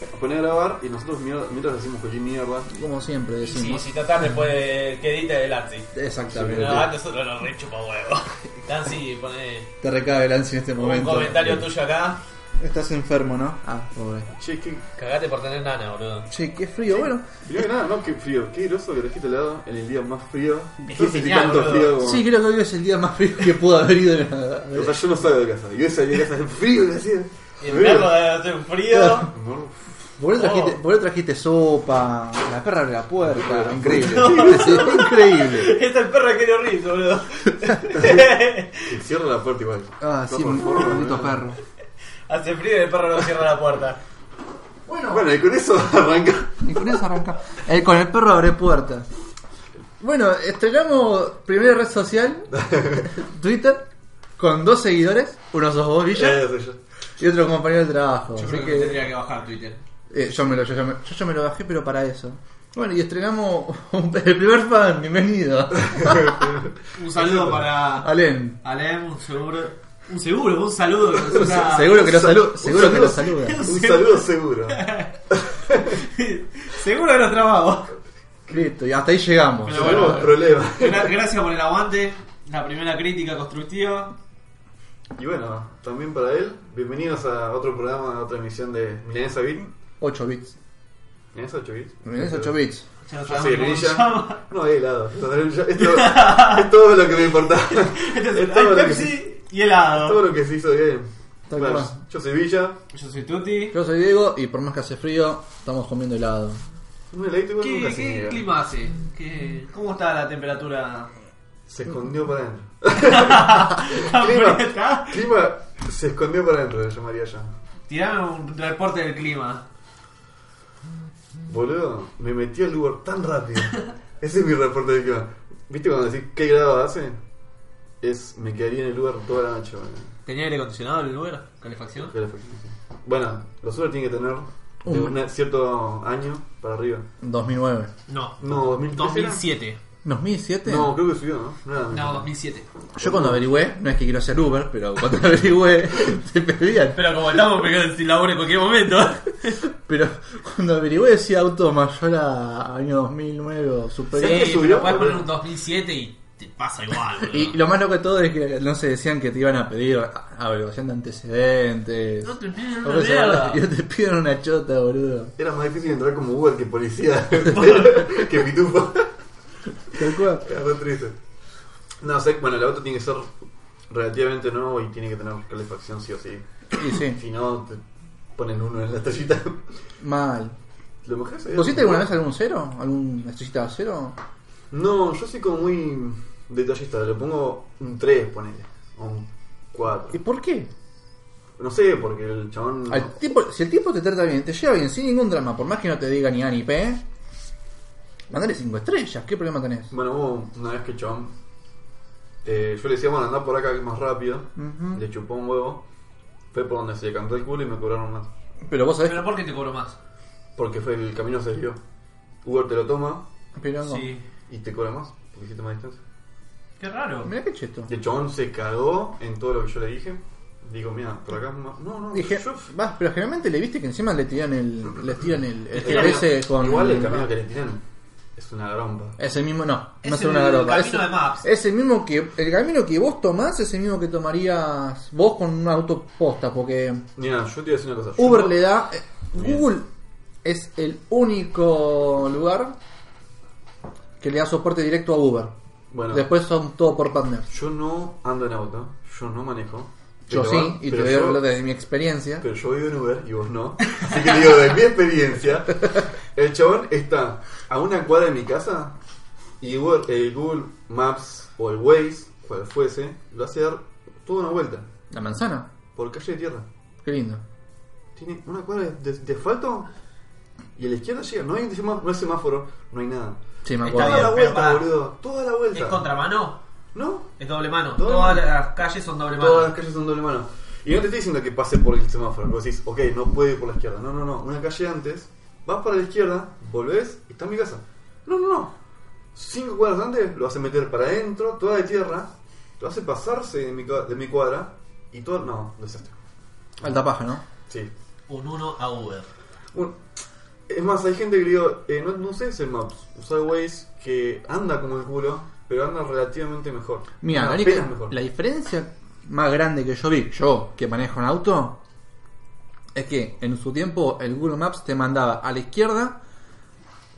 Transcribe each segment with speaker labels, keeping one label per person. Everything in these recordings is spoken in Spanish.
Speaker 1: nos pone a grabar y nosotros mierda- mientras decimos que mierda.
Speaker 2: Como siempre
Speaker 3: Y si,
Speaker 2: decimos.
Speaker 3: si total después de que edite el Ansi.
Speaker 2: Exactamente.
Speaker 3: No, nosotros nos re chupa huevo. Ansi pone
Speaker 2: Te recabe el ansia en este
Speaker 3: un
Speaker 2: momento.
Speaker 3: comentario tuyo acá.
Speaker 2: Estás enfermo, ¿no? Ah, pobre.
Speaker 1: Che, qué.
Speaker 3: Cagate por tener nana, boludo.
Speaker 2: Che, qué frío. Bueno,
Speaker 1: Primero que nada, no, qué frío. Qué groso que te helado en el día más frío.
Speaker 3: Es
Speaker 1: Yo no sé si
Speaker 3: genial,
Speaker 1: tanto
Speaker 3: boludo.
Speaker 1: frío como-
Speaker 2: sí, creo que hoy es el día más frío que pudo haber ido en la.
Speaker 1: O sea, yo no salgo de casa. Yo salí de casa de frío y así.
Speaker 3: Y el perro debe hacer frío.
Speaker 1: No,
Speaker 2: Por eso trajiste,
Speaker 3: Oh.
Speaker 2: por ahí trajiste sopa, la perra abre la puerta. Increíble. increíble.
Speaker 3: Este es el perro que no ríe, boludo.
Speaker 1: que cierra la puerta igual.
Speaker 2: Ah, sí,
Speaker 1: por
Speaker 2: un
Speaker 1: favor,
Speaker 2: bonito
Speaker 1: ¿no?
Speaker 2: perro.
Speaker 3: Hace frío y el perro no cierra la puerta.
Speaker 2: Bueno,
Speaker 1: Bueno, y con eso arranca.
Speaker 2: y con eso arranca. Eh, con el perro abre puerta. Bueno, estrenamos primera red social, Twitter, con dos seguidores. Uno sos vos, Villa,
Speaker 1: Ya, ya sé yo.
Speaker 2: y otro compañero de trabajo.
Speaker 4: Yo
Speaker 2: así
Speaker 4: creo que,
Speaker 2: que-
Speaker 4: tendría que bajar Twitter.
Speaker 2: Eh, yo, me lo, yo, yo me, yo ya me lo bajé, pero para eso. Bueno, y estrenamos un- el primer fan, bienvenido.
Speaker 4: Un saludo para
Speaker 2: Alen.
Speaker 4: Alem, un seguro. Un seguro, un saludo. que nos está-
Speaker 2: Seguro que lo
Speaker 1: Un sal-
Speaker 2: saluda.
Speaker 1: un
Speaker 2: Seguro que lo
Speaker 1: saludo.
Speaker 2: saluda.
Speaker 1: Un saludo seguro.
Speaker 4: seguro que nos trabamos.
Speaker 2: Listo, y hasta ahí llegamos.
Speaker 4: Pero bueno,
Speaker 1: Tenemos problemas.
Speaker 4: Gra- Gracias por el aguante. La primera crítica constructiva.
Speaker 1: Y bueno, también para él, bienvenidos a otro programa, a otra emisión de Milanesa Bit.
Speaker 2: 8 bits.
Speaker 1: ¿Milanesa 8 bits?
Speaker 2: Tenés 8 bits.
Speaker 4: Ya no
Speaker 1: Yo
Speaker 4: sabemos
Speaker 1: soy
Speaker 4: cómo se
Speaker 1: Grilla.
Speaker 4: llama.
Speaker 1: No hay helado. Esto es todo lo que me importaba.
Speaker 4: Este es
Speaker 1: Es
Speaker 4: el
Speaker 1: todo,
Speaker 4: hay
Speaker 1: lo que, es
Speaker 4: Pepsi y helado.
Speaker 1: todo lo que se hizo bien.
Speaker 2: Tal
Speaker 1: Bueno,
Speaker 2: cual.
Speaker 1: yo soy Villa.
Speaker 4: Yo soy Tuti.
Speaker 2: Yo soy Diego y por más que hace frío, estamos comiendo helado.
Speaker 1: Un heladito igual nunca
Speaker 4: ¿Qué,
Speaker 1: se
Speaker 4: qué
Speaker 1: niega.
Speaker 4: clima hace? ¿Qué- ¿Cómo está la temperatura?
Speaker 1: Se escondió para adentro. clima,
Speaker 4: ¿Está?
Speaker 1: clima se escondió para adentro, lo llamaría yo.
Speaker 4: Tirame un reporte del clima.
Speaker 1: Boludo, me metí al lugar tan rápido. Ese es mi reporte de clima. ¿Viste cuando decís qué grado hace? Es, me quedaría en el lugar toda la noche, boludo.
Speaker 4: ¿Tenía aire acondicionado el lugar? ¿Calefacción?
Speaker 1: Ojalá fuese así. Bueno, los suelos tienen que tener de
Speaker 2: Un-
Speaker 1: un cierto año para arriba.
Speaker 2: 2009.
Speaker 4: No.
Speaker 1: No, 2013 era.
Speaker 4: 2007.
Speaker 2: ¿2007?
Speaker 1: No, creo que subió, ¿no? No, era
Speaker 4: No,
Speaker 1: 2000.
Speaker 4: 2007.
Speaker 2: Yo cuando averigüé, no es que quiero ser Uber, pero cuando averigüé, te pedían.
Speaker 4: Pero como estamos pegados sin laburo en cualquier momento.
Speaker 2: Pero cuando averigüé decía auto mayor a año 2009 o superior.
Speaker 1: ¿Sabés que
Speaker 4: Sí,
Speaker 1: subió,
Speaker 4: pero puedes
Speaker 1: boludo?
Speaker 4: poner un 2007 y te pasa igual. boludo.
Speaker 2: Y lo más loco de todo es que no se decían que te iban a pedir a- averiguación de antecedentes.
Speaker 4: No te piden
Speaker 2: O
Speaker 4: una
Speaker 2: cosas
Speaker 4: mierda.
Speaker 2: raras. Y no te piden una chota, boludo.
Speaker 1: Era más difícil entrar como Uber que policía que pitufo.
Speaker 2: Tal cual.
Speaker 1: Era re triste. No, sé, bueno, el auto tiene que ser relativamente nuevo y tiene que tener calefacción sí o sí.
Speaker 2: Y sí,
Speaker 1: Si no, te ponen uno en la estrellita.
Speaker 2: mal.
Speaker 1: Lo mejor sería-
Speaker 2: ¿Pusiste alguna vez algún cero? ¿Alguna estrellita a cero?
Speaker 1: No, yo soy como muy detallista. Le pongo un 3, ponele. O un 4.
Speaker 2: ¿Y por qué?
Speaker 1: No sé, porque el chabón...
Speaker 2: Al tipo, si el tipo te trata bien, te lleva bien, sin ningún drama, por más que no te diga ni A ni P, mandale 5 estrellas, ¿qué problema tenés?
Speaker 1: Bueno, hubo una vez que el chabón. eh, yo le decía, bueno, andá por acá que es más rápido.
Speaker 2: Ujú.
Speaker 1: Le chupó un huevo. Fue por donde se le cantó el culo y me cobraron más.
Speaker 2: Pero vos sabés.
Speaker 4: Pero ¿por qué te cobro más?
Speaker 1: Porque fue el camino se desvió. Uber te lo toma
Speaker 2: Pero no.
Speaker 4: Sí.
Speaker 1: y te cobra más. Porque hiciste más distancia.
Speaker 4: Qué raro.
Speaker 2: Mirá qué cheto.
Speaker 1: Y el chabón se cagó en todo lo que yo le dije. Digo, mira, por acá. es más- No, no,
Speaker 2: Dije,
Speaker 1: yo.
Speaker 2: vas, pero generalmente le viste que encima le tiran el, le tiran el, el
Speaker 1: el
Speaker 2: GPS
Speaker 1: camino-
Speaker 2: con.
Speaker 1: Igual el camino que le tiran es una garompa.
Speaker 2: Es el mismo, no, no
Speaker 4: Es
Speaker 2: es una
Speaker 4: el
Speaker 2: garota.
Speaker 4: camino
Speaker 2: es,
Speaker 4: de Maps.
Speaker 2: es el mismo que. El camino que vos tomás es el mismo que tomarías vos con un auto posta, porque
Speaker 1: Mira, yo te iba a decir una cosa. yo
Speaker 2: Uber
Speaker 1: no-
Speaker 2: le da. eh,
Speaker 1: Bien.
Speaker 2: Google es el único lugar que le da soporte directo a Uber.
Speaker 1: Bueno,
Speaker 2: Después son todo por partners.
Speaker 1: yo no ando en auto. Yo no manejo.
Speaker 2: Yo
Speaker 1: pero-
Speaker 2: sí, y te
Speaker 1: pero
Speaker 2: voy a
Speaker 1: yo-
Speaker 2: hablar desde mi experiencia.
Speaker 1: Pero yo vivo en Uber y vos no. Así que le digo, de mi experiencia, el chabón está a una cuadra de mi casa y Uber- el Google Maps o el Waze, cual fuese, lo hace dar toda una vuelta
Speaker 2: La manzana,
Speaker 1: por calle de tierra.
Speaker 2: qué lindo.
Speaker 1: Tiene una cuadra de, de asfalto y a la izquierda llega. No hay, sema- no hay semáforo, no hay nada.
Speaker 2: Sí, me
Speaker 4: Está
Speaker 1: Toda
Speaker 2: acuerdo.
Speaker 4: bien,
Speaker 1: la
Speaker 4: pero
Speaker 1: vuelta,
Speaker 4: pará.
Speaker 1: boludo. Toda la
Speaker 4: ¿Es
Speaker 1: vuelta.
Speaker 4: contramano?
Speaker 1: ¿No?
Speaker 4: Es doble mano.
Speaker 1: Doble.
Speaker 4: Todas las calles son doble
Speaker 1: Todas las
Speaker 4: mano.
Speaker 1: calles son doble mano. Y no te estoy diciendo que pase por el semáforo, que vos decís, ok, no puedo ir por la izquierda. No, no, no, una calle antes, vas para la izquierda, volvés y está mi casa. No, no, no. Cinco cuadras antes lo hace meter para adentro, toda de tierra, lo hace pasarse de mi, cua- de mi cuadra y todo. No, desastre.
Speaker 2: Alta paja, ¿no?
Speaker 1: Sí.
Speaker 4: Un 1 a Uber.
Speaker 1: Bueno, es más, hay gente que le digo, eh, no, no sé ese Maps, usa Waze que anda como el culo, pero anda relativamente mejor.
Speaker 2: Mira, la,
Speaker 1: Anda
Speaker 2: única-
Speaker 1: apenas mejor.
Speaker 2: la diferencia más grande que yo vi, yo que manejo un auto, es que en su tiempo el Google Maps te mandaba a la izquierda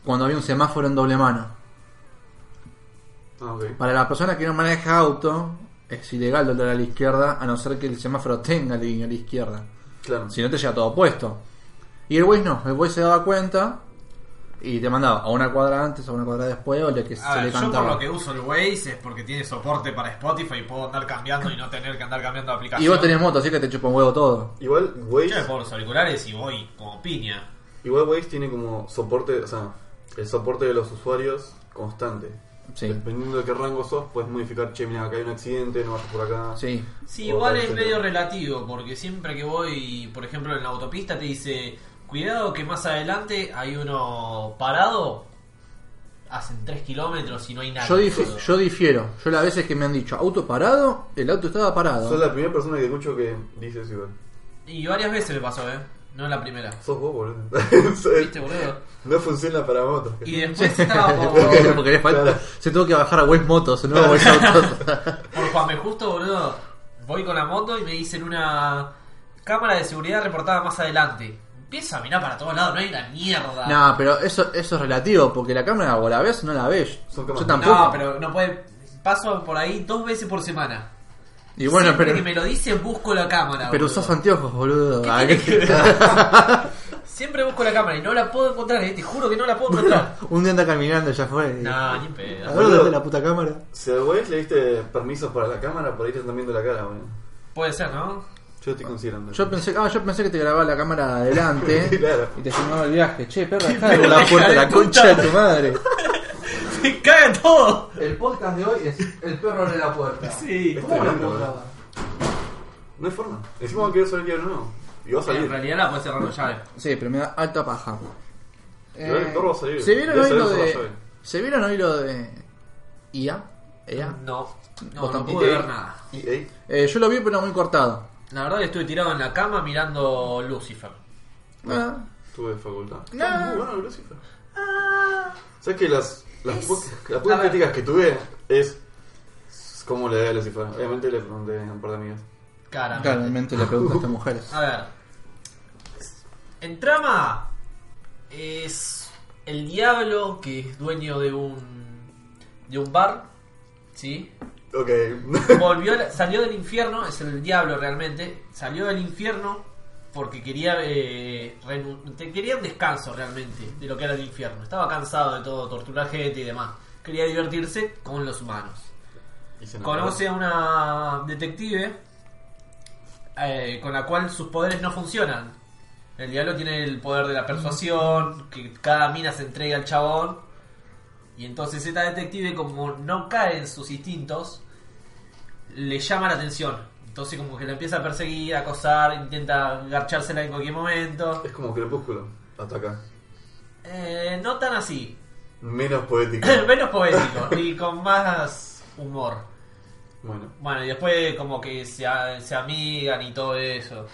Speaker 2: cuando había un semáforo en doble mano.
Speaker 1: Ah, ok.
Speaker 2: Para la persona que no maneja auto, es ilegal doblar a la izquierda a no ser que el semáforo tenga línea a la izquierda.
Speaker 1: Claro.
Speaker 2: Si no te llega todo puesto. Y el Waze no, el Waze se daba cuenta y te mandaba a una cuadra antes, a una cuadra después, o lo que se
Speaker 4: A ver,
Speaker 2: le
Speaker 4: Ah, yo por
Speaker 2: cantaba.
Speaker 4: lo que uso el Waze es porque tiene soporte para Spotify y puedo andar cambiando y no tener que andar cambiando de aplicación.
Speaker 2: Y vos tenés moto, así que te chupa un huevo todo.
Speaker 1: Igual
Speaker 4: Yo me
Speaker 1: Waze,
Speaker 4: pongo los auriculares y voy como piña.
Speaker 1: igual Waze tiene como soporte, o sea, el soporte de los usuarios constante.
Speaker 2: Sí.
Speaker 1: Dependiendo de qué rango sos, puedes modificar, che, mira, acá hay un accidente, no vayas por acá.
Speaker 2: Sí.
Speaker 4: Sí,
Speaker 1: O
Speaker 4: igual
Speaker 1: tal
Speaker 4: es
Speaker 1: vez
Speaker 4: medio
Speaker 1: no.
Speaker 4: relativo, porque siempre que voy, por ejemplo, en la autopista te dice, cuidado que más adelante hay uno parado, hacen 3 kilómetros y no hay nada.
Speaker 2: Yo, dif-
Speaker 4: boludo.
Speaker 2: yo difiero. Yo las veces que me han dicho auto parado, el auto estaba parado.
Speaker 1: Sos la primera persona que escucho que dice eso igual.
Speaker 4: Y varias veces me pasó, ¿eh? No la primera.
Speaker 1: Sos vos, boludo.
Speaker 4: ¿Viste, boludo?
Speaker 1: no funciona para motos.
Speaker 4: Y después estaba
Speaker 2: Porque,
Speaker 4: por,
Speaker 2: porque le falta-
Speaker 1: Claro.
Speaker 2: se tuvo que bajar a Waze Motos, no a Waze Autos.
Speaker 4: por Juan Me Justo, boludo. Voy con la moto y me dicen una cámara de seguridad reportada más adelante. Empiezo a mirar para todos lados, no hay una mierda.
Speaker 2: no, pero eso, eso es relativo, porque la cámara o la ves o no la ves.
Speaker 1: Son
Speaker 2: Yo
Speaker 1: cámaras.
Speaker 2: tampoco.
Speaker 4: No, pero no puede. Paso por ahí dos veces por semana.
Speaker 2: y bueno,
Speaker 4: Siempre
Speaker 2: pero,
Speaker 4: que me lo dicen, busco la cámara.
Speaker 2: pero
Speaker 4: boludo.
Speaker 2: usás anteojos, boludo. Ah, que-
Speaker 4: Siempre busco la cámara y no la puedo encontrar, eh, te juro que no la puedo encontrar.
Speaker 2: Un día anda caminando, ya fue.
Speaker 4: no, ni en pedo.
Speaker 2: Acuérdate de la puta cámara.
Speaker 1: Si a Waze le diste permisos para la cámara, por ahí te están viendo la cara, boludo.
Speaker 4: Puede ser, ¿no?
Speaker 1: Yo estoy considerando.
Speaker 2: Yo pensé, ah, yo pensé que te grababa la cámara adelante
Speaker 1: Claro.
Speaker 2: y te filmaba el viaje. Che, perra, dejá de la puerta, la concha de tu madre.
Speaker 4: ¡Se cae todo!
Speaker 2: El podcast de hoy es El perro abre la puerta.
Speaker 4: Sí. Este,
Speaker 1: ¿Cómo la puedo grabar? Este No hay forma. Encima va a querer salir de nuevo. Y va a salir.
Speaker 4: En realidad la puedes cerrar con llave.
Speaker 2: Sí, pero me da alta paja. Eh,
Speaker 1: Igual el perro va a salir.
Speaker 2: ¿Se vieron
Speaker 1: Debe
Speaker 2: hoy lo
Speaker 1: salir por la
Speaker 2: de.
Speaker 1: llave.
Speaker 2: ¿Se vieron hoy lo de. IA? ¿EA?
Speaker 4: No, no,
Speaker 2: Vos
Speaker 4: no
Speaker 2: tampoco.
Speaker 4: pude ver nada.
Speaker 1: Y ahí,
Speaker 2: Eh, yo lo vi, pero muy cortado.
Speaker 4: La verdad que estuve tirado en la cama mirando Lucifer.
Speaker 2: Ah,
Speaker 1: tuve facultad.
Speaker 2: No.
Speaker 1: Está Muy bueno, Lucifer. ¿Sabes que las, las, pocas- las pocas
Speaker 4: Ah. a ver.
Speaker 1: críticas que tuve es. es ¿Cómo le da a Lucifer? Obviamente le pregunté a un par de amigas.
Speaker 2: Ah.
Speaker 4: Cara.
Speaker 2: Claramente le pregunto a estas mujeres.
Speaker 4: A ver. En trama es el diablo que es dueño de un de un bar, ¿sí?
Speaker 1: Ok.
Speaker 4: Volvió, a la- salió del infierno, es el diablo realmente, salió del infierno porque quería eh, renu- te- quería un descanso realmente de lo que era el infierno. Estaba cansado de todo, torturar gente y demás. Quería divertirse con los humanos
Speaker 1: Y se enamoró.
Speaker 4: conoce a una detective eh, con la cual sus poderes no funcionan. El diablo tiene el poder de la persuasión, que cada mina se entrega al chabón. Y entonces esta detective, como no cae en sus instintos, le llama la atención. Entonces como que la empieza a perseguir, a acosar, intenta garchársela en cualquier momento.
Speaker 1: Es como crepúsculo. Hasta acá.
Speaker 4: Eh, no tan así,
Speaker 1: Menos poético.
Speaker 4: menos poético y con más humor.
Speaker 1: bueno.
Speaker 4: Bueno, y después como que se, a- se amigan y todo eso.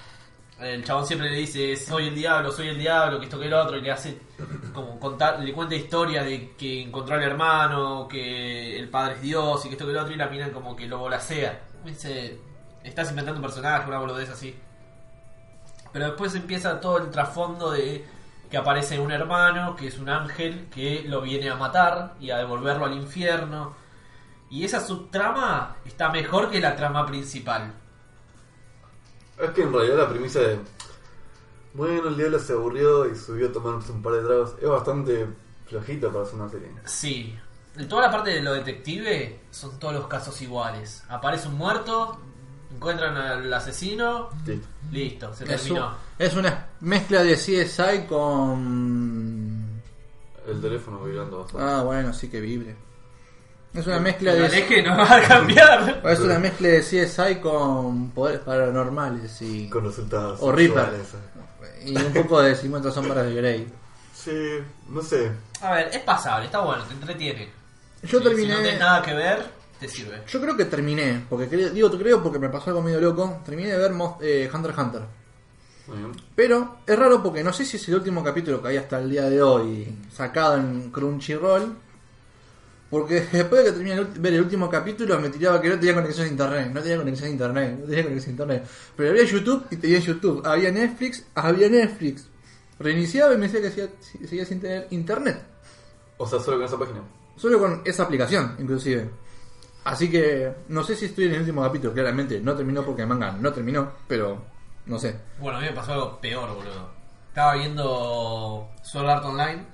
Speaker 4: El chabón siempre le dice, soy el diablo, soy el diablo, que esto que el otro, y le hace como contar, le cuenta historias de que encontró al hermano, que el padre es Dios, y que esto que el otro, y la mina como que lo volacea. Me Dice, estás inventando un personaje, una boludez así. Pero después empieza todo el trasfondo de que aparece un hermano, que es un ángel, que lo viene a matar y a devolverlo al infierno. Y esa subtrama está mejor que la trama principal.
Speaker 1: Es que en realidad la premisa de. Bueno, el diablo se aburrió y subió a tomarse un par de tragos. Es bastante flojito para hacer una serie.
Speaker 4: Sí. En toda la parte de lo detective son todos los casos iguales. Aparece un muerto, encuentran al asesino,
Speaker 1: Listo.
Speaker 4: listo, se
Speaker 2: Es, un-
Speaker 4: terminó.
Speaker 2: es una mezcla de CSI con.
Speaker 1: El teléfono vibrando bastante.
Speaker 2: Ah, bueno, sí que vibre. Es una mezcla
Speaker 4: El
Speaker 2: de.
Speaker 4: eje no va a cambiar.
Speaker 2: Es una mezcla de CSI con poderes paranormales y.
Speaker 1: Con resultados.
Speaker 2: O Reaper.
Speaker 1: sexuales.
Speaker 2: Y un poco de 50 sombras de Grey.
Speaker 1: Sí, no sé.
Speaker 4: A ver, es pasable, está bueno, te entretiene.
Speaker 2: Yo
Speaker 4: Sí, Si
Speaker 2: terminé.
Speaker 4: no tenés nada que ver, te sirve.
Speaker 2: Yo creo que terminé, porque creo, digo, creo porque me pasó algo medio loco. Terminé de ver Mo- eh, Hunter x Hunter.
Speaker 1: Muy bien.
Speaker 2: Pero es raro porque no sé si es el último capítulo que hay hasta el día de hoy sacado en Crunchyroll. Porque después de que terminé el ulti- ver el último capítulo me tiraba que no tenía conexión a internet, no tenía conexión a internet, no tenía conexión a internet. Pero había YouTube y tenía YouTube, había Netflix, había Netflix. Reiniciaba y me decía que seguía, seguía sin tener internet.
Speaker 1: O sea, solo con esa página.
Speaker 2: Solo con esa aplicación, inclusive. Así que no sé si estoy en el último capítulo, claramente no terminó porque el manga no terminó, pero no sé.
Speaker 4: Bueno, a mí me pasó algo peor, boludo. Estaba viendo Sword Art Online,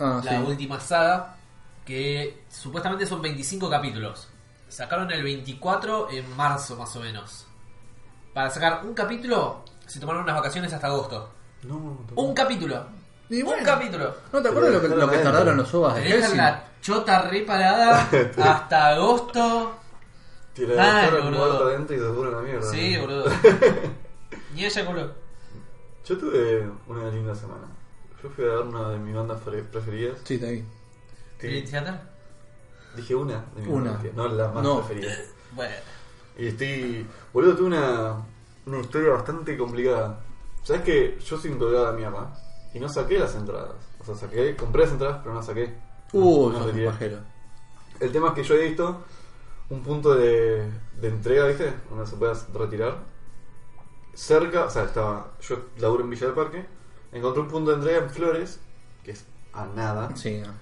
Speaker 2: Ah,
Speaker 4: la
Speaker 2: sí.
Speaker 4: última saga, que supuestamente son 25 capítulos. Sacaron el 24 en marzo, más o menos. Para sacar un capítulo, se tomaron unas vacaciones hasta agosto.
Speaker 1: No, no, no.
Speaker 4: Un capítulo.
Speaker 2: Y
Speaker 4: Un
Speaker 2: bueno. Ah,
Speaker 4: capítulo.
Speaker 2: ¿No te acuerdas lo que, lo que tardaron los ovas de
Speaker 4: Tenían
Speaker 2: Hellsing?
Speaker 4: la chota reparada hasta agosto.
Speaker 1: Tira
Speaker 4: Dale,
Speaker 1: la cara
Speaker 4: Ah, boludo.
Speaker 1: muerta adentro y se pone la mierda.
Speaker 4: Sí, boludo. Y ella, boludo.
Speaker 1: Yo tuve una linda semana. Yo fui a ver una de mis bandas pre- preferidas.
Speaker 2: Sí, está ahí.
Speaker 1: Ah,
Speaker 4: ¿Querés
Speaker 1: Sí.
Speaker 4: teatro?
Speaker 1: Dije una de mis
Speaker 2: Una.
Speaker 1: bandas preferidas, no la más
Speaker 2: No.
Speaker 1: preferida.
Speaker 4: Bueno.
Speaker 1: Y estoy. Boludo, tuve una, una historia bastante complicada. ¿Sabes que Yo soy un colgado de mierda. Y no saqué las entradas. O sea, saqué, compré las entradas, pero no las saqué.
Speaker 2: Uh,
Speaker 1: No, no
Speaker 2: sos un
Speaker 1: diría.
Speaker 2: pajero.
Speaker 1: El tema es que yo he visto un punto de, de entrega, ¿viste? Donde se pueda retirar. Cerca, o sea, estaba. Yo laburo en Villa del Parque. Encontré un punto de entrega en Flores, que es a nada.
Speaker 2: Sí, ah. no.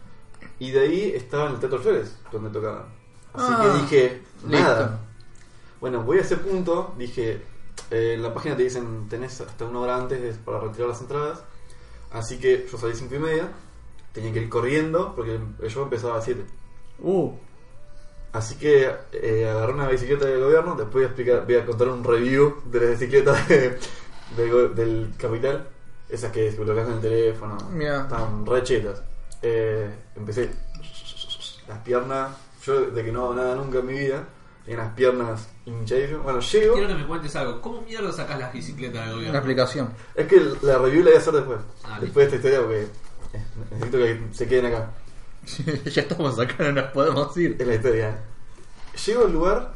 Speaker 1: Y de ahí estaba en el Teatro Flores, donde tocaban. Así
Speaker 2: Ah,
Speaker 1: que dije,
Speaker 2: listo.
Speaker 1: nada. Bueno, voy a ese punto. Dije, eh, en la página te dicen, tenés hasta una hora antes de- para retirar las entradas. Así que yo salí cinco y media. Tenía que ir corriendo, porque el show empezaba a las 7.
Speaker 2: Uh,
Speaker 1: Así que eh, agarré una bicicleta del gobierno, después voy a, explicar, voy a contar un review de las bicicletas de- del go- del capital. Esas que se colocan en el teléfono,
Speaker 2: Mirá.
Speaker 1: están re chetas. Eh, empecé las piernas, yo de que no hago nada nunca en mi vida, tenía las piernas hinchadísimas. Bueno, llego,
Speaker 4: Quiero que me cuentes algo. ¿Cómo mierda sacas las bicicletas del
Speaker 2: una
Speaker 4: gobierno?
Speaker 2: aplicación.
Speaker 1: es que la review la voy a hacer después,
Speaker 4: Ah,
Speaker 1: después de esta historia porque eh, necesito que se queden acá.
Speaker 2: ya estamos acá, no nos podemos ir.
Speaker 1: Es la historia. Llego al lugar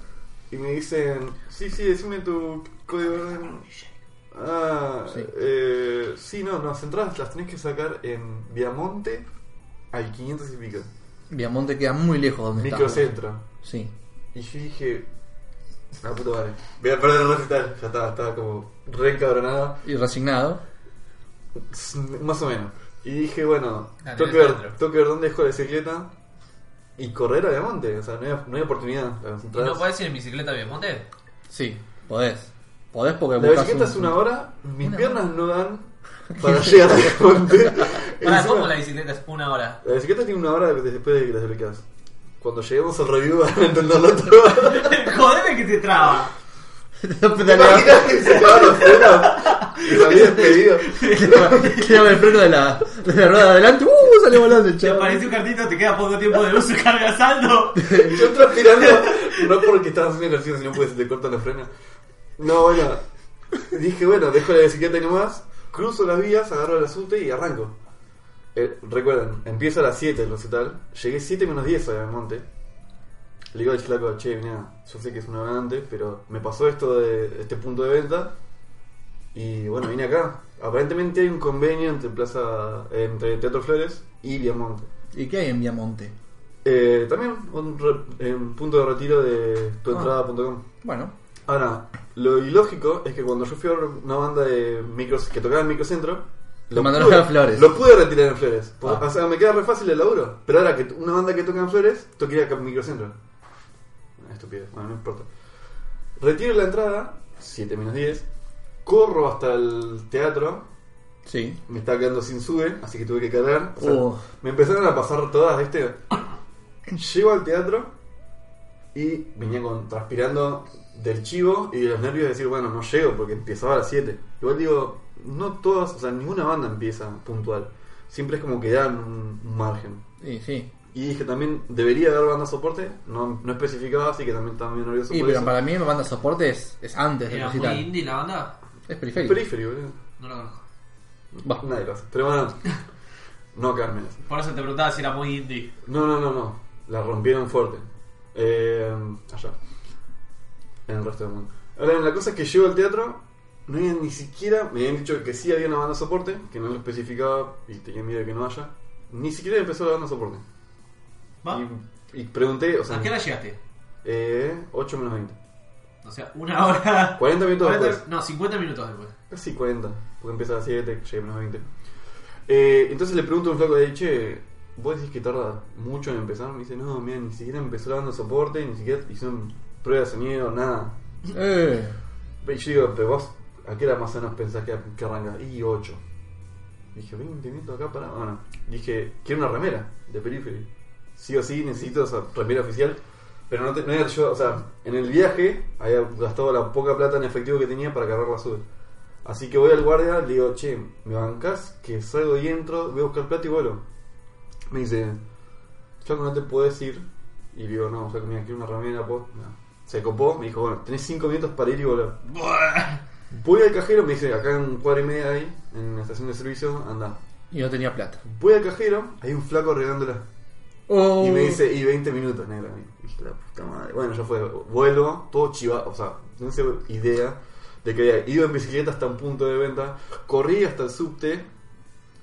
Speaker 1: y me dicen, sí, sí, decime tu código de orden. Ah,
Speaker 2: Sí.
Speaker 1: eh, sí, no, las entradas las tenés que sacar en Viamonte al 500 y pico.
Speaker 2: Viamonte queda muy lejos donde está.
Speaker 1: Microcentro.
Speaker 2: Sí.
Speaker 1: Y yo dije, la puta madre, voy a perder el recital. Ya estaba, estaba como re encabronada,
Speaker 2: Y resignado.
Speaker 1: más o menos. Y dije, bueno,
Speaker 4: Dale,
Speaker 1: tengo que, ver,
Speaker 4: Ah, Alejandro.
Speaker 1: tengo que ver dónde dejo la bicicleta y correr a Viamonte. O sea, no hay, no hay oportunidad. Las
Speaker 4: ¿Y no
Speaker 1: entradas-
Speaker 4: podés ir en bicicleta a Viemonte?
Speaker 2: Sí, podés. Podés porque
Speaker 1: La
Speaker 2: buscas
Speaker 1: bicicleta
Speaker 2: un-
Speaker 1: es una hora, mis
Speaker 2: Una
Speaker 1: piernas no dan para llegar al monte.
Speaker 4: Pará,
Speaker 1: Encima,
Speaker 4: ¿cómo la
Speaker 1: la...
Speaker 4: bicicleta es una hora?
Speaker 1: bicicleta tiene una hora de- después de que la explicas. Cuando lleguemos al review van a entenderlo todo.
Speaker 4: Jodeme que te traba.
Speaker 1: ¿Te imaginas que se acabaron los frenos? Y se había despedido.
Speaker 2: Quedaba el freno de la, de la rueda de adelante. ¡Uh! Sale volando el
Speaker 4: Te
Speaker 2: chavo.
Speaker 4: aparece un cartito, te queda poco tiempo de uso, carga saldo.
Speaker 1: Yo transpirando, no porque estabas haciendo ejercicio, sino porque se te cortan los frenos. No, bueno, dije, bueno, dejo la bicicleta ahí nomás, cruzo las vías, agarro el asunto y arranco. Eh, recuerden, empieza a las 7 el recital, llegué 7 menos 10 a monte. Le digo al flaco, che, mirá, yo sé que es una hora antes, pero me pasó esto de este punto de venta. Y bueno, vine acá. Aparentemente hay un convenio entre Plaza, entre Teatro Flores y Viamonte.
Speaker 2: ¿Y qué hay en Viamonte?
Speaker 1: Eh, también un, re- en punto de retiro de
Speaker 2: Ah.
Speaker 1: tuentrada.com.
Speaker 2: Bueno,
Speaker 1: Ahora, lo ilógico es que cuando yo fui a ver una banda de micros que tocaba en microcentro,
Speaker 2: Lo mandaron a Flores.
Speaker 1: Lo pude retirar en Flores. Po-
Speaker 2: Ah.
Speaker 1: O sea, me queda re fácil el laburo. Pero ahora que t- una banda que toca en Flores, toqué acá en microcentro. Una Estupidez, bueno, no importa. Retiro la entrada, 7 menos 10. Corro hasta el teatro,
Speaker 2: sí.
Speaker 1: me estaba quedando sin sube, así que tuve que cargar. O sea,
Speaker 2: Oh.
Speaker 1: Me empezaron a pasar todas, ¿viste? Llego al teatro y venía con, transpirando del chivo y de los nervios de decir, bueno, no llego porque empezaba a las 7. Igual digo, no todas, o sea, ninguna banda empieza puntual. Siempre es como que dan un un margen.
Speaker 2: Sí, sí.
Speaker 1: Y dije también, debería haber banda soporte, no, no especificaba, así que también estaba medio nervioso.
Speaker 2: Y
Speaker 1: por
Speaker 2: pero
Speaker 1: eso.
Speaker 2: para mí me manda soporte es, es antes del
Speaker 4: Era muy
Speaker 2: recital.
Speaker 4: indie la banda.
Speaker 2: Es periférico.
Speaker 1: Periférico, boludo.
Speaker 4: No lo conozco.
Speaker 2: Va.
Speaker 1: Nadie lo hace. Pero bueno, no Carmen.
Speaker 4: Por eso te preguntaba si era muy indie.
Speaker 1: No, no, no, no. La rompieron fuerte. Eh, allá. En el resto del mundo. Ahora, la cosa es que llego al teatro, No había ni siquiera, me habían dicho que sí había una banda soporte, que no lo especificaba y tenía miedo de que no haya. Ni siquiera empezó la banda soporte.
Speaker 4: ¿Va?
Speaker 1: Y, y pregunté, o sea,
Speaker 4: ¿A qué hora llegaste?
Speaker 1: eh, 8 menos 20.
Speaker 4: O sea, una hora.
Speaker 1: 40 minutos
Speaker 4: 40
Speaker 1: después.
Speaker 4: no, 50 minutos después.
Speaker 1: Casi 40, porque empieza a las 7, llegué menos 20. Eh, entonces le pregunto a un flaco de ahí, che, ¿vos decís que tarda mucho en empezar? Me dice, no, mira, ni siquiera empezó la banda soporte, ni siquiera hicieron pruebas de sonido, nada.
Speaker 2: Eh,
Speaker 1: Y yo digo, pero vos, ¿a qué hora más o menos pensás que, que arranca? Y 8. Dije, 20 minutos acá para. Bueno, dije, quiero una remera de Periphery. Sí o sí, necesito esa remera oficial. Pero no, te- no era yo, o sea, en el viaje había gastado la poca plata en efectivo que tenía para cargar la sube. Así que voy al guardia, le digo, che, ¿me bancás? Que salgo y entro, voy a buscar plata y vuelo. Me dice, Flaco, no te puedes ir. Y le digo, no, Flaco, mira, quiero una remera, po. No. Se copó, me dijo, bueno, tenés 5 minutos para ir y volver. Voy al cajero, me dice, acá en cuadra y media ahí, en la estación de servicio, anda.
Speaker 2: y no tenía plata.
Speaker 1: Voy al cajero, hay un flaco arreglándola.
Speaker 2: Oh.
Speaker 1: Y me dice, y 20 minutos, negra. Y dije, la puta madre. Bueno, ya fue. Vuelvo, todo chivado, o sea, no sé idea de que había ido en bicicleta hasta un punto de venta. Corrí hasta el subte.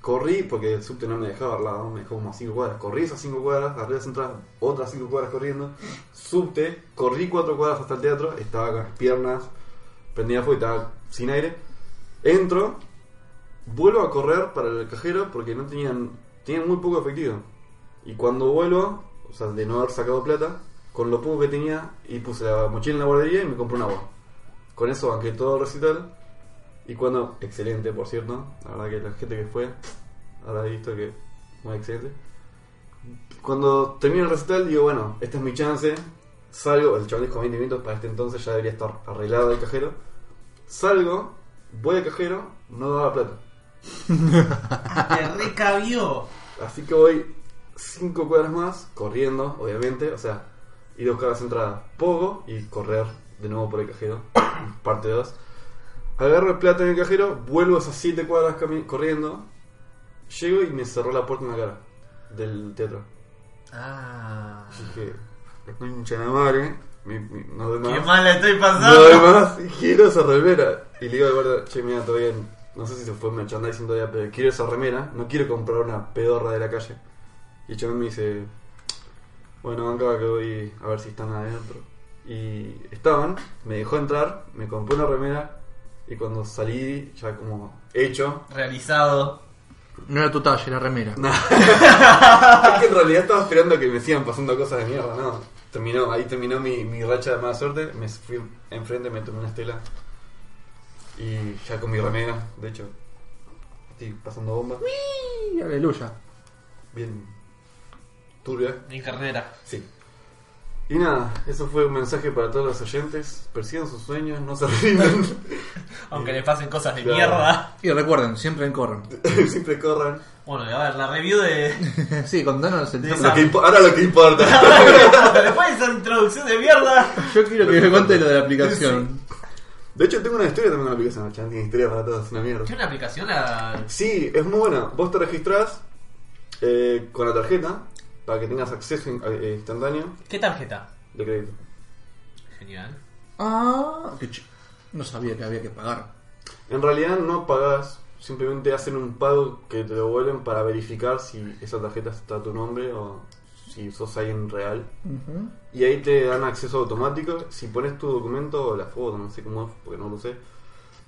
Speaker 1: Corrí, porque el subte no me dejaba al lado, me dejó como a 5 cuadras. Corrí esas 5 cuadras, agarré las entradas, otras 5 cuadras corriendo. Subte, corrí 4 cuadras hasta el teatro, estaba con las piernas prendidas fuego y estaba sin aire. Entro, vuelvo a correr para el cajero porque no tenían, tenían muy poco efectivo. Y cuando vuelvo, o sea, de no haber sacado plata, con lo poco que tenía, y puse la mochila en la guardería y me compré un agua. Con eso banqué todo el recital. Y cuando, excelente por cierto, la verdad que la gente que fue, ahora he visto que muy excelente. Cuando termino el recital, digo, bueno, esta es mi chance. Salgo, el chaval dijo 20 minutos, para este entonces ya debería estar arreglado el cajero. Salgo, voy al cajero, no daba plata.
Speaker 4: Te recabió.
Speaker 1: Así que voy cinco cuadras más, corriendo, obviamente, o sea, ir a buscar las entradas poco y correr de nuevo por el cajero, parte 2. Agarro el plata en el cajero, vuelvo esas siete cuadras cami- corriendo, llego y me cerró la puerta en la cara del teatro.
Speaker 4: Ah.
Speaker 1: Dije, la concha de la madre, mi- mi- no doy
Speaker 4: Qué
Speaker 1: más.
Speaker 4: mal la estoy
Speaker 1: No eh.
Speaker 4: pasando.
Speaker 1: doy más, y quiero esa remera. Y le digo al guarda, che, mira, todavía no sé si se fue merchandising todavía, pero quiero esa remera, no quiero comprar una pedorra de la calle. Y el chabón me dice, bueno, acá que voy a ver si están adentro. Y estaban, me dejó entrar, me compré una remera y cuando salí, ya como hecho,
Speaker 4: Realizado.
Speaker 2: No era tu talla, era remera.
Speaker 1: es que en realidad estaba esperando que me sigan pasando cosas de mierda, no. Terminó, ahí terminó mi, mi racha de mala suerte, me fui enfrente, me tomé una estela y ya con mi remera, de hecho. Estoy pasando bomba.
Speaker 2: Y Aleluya.
Speaker 1: Bien turbia.
Speaker 4: Mi carnera.
Speaker 1: Sí. Y nada, eso fue un mensaje para todos los oyentes. Persigan sus sueños, no se rindan.
Speaker 4: Aunque le pasen cosas de
Speaker 1: Claro.
Speaker 4: mierda.
Speaker 2: Y recuerden, siempre en corran.
Speaker 1: Siempre corran.
Speaker 4: Bueno, a ver, la review de.
Speaker 2: sí, contanos el
Speaker 4: De
Speaker 2: tema.
Speaker 1: Lo que impo- ahora lo que importa.
Speaker 4: Después de esa introducción de mierda.
Speaker 2: Yo quiero que me cuente lo de la aplicación.
Speaker 1: De hecho, tengo una historia también en la aplicación. Chan tiene historia para todos, es una mierda.
Speaker 4: ¿Tiene una aplicación la.
Speaker 1: Sí, es muy buena. Vos te registrás eh, con la tarjeta para que tengas acceso in- eh, instantáneo
Speaker 4: ¿Qué tarjeta?
Speaker 1: de crédito.
Speaker 4: Genial.
Speaker 2: Ah, qué ch- No sabía que había que pagar.
Speaker 1: En realidad no pagás, simplemente hacen un pago que te devuelven para verificar si esa tarjeta está a tu nombre o si sos alguien real.
Speaker 2: Ujú.
Speaker 1: Y ahí te dan acceso automático. Si pones tu documento o la foto, no sé cómo es, porque no lo sé,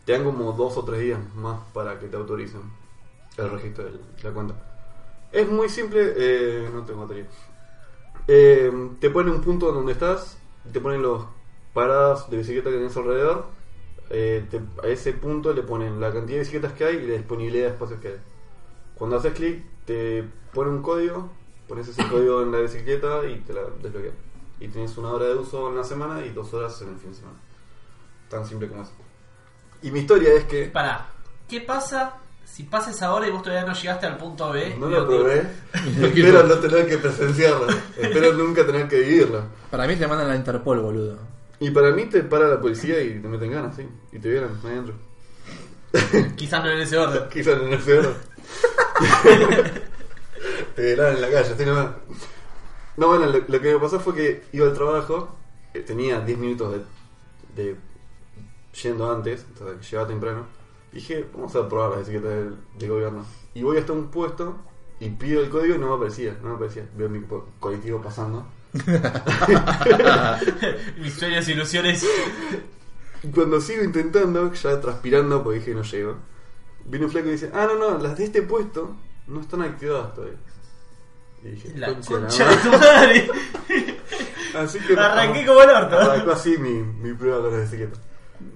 Speaker 1: te dan como dos o tres días más para que te autoricen el registro de la cuenta. Es muy simple, eh, no tengo batería. Eh, te ponen un punto donde estás, te ponen los paradas de bicicleta que tenés alrededor. eh, te- a ese punto le ponen la cantidad de bicicletas que hay y la disponibilidad de espacios que hay. Cuando haces clic, te pone un código, pones ese código en la bicicleta y te la desbloquea. Y tienes una hora de uso en la semana y dos horas en el fin de semana. Tan simple como eso. Y mi historia es que
Speaker 4: Pará. ¿Qué pasa si pasas ahora y vos todavía no llegaste al punto B?
Speaker 1: no
Speaker 4: Y
Speaker 1: la
Speaker 4: otro-
Speaker 1: probé. Espero no tener que presenciarla. Espero nunca tener que vivirla.
Speaker 2: Para mí te mandan a la Interpol, boludo.
Speaker 1: Y para mí te para la policía y te meten ganas, sí. Y te violan adentro.
Speaker 4: Quizás no en ese orden.
Speaker 1: Quizás en el peor. Te velaban Eh, en la calle, así nomás. No, bueno, lo, lo que me pasó fue que iba al trabajo, eh, tenía 10 minutos de, de yendo antes, entonces que llegaba temprano, dije, vamos a probar las bicicletas del, del gobierno. Y voy hasta un puesto y pido el código y no me aparecía, no me aparecía. Veo mi po- colectivo pasando.
Speaker 4: Mis sueños, ilusiones.
Speaker 1: Y cuando sigo intentando, ya transpirando porque dije no llego, viene un flaco y dice, ah, no, no, las de este puesto no están activadas todavía. Y dije,
Speaker 4: La
Speaker 1: "Concha la
Speaker 4: concha de tu madre.
Speaker 1: madre". Así que
Speaker 3: Arranqué como el orto.
Speaker 1: Arrancó así mi, mi prueba con las bicicletas.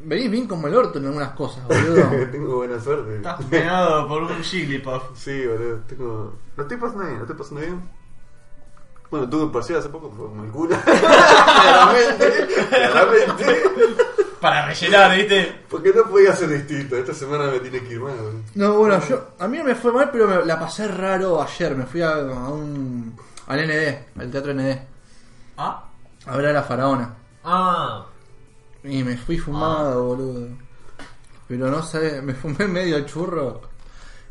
Speaker 2: Venís bien como el orto en algunas cosas, boludo.
Speaker 1: tengo buena suerte.
Speaker 3: Estás pegado por un Jigglypuff.
Speaker 1: Sí, boludo, tengo. No estoy pasando bien, no estoy pasando bien. Bueno, tuve un parcial hace poco, fue como el culo. claramente, claramente.
Speaker 3: Para rellenar, ¿viste?
Speaker 1: Porque no podía ser distinto. Esta semana me tiene que ir mal, boludo.
Speaker 2: No, bueno, yo, a mí no me fue mal, pero me, la pasé raro ayer. Me fui a, a un, al ND, al teatro ND,
Speaker 4: Ah,
Speaker 2: a ver a la faraona.
Speaker 4: ah.
Speaker 2: Y me fui fumado, boludo. Pero no sé, me fumé medio churro.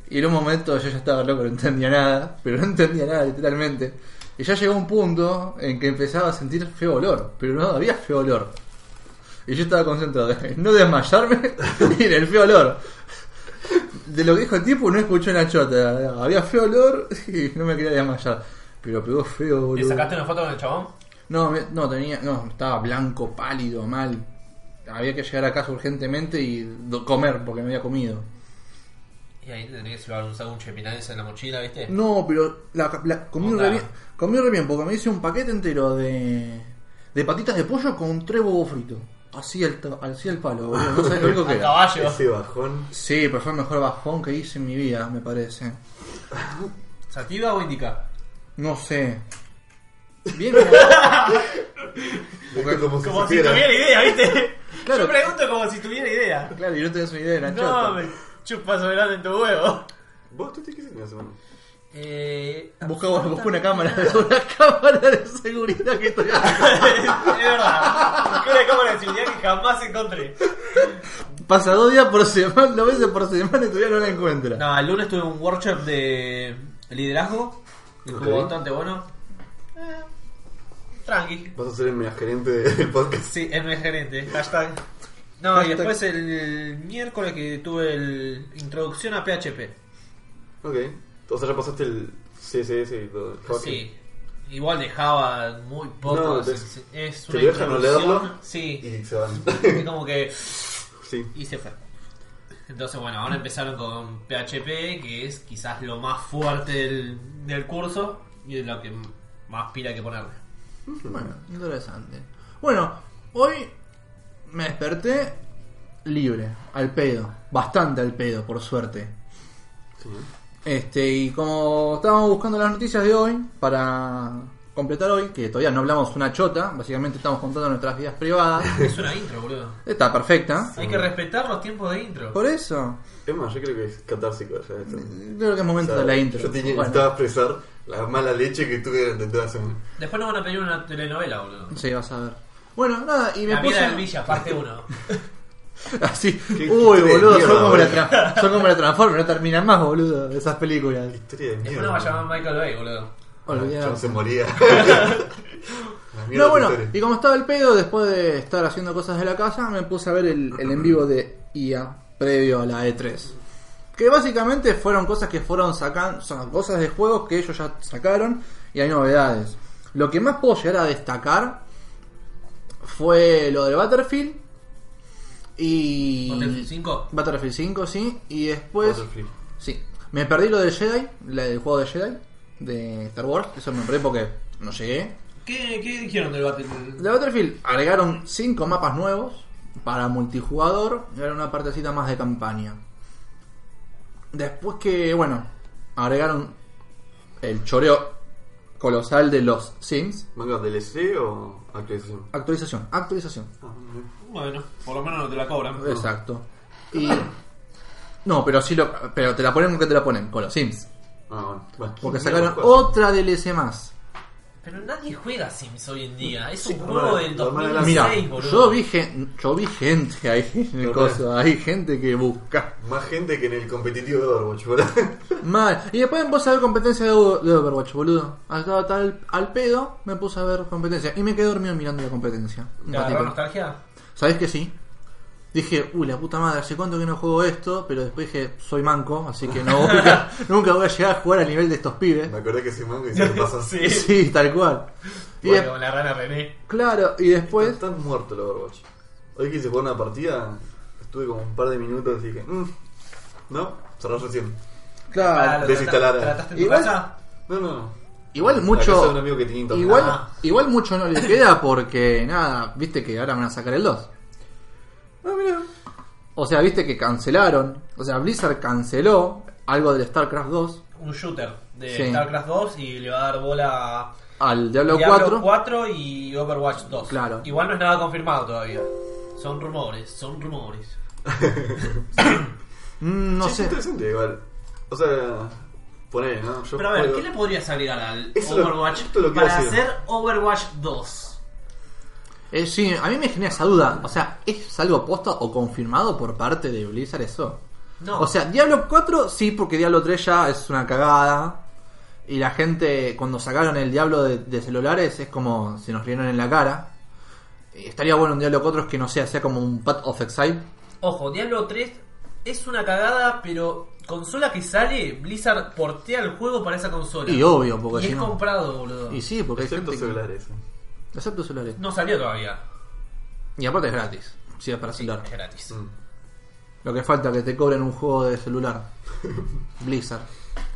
Speaker 2: Y en un momento yo ya estaba loco, no entendía nada. Pero no entendía nada, literalmente. Y ya llegó un punto en que empezaba a sentir feo olor. Pero no había feo olor. Y yo estaba concentrado en no desmayarme y en el feo olor. De lo que dijo el tipo no escuché una chota. Había feo olor y no me quería desmayar. Pero pegó feo, boludo.
Speaker 4: ¿Le sacaste una foto con el chabón?
Speaker 2: No, me- no tenía, no, estaba blanco, pálido, mal. Había que llegar a casa urgentemente y do- comer porque no había comido.
Speaker 4: Y ahí te tenías que llevar un sándwich de milanesa en la mochila, ¿viste?
Speaker 2: No, pero la, la- comí,
Speaker 4: Onda.
Speaker 2: re bien, comí re bien porque me hice un paquete entero de, de patitas de pollo con tres huevos fritos. Así al, ta- así al palo, boludo. No sabés lo rico que
Speaker 4: A
Speaker 2: era.
Speaker 4: caballo.
Speaker 1: Ese bajón.
Speaker 2: Sí, pero fue el mejor bajón que hice en mi vida, me parece.
Speaker 4: ¿Sativa o indica?
Speaker 2: No sé. Bien, como-
Speaker 1: Porque como si
Speaker 3: Como si
Speaker 1: supiera.
Speaker 3: tuviera idea, ¿viste?
Speaker 2: Claro.
Speaker 3: Yo pregunto como si tuviera idea.
Speaker 2: claro, y no tenés una idea de la chota.
Speaker 3: No, me chupas soberano en tu huevo.
Speaker 1: ¿Vos tú te qué hiciste la semana?
Speaker 4: Eh.
Speaker 2: Busca, busca una cámara, una cámara de seguridad que estoy
Speaker 3: es verdad. Busqué una cámara de seguridad que jamás encontré.
Speaker 2: Pasa dos días por semana, dos veces por semana y todavía no la encuentra.
Speaker 4: No, el lunes tuve un workshop de liderazgo. que Estuvo
Speaker 1: Ok.
Speaker 4: bastante bueno. Eh, tranqui.
Speaker 1: Vas a ser el mega gerente del podcast.
Speaker 4: Sí, es mi gerente. Hashtag. No, y
Speaker 2: Hashtag.
Speaker 4: después el miércoles que tuve el introducción a PHP.
Speaker 1: Ok. O sea, ya pasaste el CSS y todo. el hockey.
Speaker 4: Sí. Igual de Java, muy poco.
Speaker 1: No, te-
Speaker 4: es, es
Speaker 1: ¿te
Speaker 4: una
Speaker 1: dejan no
Speaker 4: introducción.
Speaker 1: leerlo?
Speaker 4: Sí.
Speaker 1: Y se van.
Speaker 4: Es como que.
Speaker 1: sí.
Speaker 4: Y se fue. Entonces, bueno, ahora empezaron con PHP, que es quizás lo más fuerte del, del curso y de lo que m- más pila que ponerle.
Speaker 2: Bueno, interesante. Bueno, hoy me desperté libre, al pedo. Bastante al pedo, por suerte.
Speaker 1: Sí.
Speaker 2: Este, y como estábamos buscando las noticias de hoy, para completar hoy, que todavía no hablamos una chota, básicamente estamos contando nuestras vidas privadas.
Speaker 4: Es una intro, boludo.
Speaker 2: Está perfecta.
Speaker 4: Hay que respetar los tiempos de intro.
Speaker 2: Por eso,
Speaker 1: Es más, yo creo que es catársico ya esto.
Speaker 2: yo creo que es
Speaker 1: O
Speaker 2: momento
Speaker 1: sea,
Speaker 2: de la intro.
Speaker 1: Yo tenía,
Speaker 2: Bueno.
Speaker 1: necesitaba expresar la mala leche que tuve durante toda la semana.
Speaker 4: Después nos van a pedir una telenovela, boludo.
Speaker 2: Sí, vas a ver. Bueno, nada, y me
Speaker 4: La
Speaker 2: puse.
Speaker 4: vida del Villa, parte 1.
Speaker 2: Así.
Speaker 1: Qué
Speaker 2: Uy,
Speaker 1: historia
Speaker 2: boludo,
Speaker 1: de mierda,
Speaker 2: son como, la
Speaker 1: boludo.
Speaker 2: tra- son como la Transformers, no terminan más, boludo, esas películas.
Speaker 1: Historia de
Speaker 4: Después
Speaker 1: mierda.
Speaker 4: nos va a llamar Michael Bay, boludo.
Speaker 2: Olvidado.
Speaker 1: John Ah, se moría. La mierda
Speaker 2: No,
Speaker 1: de
Speaker 2: bueno,
Speaker 1: historia.
Speaker 2: y como estaba el pedo, después de estar haciendo cosas de la casa, me puse a ver el, el en vivo de IA previo a la E3. Que básicamente fueron cosas que fueron sacando, son cosas de juegos que ellos ya sacaron y hay novedades. Lo que más puedo llegar a destacar fue lo de Battlefield y...
Speaker 4: Battlefield 5.
Speaker 2: Battlefield 5, sí. Y después...
Speaker 1: Battlefield.
Speaker 2: Sí. Me perdí lo del Jedi, la del juego de Jedi, de Star Wars. Eso me perdí porque no llegué.
Speaker 4: ¿Qué, ¿Qué dijeron del Battlefield?
Speaker 2: De Battlefield agregaron 5 mapas nuevos para multijugador y ahora una partecita más de campaña. Después que, bueno, agregaron el choreo colosal de los Sims.
Speaker 1: ¿Manga DLC o actualización?
Speaker 2: Actualización, actualización.
Speaker 1: Ah, no.
Speaker 4: Bueno, por lo menos no te la cobran.
Speaker 2: Exacto. Y... No, pero sí lo... Pero te la ponen porque te la ponen, con los Sims.
Speaker 1: Ah, bueno. bueno.
Speaker 2: Porque
Speaker 1: Mira,
Speaker 2: sacaron
Speaker 1: cosas.
Speaker 2: otra DLC más.
Speaker 4: Pero nadie juega Sims hoy en día. Es
Speaker 1: Sí,
Speaker 4: un
Speaker 1: normal,
Speaker 4: juego del
Speaker 1: normal,
Speaker 4: 2006,
Speaker 2: Mira,
Speaker 4: boludo.
Speaker 2: yo vi, gen- yo vi gente ahí en el
Speaker 1: Total.
Speaker 2: coso, hay gente que busca.
Speaker 1: Más gente que en el competitivo de Overwatch, boludo.
Speaker 2: Mal. Y después me puse a ver competencia de, Over- de Overwatch, boludo. Estaba tal al pedo, me puse a ver competencia. Y me quedé dormido mirando la competencia. Un
Speaker 4: ¿Te agarró
Speaker 2: ratito.
Speaker 4: nostalgia?
Speaker 2: ¿Sabés que sí? Dije, uy, la puta madre, hace cuánto que no juego esto, pero después dije, soy manco, así que no voy a- nunca voy a llegar a jugar al nivel de estos pibes.
Speaker 1: Me acordé que soy manga y se me pasa.
Speaker 3: Sí.
Speaker 2: Sí, tal cual. Y
Speaker 4: Bueno,
Speaker 2: de-
Speaker 4: con la rana René.
Speaker 2: claro, y después
Speaker 1: Están muerto el Overwatch. Hoy quise jugar una partida, estuve como un par de minutos y dije, "Mm, no, cerrar recién.
Speaker 2: Claro.
Speaker 1: lo desinstalar.
Speaker 3: trata- ¿Trataste en tu
Speaker 2: Ah, Igual-
Speaker 3: casa?
Speaker 1: No, no, no.
Speaker 2: Igual
Speaker 1: La casa de
Speaker 2: mucho.
Speaker 1: un amigo que tenía internet.
Speaker 2: Igual,
Speaker 1: Ah,
Speaker 2: igual mucho no le queda porque nada, viste que ahora van a sacar el 2.
Speaker 1: ah, mira.
Speaker 2: O sea, viste que cancelaron. O sea, Blizzard canceló algo del StarCraft 2
Speaker 4: Un shooter de
Speaker 2: Sí.
Speaker 4: StarCraft 2 y le va a dar bola a
Speaker 2: al Diablo,
Speaker 4: Diablo
Speaker 2: 4.
Speaker 4: 4 y Overwatch 2.
Speaker 2: Claro.
Speaker 4: Igual no es nada confirmado todavía. Son rumores, son rumores.
Speaker 2: Mm, no
Speaker 1: Sí, Es
Speaker 2: sé.
Speaker 1: interesante igual. O sea, poné, ¿no? Yo
Speaker 4: Pero a ver,
Speaker 1: juego-
Speaker 4: ¿qué le podrías agregar al
Speaker 1: Eso lo-
Speaker 4: Overwatch
Speaker 1: esto lo que
Speaker 4: para
Speaker 1: iba a decir.
Speaker 4: hacer Overwatch 2?
Speaker 2: Eh, sí, a mí me genera esa duda. O sea, ¿es algo posta o confirmado por parte de Blizzard eso?
Speaker 4: No.
Speaker 2: O sea, Diablo 4 sí, porque Diablo 3 ya es una cagada. Y la gente, cuando sacaron el Diablo de, de celulares, es como se nos rieron en la cara. Y Estaría bueno un Diablo 4 es que no sea, sea como un Path of Exile.
Speaker 4: Ojo, Diablo 3 es una cagada, pero consola que sale, Blizzard portea el juego para esa consola.
Speaker 2: Y obvio, porque
Speaker 4: Y
Speaker 2: si
Speaker 4: es
Speaker 2: no-
Speaker 4: comprado, boludo.
Speaker 2: Y sí, porque hay
Speaker 1: Excepto
Speaker 2: gente que-
Speaker 1: celulares.
Speaker 2: Excepto celulares.
Speaker 4: No salió todavía.
Speaker 2: Y aparte es gratis. Si es para celular.
Speaker 4: Es gratis.
Speaker 1: Mm.
Speaker 2: Lo que falta que te cobren un juego de celular. Blizzard.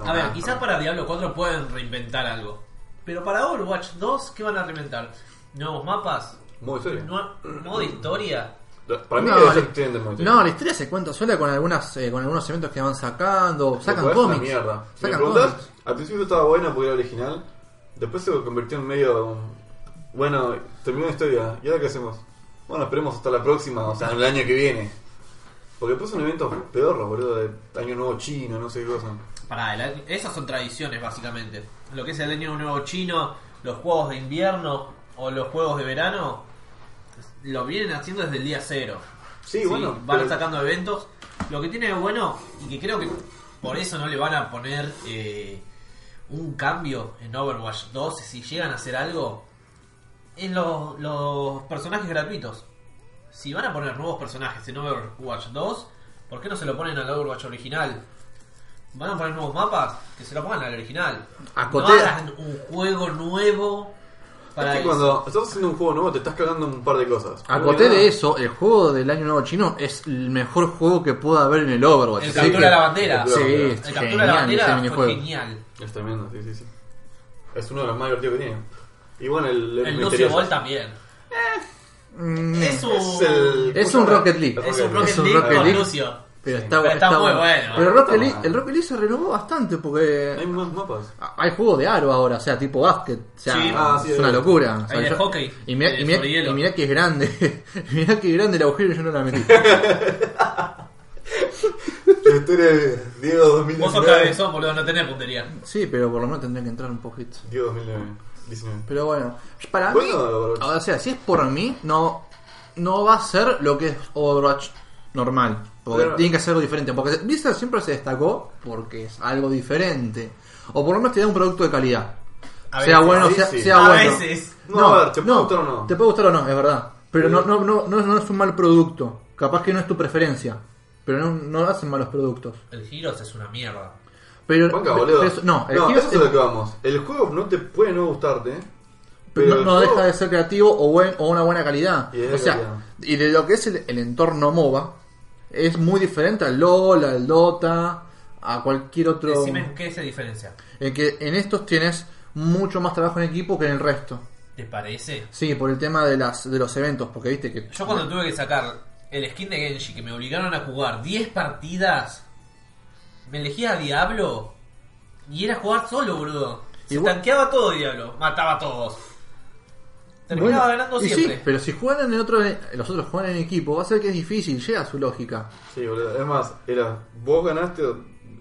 Speaker 4: A ver,
Speaker 1: Ah,
Speaker 4: quizás para Diablo 4 pueden reinventar algo. Pero para Overwatch 2, ¿qué van a reinventar? ¿Nuevos mapas?
Speaker 1: Modo historia.
Speaker 4: ¿Nue- ¿Modo de historia?
Speaker 1: Para mí
Speaker 2: No,
Speaker 1: que debe
Speaker 2: la-
Speaker 1: ser excelente modo historia.
Speaker 2: No, la historia se cuenta sola con algunas eh, con algunos eventos que van sacando.
Speaker 1: Lo
Speaker 2: Sacan
Speaker 1: cual es una
Speaker 2: cómics.
Speaker 1: mierda. Si me
Speaker 2: Sacan
Speaker 1: preguntás,
Speaker 2: cómics.
Speaker 1: al principio estaba buena porque era original. Después se convirtió en medio. um, Bueno, terminó la historia. ¿Y ahora qué hacemos? Bueno, esperemos hasta la próxima, o sea, el año que viene. Porque después un evento pedorro, boludo, de Año Nuevo Chino, no sé qué cosa.
Speaker 4: Pará, el- esas son tradiciones básicamente. Lo que es el año nuevo chino, los juegos de invierno o los juegos de verano, lo vienen haciendo desde el día cero.
Speaker 1: Sí,
Speaker 4: Sí,
Speaker 1: bueno.
Speaker 4: Van
Speaker 1: pero-
Speaker 4: sacando eventos. Lo que tiene de bueno, y que creo que por eso no le van a poner eh, un cambio en Overwatch 2, si llegan a hacer algo, es los, los personajes gratuitos. Si van a poner nuevos personajes en Overwatch 2, ¿por qué no se lo ponen al Overwatch original? ¿Van a poner nuevos mapas? Que se lo pongan al original.
Speaker 2: Acoté-
Speaker 4: No hagan un juego nuevo
Speaker 1: Es
Speaker 4: para
Speaker 1: que
Speaker 4: eso.
Speaker 1: cuando estás haciendo un juego nuevo te estás cagando en un par de cosas.
Speaker 2: Acoté
Speaker 1: Porque,
Speaker 2: de
Speaker 1: nada,
Speaker 2: eso, el juego del año nuevo chino es el mejor juego que pueda haber en el Overwatch.
Speaker 4: El
Speaker 2: así
Speaker 4: captura
Speaker 2: que-
Speaker 4: la bandera.
Speaker 1: El
Speaker 2: Sí, es
Speaker 4: El
Speaker 2: genial
Speaker 4: captura de la
Speaker 2: ese
Speaker 4: bandera fue
Speaker 2: minijuego.
Speaker 4: genial.
Speaker 1: Es tremendo, sí, sí, sí. Es uno de los más divertidos que tiene. Y bueno, el. me
Speaker 4: El 12
Speaker 1: interesa.
Speaker 4: Ball también.
Speaker 2: Mm,
Speaker 4: Es un,
Speaker 1: Es, el-
Speaker 2: Es un Rocket League.
Speaker 4: es un Rocket
Speaker 2: Es un
Speaker 4: League
Speaker 2: Rocket
Speaker 4: con
Speaker 2: League.
Speaker 4: Lucio.
Speaker 2: Pero
Speaker 1: Sí.
Speaker 2: está,
Speaker 4: Pero está muy bueno.
Speaker 2: Pero Rocket
Speaker 1: Está
Speaker 2: League-
Speaker 1: bueno.
Speaker 2: el Rocket League se renovó bastante
Speaker 1: Hay
Speaker 2: porque
Speaker 1: más mapas.
Speaker 2: hay juego de aro ahora, o sea, tipo básquet. O sea,
Speaker 4: Sí.
Speaker 1: Ah, sí,
Speaker 2: es una
Speaker 1: de-
Speaker 2: locura. O sea,
Speaker 4: Hay de
Speaker 2: yo-
Speaker 4: hockey,
Speaker 2: Y mirá,
Speaker 4: de
Speaker 2: y mirá-
Speaker 4: sobre hielo.
Speaker 2: y mirá que es grande. mirá que grande el agujero y yo no la metí.
Speaker 1: La historia de Diego 2019.
Speaker 4: Vos sos cabezón, boludo, no tenés puntería.
Speaker 2: sí, pero por lo menos tendría que entrar un poquito.
Speaker 1: Diego 2019.
Speaker 2: Pero bueno, para
Speaker 1: Bueno,
Speaker 2: mí,
Speaker 1: Overwatch.
Speaker 2: o sea, si es por mí, no, no va a ser lo que es Overwatch normal. Porque
Speaker 1: Pero-
Speaker 2: tiene que ser algo diferente. Porque Blizzard siempre se destacó porque es algo diferente. O por lo menos te da un producto de calidad.
Speaker 4: A
Speaker 2: sea
Speaker 4: veces,
Speaker 2: bueno,
Speaker 1: a
Speaker 2: sea,
Speaker 1: veces.
Speaker 2: sea
Speaker 4: A
Speaker 2: bueno.
Speaker 4: veces.
Speaker 1: No, a ver, ¿te puede gustar o no?
Speaker 2: Te puede gustar o no, es verdad. Pero no, no, no, no, no es un mal producto. Capaz que no es tu preferencia. Pero no, no hacen malos productos.
Speaker 4: El Giros es una mierda.
Speaker 2: Pero,
Speaker 1: Banca,
Speaker 2: pero-
Speaker 1: boludo.
Speaker 2: pero eso- no, el
Speaker 1: no
Speaker 2: Gears
Speaker 1: eso
Speaker 2: es-
Speaker 1: es lo que vamos. El juego no te puede no gustarte,
Speaker 2: Pero
Speaker 1: pero
Speaker 2: no,
Speaker 1: el
Speaker 2: no
Speaker 1: juego-
Speaker 2: deja de ser creativo o, buen, o una buena calidad.
Speaker 1: Y es
Speaker 2: o sea,
Speaker 1: calidad.
Speaker 2: y de lo que es el, el entorno MOBA, es muy diferente al LOL, al Dota, a cualquier otro.
Speaker 4: Decime qué es la diferencia.
Speaker 2: En que en estos tienes mucho más trabajo en equipo que en el resto.
Speaker 4: ¿Te parece?
Speaker 2: Sí, por el tema de las de los eventos, porque viste que.
Speaker 4: Yo cuando tuve que sacar el skin de Genji, que me obligaron a jugar 10 partidas, me elegía a Diablo y era jugar solo, boludo. Se
Speaker 2: Y vos-
Speaker 4: tanqueaba todo Diablo, mataba a todos. Terminaba
Speaker 2: Bueno,
Speaker 4: ganando
Speaker 2: y
Speaker 4: siempre.
Speaker 2: Sí, pero si juegan en otro, los otros juegan en equipo, va a ser que es difícil, llega a su lógica.
Speaker 1: Sí, boludo. Es más, era, vos ganaste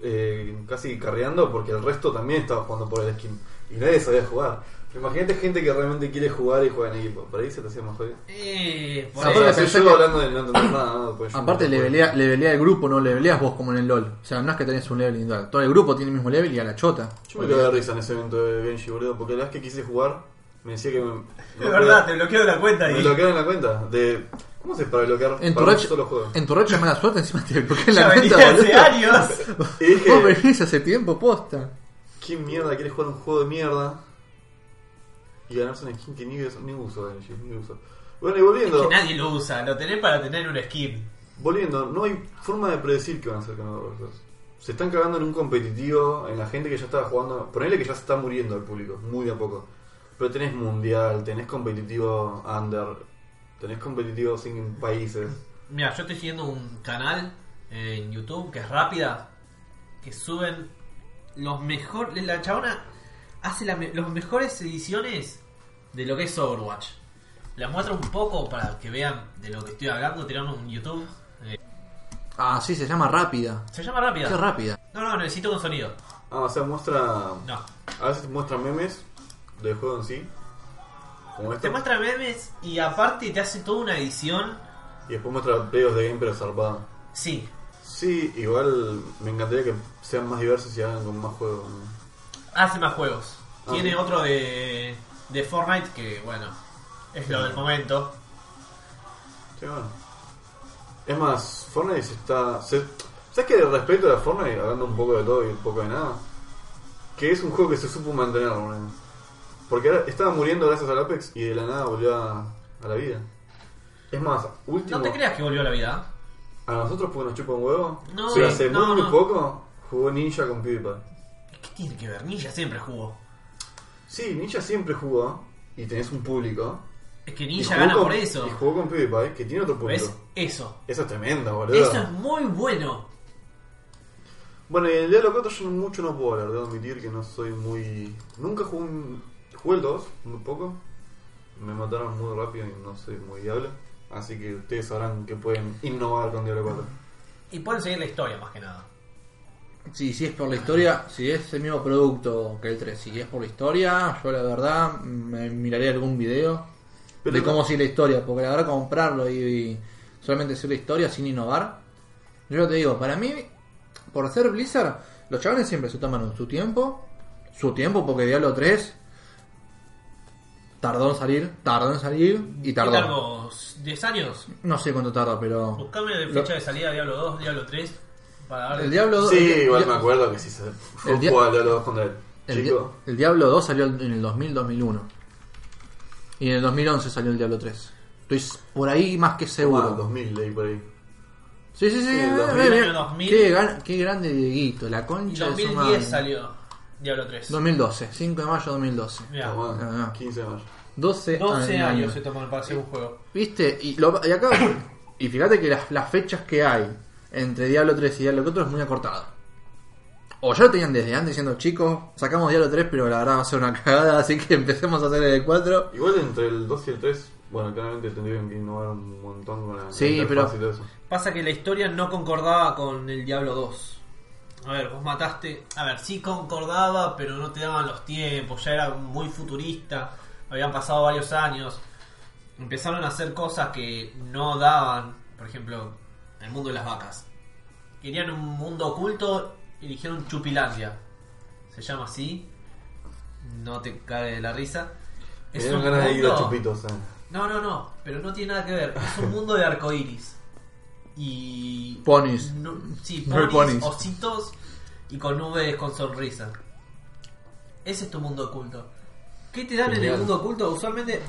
Speaker 1: eh, casi carreando porque el resto también estaba jugando por el skin. Y nadie sabía jugar. Imagínate gente que realmente quiere jugar y juega en equipo. Para ahí se te hacía más jodido.
Speaker 4: Eh, por
Speaker 1: O
Speaker 2: Aparte
Speaker 1: sea,
Speaker 4: eso.
Speaker 1: soy
Speaker 2: pensé
Speaker 1: yo
Speaker 2: que-
Speaker 1: hablando de no entender nada. ¿no? Porque yo
Speaker 2: Aparte,
Speaker 1: no puedo.
Speaker 2: levelea, levelea el grupo, no leveleas vos como en el LOL. O sea, no es que tenés un level individual. Todo el grupo tiene el mismo level y a la chota.
Speaker 1: Yo me quedé de risa en ese evento de Genji, boludo. Porque la vez que quise jugar, me decía que me. no
Speaker 3: Es
Speaker 1: podía-
Speaker 3: verdad, te bloqueo la cuenta
Speaker 1: Me
Speaker 3: y.
Speaker 1: bloquearon la cuenta. De, ¿Cómo se para bloquear
Speaker 2: En tu,
Speaker 1: para un
Speaker 2: racha-
Speaker 1: solo juego?
Speaker 2: en tu racha de mala suerte encima te bloquean la
Speaker 3: Ya venía
Speaker 2: cuenta,
Speaker 3: hace
Speaker 2: boludo.
Speaker 3: años.
Speaker 1: Y
Speaker 2: Vos
Speaker 1: dije,
Speaker 2: venís hace tiempo, posta.
Speaker 1: ¿qué mierda quieres jugar un juego de mierda? Y ganarse una skin que ni, ni uso, eh, ni uso. Bueno, y volviendo,
Speaker 4: Que nadie lo usa, lo tenés para tener un skin.
Speaker 1: volviendo, no hay forma de predecir que van a ser ganadores. Se están cagando en un competitivo, en la gente que ya estaba jugando. Ponele que ya se está muriendo el público, muy de a poco. Pero tenés mundial, tenés competitivo under, tenés competitivo sin países.
Speaker 4: Mira, yo estoy siguiendo un canal eh, en YouTube que es rápida, que suben los mejores. La chabona hace las mejores ediciones de lo que es Overwatch. Las muestro un poco para que vean de lo que estoy hablando, tirando un YouTube. Eh,
Speaker 2: Ah, sí, se llama rápida.
Speaker 4: se llama rápida.
Speaker 2: Qué rápida.
Speaker 4: No, no, necesito con sonido.
Speaker 1: Ah, o sea, muestra.
Speaker 4: No.
Speaker 1: A veces muestra memes del juego en sí. Como este, esto.
Speaker 4: Te muestra memes y aparte te hace toda una edición.
Speaker 1: Y después muestra playoffs de game pero zarpado.
Speaker 4: Sí,
Speaker 1: Sí, igual me encantaría que sean más diversos y hagan con más juegos. ¿no?
Speaker 4: hace más juegos.
Speaker 1: Ah.
Speaker 4: Tiene otro de, de Fortnite que, bueno, es lo del momento.
Speaker 1: Sí, bueno. Es más, Fortnite se está... se- ¿Sabes que respecto a la Fortnite, hablando un poco de todo y un poco de nada? Que es un juego que se supo mantener, boludo. Porque ahora estaba muriendo gracias al Apex y de la nada volvió a, a la vida. Es más, último...
Speaker 4: No te creas que volvió a la vida.
Speaker 1: A nosotros porque nos chupa un huevo.
Speaker 4: No,
Speaker 1: Pero hace
Speaker 4: no,
Speaker 1: muy, muy
Speaker 4: no.
Speaker 1: poco jugó Ninja con PewDiePie.
Speaker 4: ¿Qué tiene que ver? Ninja siempre jugó.
Speaker 1: Sí, Ninja siempre jugó y tenés un público.
Speaker 4: Es que
Speaker 1: Y
Speaker 4: Ninja
Speaker 1: jugó
Speaker 4: gana
Speaker 1: con-
Speaker 4: por
Speaker 1: Y
Speaker 4: eso.
Speaker 1: jugó con PewDiePie, que tiene otro público.
Speaker 4: ¿Ves? Eso.
Speaker 1: Eso es tremendo, boludo.
Speaker 4: Eso es muy bueno.
Speaker 1: Bueno, y el Diablo 4 yo no- mucho no puedo hablar, debo admitir que no soy muy... Nunca jugué un... Jugué el 2, muy poco. Me mataron muy rápido y no soy muy Diablo. Así que ustedes sabrán que pueden innovar con Diablo 4.
Speaker 4: Y pueden seguir la historia más que nada.
Speaker 2: Sí, si es por la historia, si es el mismo producto que el 3, si es por la historia, yo la verdad me miraría algún video
Speaker 1: Pero
Speaker 2: de
Speaker 1: no-
Speaker 2: cómo sigue la historia, porque la verdad comprarlo y, y solamente hacer la historia sin innovar, yo te digo, para mí, por ser Blizzard, los chavales siempre se toman su tiempo, su tiempo, porque Diablo 3 tardó en salir, tardó en salir y
Speaker 4: ¿Qué
Speaker 2: tardó.
Speaker 4: tardó? ¿10 años?
Speaker 2: No sé cuánto tardó, pero...
Speaker 4: Buscame de
Speaker 2: Lo-
Speaker 4: fecha de salida Diablo 2, Diablo 3. Para darle.
Speaker 2: El Diablo
Speaker 1: Sí,
Speaker 2: el-
Speaker 1: igual
Speaker 2: el-
Speaker 1: me acuerdo que sí se... Fue
Speaker 2: el dia-
Speaker 1: jugado al Diablo 2 contra él.
Speaker 2: El,
Speaker 1: Chico.
Speaker 2: Dia- el Diablo 2 salió en el 2000-2001. Y en el 2011 salió el Diablo 3. Estoy s- por ahí más que
Speaker 1: Ah,
Speaker 2: seguro.
Speaker 1: 2000 leí por ahí.
Speaker 2: Sí, sí, sí.
Speaker 1: Sí, el
Speaker 2: eh,
Speaker 1: 2000.
Speaker 2: eh, eh.
Speaker 4: Año 2000.
Speaker 2: Qué, gran- qué grande Dieguito, la
Speaker 4: Y
Speaker 2: concha. de su
Speaker 4: 2010
Speaker 2: madre.
Speaker 4: salió Diablo 3.
Speaker 2: 2012, 5 de mayo de 2012.
Speaker 4: Mirá,
Speaker 1: Tomá,
Speaker 2: Ah, ah.
Speaker 1: 15 de mayo.
Speaker 2: 12,
Speaker 4: 12
Speaker 2: años.
Speaker 4: años se tomaron para hacer un juego.
Speaker 2: ¿Viste? Y, lo- y acá. y fíjate que las, las fechas que hay entre Diablo 3 y Diablo 4 es muy acortado. O ya lo tenían desde antes diciendo, chicos, sacamos Diablo 3, pero la verdad va a ser una cagada, así que empecemos a hacer el 4.
Speaker 1: Igual entre el 2 y el 3, bueno, claramente tendrían que innovar un montón con la
Speaker 2: Sí,
Speaker 1: interfaz
Speaker 2: pero-
Speaker 1: y todo eso.
Speaker 4: Pasa que la historia no concordaba con el Diablo 2. A ver, vos mataste. A ver, sí concordaba, pero no te daban los tiempos. Ya era muy futurista. Habían pasado varios años. Empezaron a hacer cosas que no daban. Por ejemplo, el mundo de las vacas. Querían un mundo oculto y dijeron Chupilandia. Se llama así. No te cae de la risa.
Speaker 1: Me
Speaker 4: Es
Speaker 1: dieron
Speaker 4: un
Speaker 1: ganas de ir a
Speaker 4: mundo-
Speaker 1: chupitos, eh.
Speaker 4: no, no, no, pero no tiene nada que ver. Es un mundo de arcoíris. Y.
Speaker 2: Ponis.
Speaker 4: No- sí,
Speaker 2: No hay
Speaker 4: ponis,
Speaker 2: ponis.
Speaker 4: ositos y con nubes con sonrisa. Ese es tu mundo oculto. ¿Qué te dan en
Speaker 1: Genial.
Speaker 4: el mundo oculto? Usualmente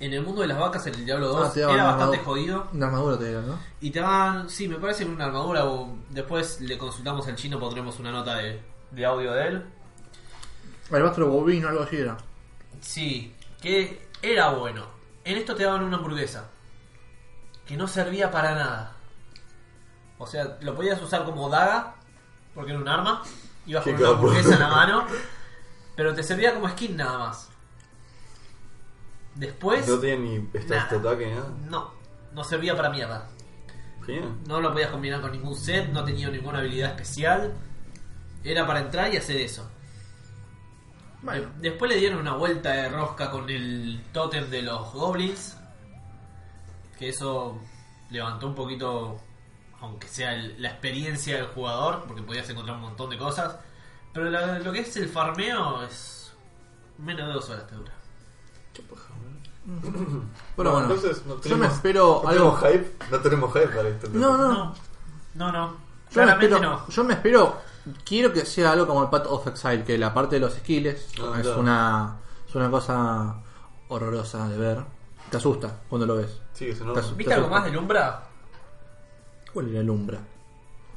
Speaker 4: en el mundo de las vacas, en el Diablo 2,
Speaker 2: Ah, te daban
Speaker 4: era
Speaker 2: una
Speaker 4: bastante
Speaker 2: armadura-
Speaker 4: jodido.
Speaker 2: Una armadura te dieron, ¿no?
Speaker 4: Y te dan, sí, me parece una armadura. o Después le consultamos al chino, pondremos una nota de, de audio de él.
Speaker 2: Albastro bovino, algo así era.
Speaker 4: Sí, que era bueno. En esto te daban una hamburguesa. Que no servía para nada. O sea, lo podías usar como daga, porque era un arma. Ibas
Speaker 1: Qué
Speaker 4: con una
Speaker 1: capo.
Speaker 4: hamburguesa en la mano. Pero te servía como skin nada más. Después,
Speaker 1: No tenía ni stats de
Speaker 4: Nada.
Speaker 1: ataque, nada.
Speaker 4: no. No servía para mierda.
Speaker 1: Genial.
Speaker 4: No lo podías combinar con ningún set, no tenía ninguna habilidad especial. Era para entrar y hacer eso.
Speaker 2: Bueno.
Speaker 4: Después le dieron una vuelta de rosca con el tótem de los goblins. Que eso levantó un poquito, aunque sea el- la experiencia del jugador, porque podías encontrar un montón de cosas. Pero la- lo que es el farmeo es menos de dos horas te dura.
Speaker 2: Pero bueno,
Speaker 1: entonces no
Speaker 2: yo
Speaker 1: tenemos,
Speaker 2: me espero
Speaker 1: no
Speaker 2: algo.
Speaker 1: tenemos hype, no tenemos hype para esto.
Speaker 2: No, no,
Speaker 3: No, no, no.
Speaker 2: Yo me,
Speaker 3: Claramente
Speaker 2: espero,
Speaker 3: no.
Speaker 2: yo me espero, quiero que sea algo como el Path of Exile, que la parte de los esquiles
Speaker 1: Ah,
Speaker 2: es,
Speaker 1: claro.
Speaker 2: una, es una cosa horrorosa de ver. Te asusta cuando lo ves.
Speaker 1: Sí, eso no.
Speaker 2: Estás-
Speaker 4: ¿Viste algo más del Umbra?
Speaker 2: ¿Cuál era el Umbra?